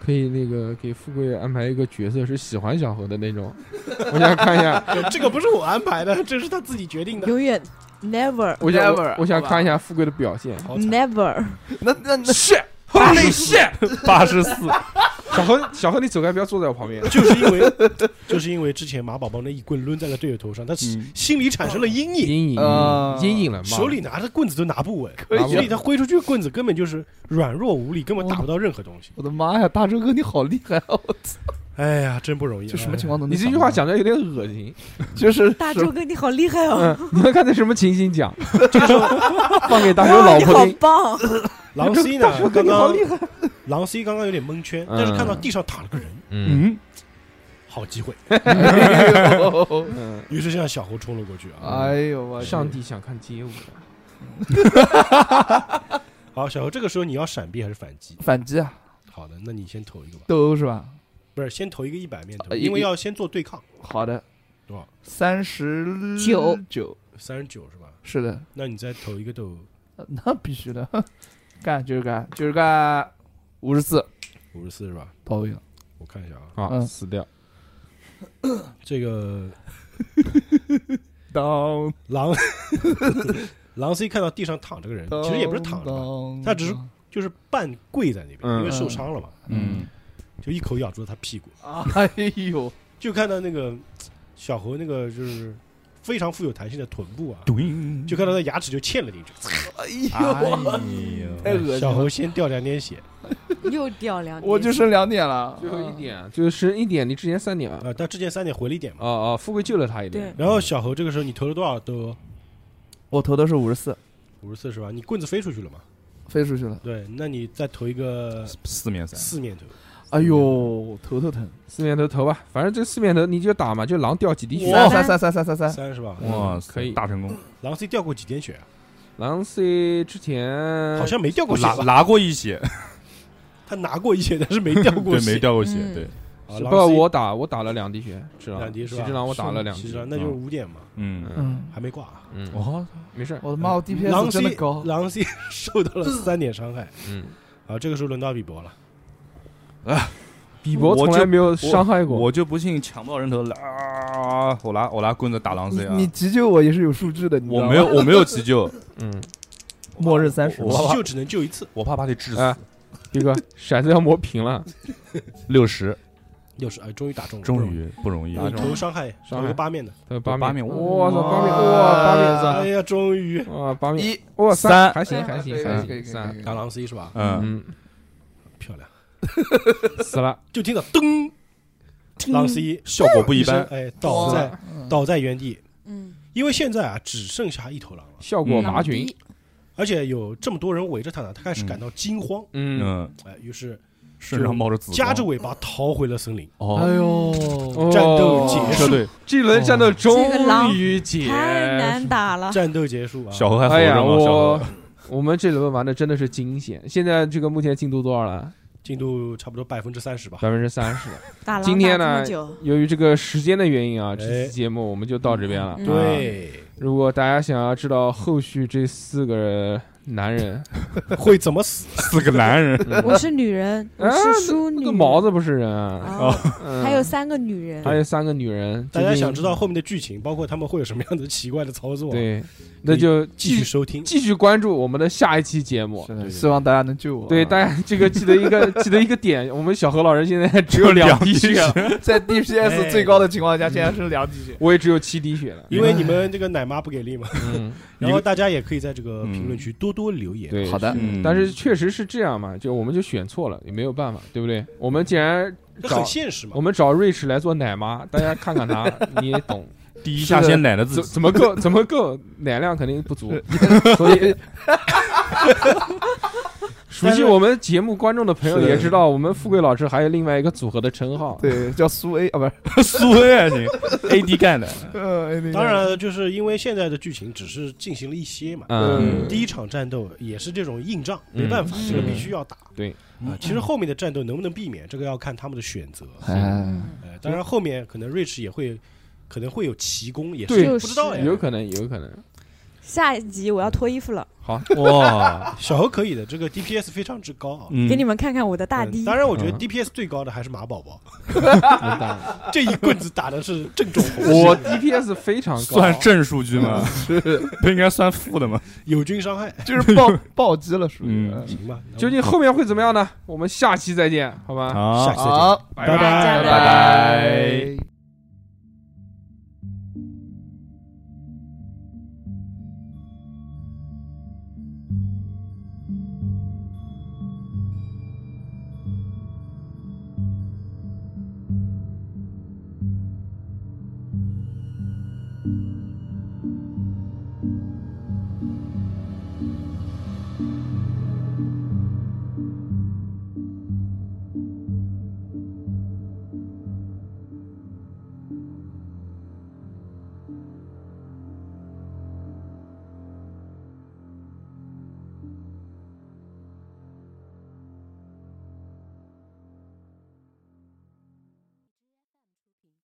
可以那个给富贵安排一个角色是喜欢小猴的那种。我想看一下，这个不是我安排的，这是他自己决定的。永远 never 我想 Never，我想好吧看一下富贵的表现。好惨， never。那那那是八十四，八十四，小何，小何，你走开，不要坐在我旁边。就是因为 就是因为之前马宝宝那一棍抡在了队友头上，他嗯心里产生了阴影，阴影啊，阴影了嘛？手里拿着棍子都拿不稳，可拿所不以稳啊，以他挥出去的棍子根本就是软弱无力，根本打不到任何东西。我的妈呀，大周哥你好厉害哦，哎呀，真不容易。这什么情况都能你这句话讲的有点恶心。就是 大周哥，你好厉害哦！嗯，你们看在什么情形讲？放给嗯 大周老你婆好听。棒！哎？狼 C 呢？刚你好刚厉害。 狼 C 刚刚有点蒙圈，嗯但是看到地上躺了个人，嗯嗯，好机会，哎 呦嗯，于是向小猴冲了过去啊。哎呦我去上帝想看街舞。好，小猴，这个时候你要闪避还是反击？反击啊，好的，那你先投一个吧，都是吧？不是先投一个一百面投，呃一因为要先做对抗，好的，多少？三十九九，三十九是吧？是的，那你再投一个都 那必须的， 干就是干就是干，五十四五十四是吧？到位了，我看一下啊，啊，嗯死掉。这个当狼 狼 C 看到地上躺着个人，其实也不是躺着吧，当他只是就是半跪在那边，嗯因为受伤了嘛，嗯嗯，就一口咬住了他屁股，啊，哎呦，就看到那个嘖小猴那个就是非常富有弹性的臀部啊，嗯 对，就看到他牙齿就嵌了进去，哎呦，哎太呦，恶心小猴了，先掉两点血又掉两点，我就剩两点了，最后一点就是剩一点，你之前三点嘛。啊，但之前三点回了一点嘛，哦哦，富贵救了他一点。然后小猴这个时候你投了多少都我投的是五十四，五十四是吧？你棍子飞出去了嘛？飞出去了，对，那你再投一个四面三，四面投，哎呦，头头疼，四面头投吧，反正这四面头你就打嘛，就狼掉几滴血。哇三三三三三三三，三是吧？哇塞，可以大成功，狼 C 掉过几点血啊？狼 C 之前呃好像没掉过血拿吧？拿过一血，他拿过一血，但是没掉过 对，血。没掉过血，嗯对，啊是狼不， C 我打我打了两滴血，只狼两滴是吧徐只狼我打了两其滴实，啊那就是五点嘛，嗯，嗯，还没挂啊。啊嗯，哦，没事儿，我的妈，我狼 DPS 真 C 的高，狼 C 受到了三点伤害嗯，啊，这个时候轮到比伯了。比伯从来没有伤害过，我就不信抢不到人头了啊！我拿我拿棍子打狼 C 啊你！你急救我也是有数据的，你知道我吗没有，我没有急救，嗯，末日三十，我急怕救只能救一次，我怕把你致哎死。毕哥骰子要磨平 了，六十，又是哎，终于打中了，终于不容易你打中投伤害，伤害投个八面的，他有八八面，面哇操，八面，哇哇八面啊哎呀，终于哇八面，一哇三还行还行啊可以还可以行，可以三，可以打狼 C 是吧？嗯，嗯，漂亮，死了，就听到噔，狼 C 效果不一声般，哎，倒在嗯倒在原地，嗯，因为现在啊只剩下一头狼了，效果嗯拔群，而且有这么多人围着他呢，他开始感到惊慌，嗯，嗯，哎，于是身上冒着紫光，夹着尾巴逃回了森林。哎哦，呦，哦战斗结车队这一轮战斗终哦于结太难束。打了。战斗结束啊，小何还活哎呀，着吗？小我何，我们这轮玩的真的是惊险。现在这个目前进度多少了？进度差不多百分之三十吧。百分之三十。打狼今天打这呢么久，由于这个时间的原因啊，哎这期节目我们就到这边了。嗯啊，对，如果大家想要知道后续这四个 男人， 会怎么死？四个男人， 我是女人，我啊是淑那女。个毛子不哎是人啊，啊，嗯还有三个女人。还有三个女人，大家究竟想知道后面的剧情，包括他们会有什么样的奇怪的操作？，啊对，那就继续收听。继续关注我们的下一期节目。真的对希望大家能救我啊。对，大家这个记得一个记得一个点，我们小何老师现在只有两滴血，在 DPS 哎最高的情况下，现在是两滴血。我也只有七滴血 了。因为你们这个奶妈不给 力嘛，嗯，然后大家也可以在这个评论区多多留言。对，好的嗯但是确实是这样嘛，就我们就选错了，也没有办法，对不对？我们既然这找很现实嘛我。们找瑞士来做奶妈，大家看看他，你也懂，第一下先奶了自怎己，怎么够怎么够，奶量肯定不足，所以。熟悉我们节目观众的朋友是也知道，我们富贵老师还有另外一个组合的称号，对，叫苏 A 啊，不是， 苏恩爱情 AD 干的，呃，那个当然，了，就是因为现在的剧情只是进行了一些嘛。嗯嗯，第一场战斗也是这种硬仗，嗯没办法，是这个必须要打。对啊，其实后面的战斗能不能避免，这个要看他们的选择。嗯哎，嗯呃，当然后面可能瑞士也会，可能会有奇功，也对是不知道就是呀。有可能，有可能。下一集我要脱衣服了，好，哇，小猴可以的，这个 DPS 非常之高啊。嗯给你们看看我的大嗯 D。当然，我觉得嗯 DPS 最高的还是马宝宝，完蛋了这一棍子打的是正中红心，我 DPS 非常高， 算正数据吗？不应该算负的吗？友军伤害，就是暴暴击了，属于。嗯行吧？究竟后面会怎么样呢？我们下期再见，好吧？啊下期再见嗯好，拜拜拜拜拜拜。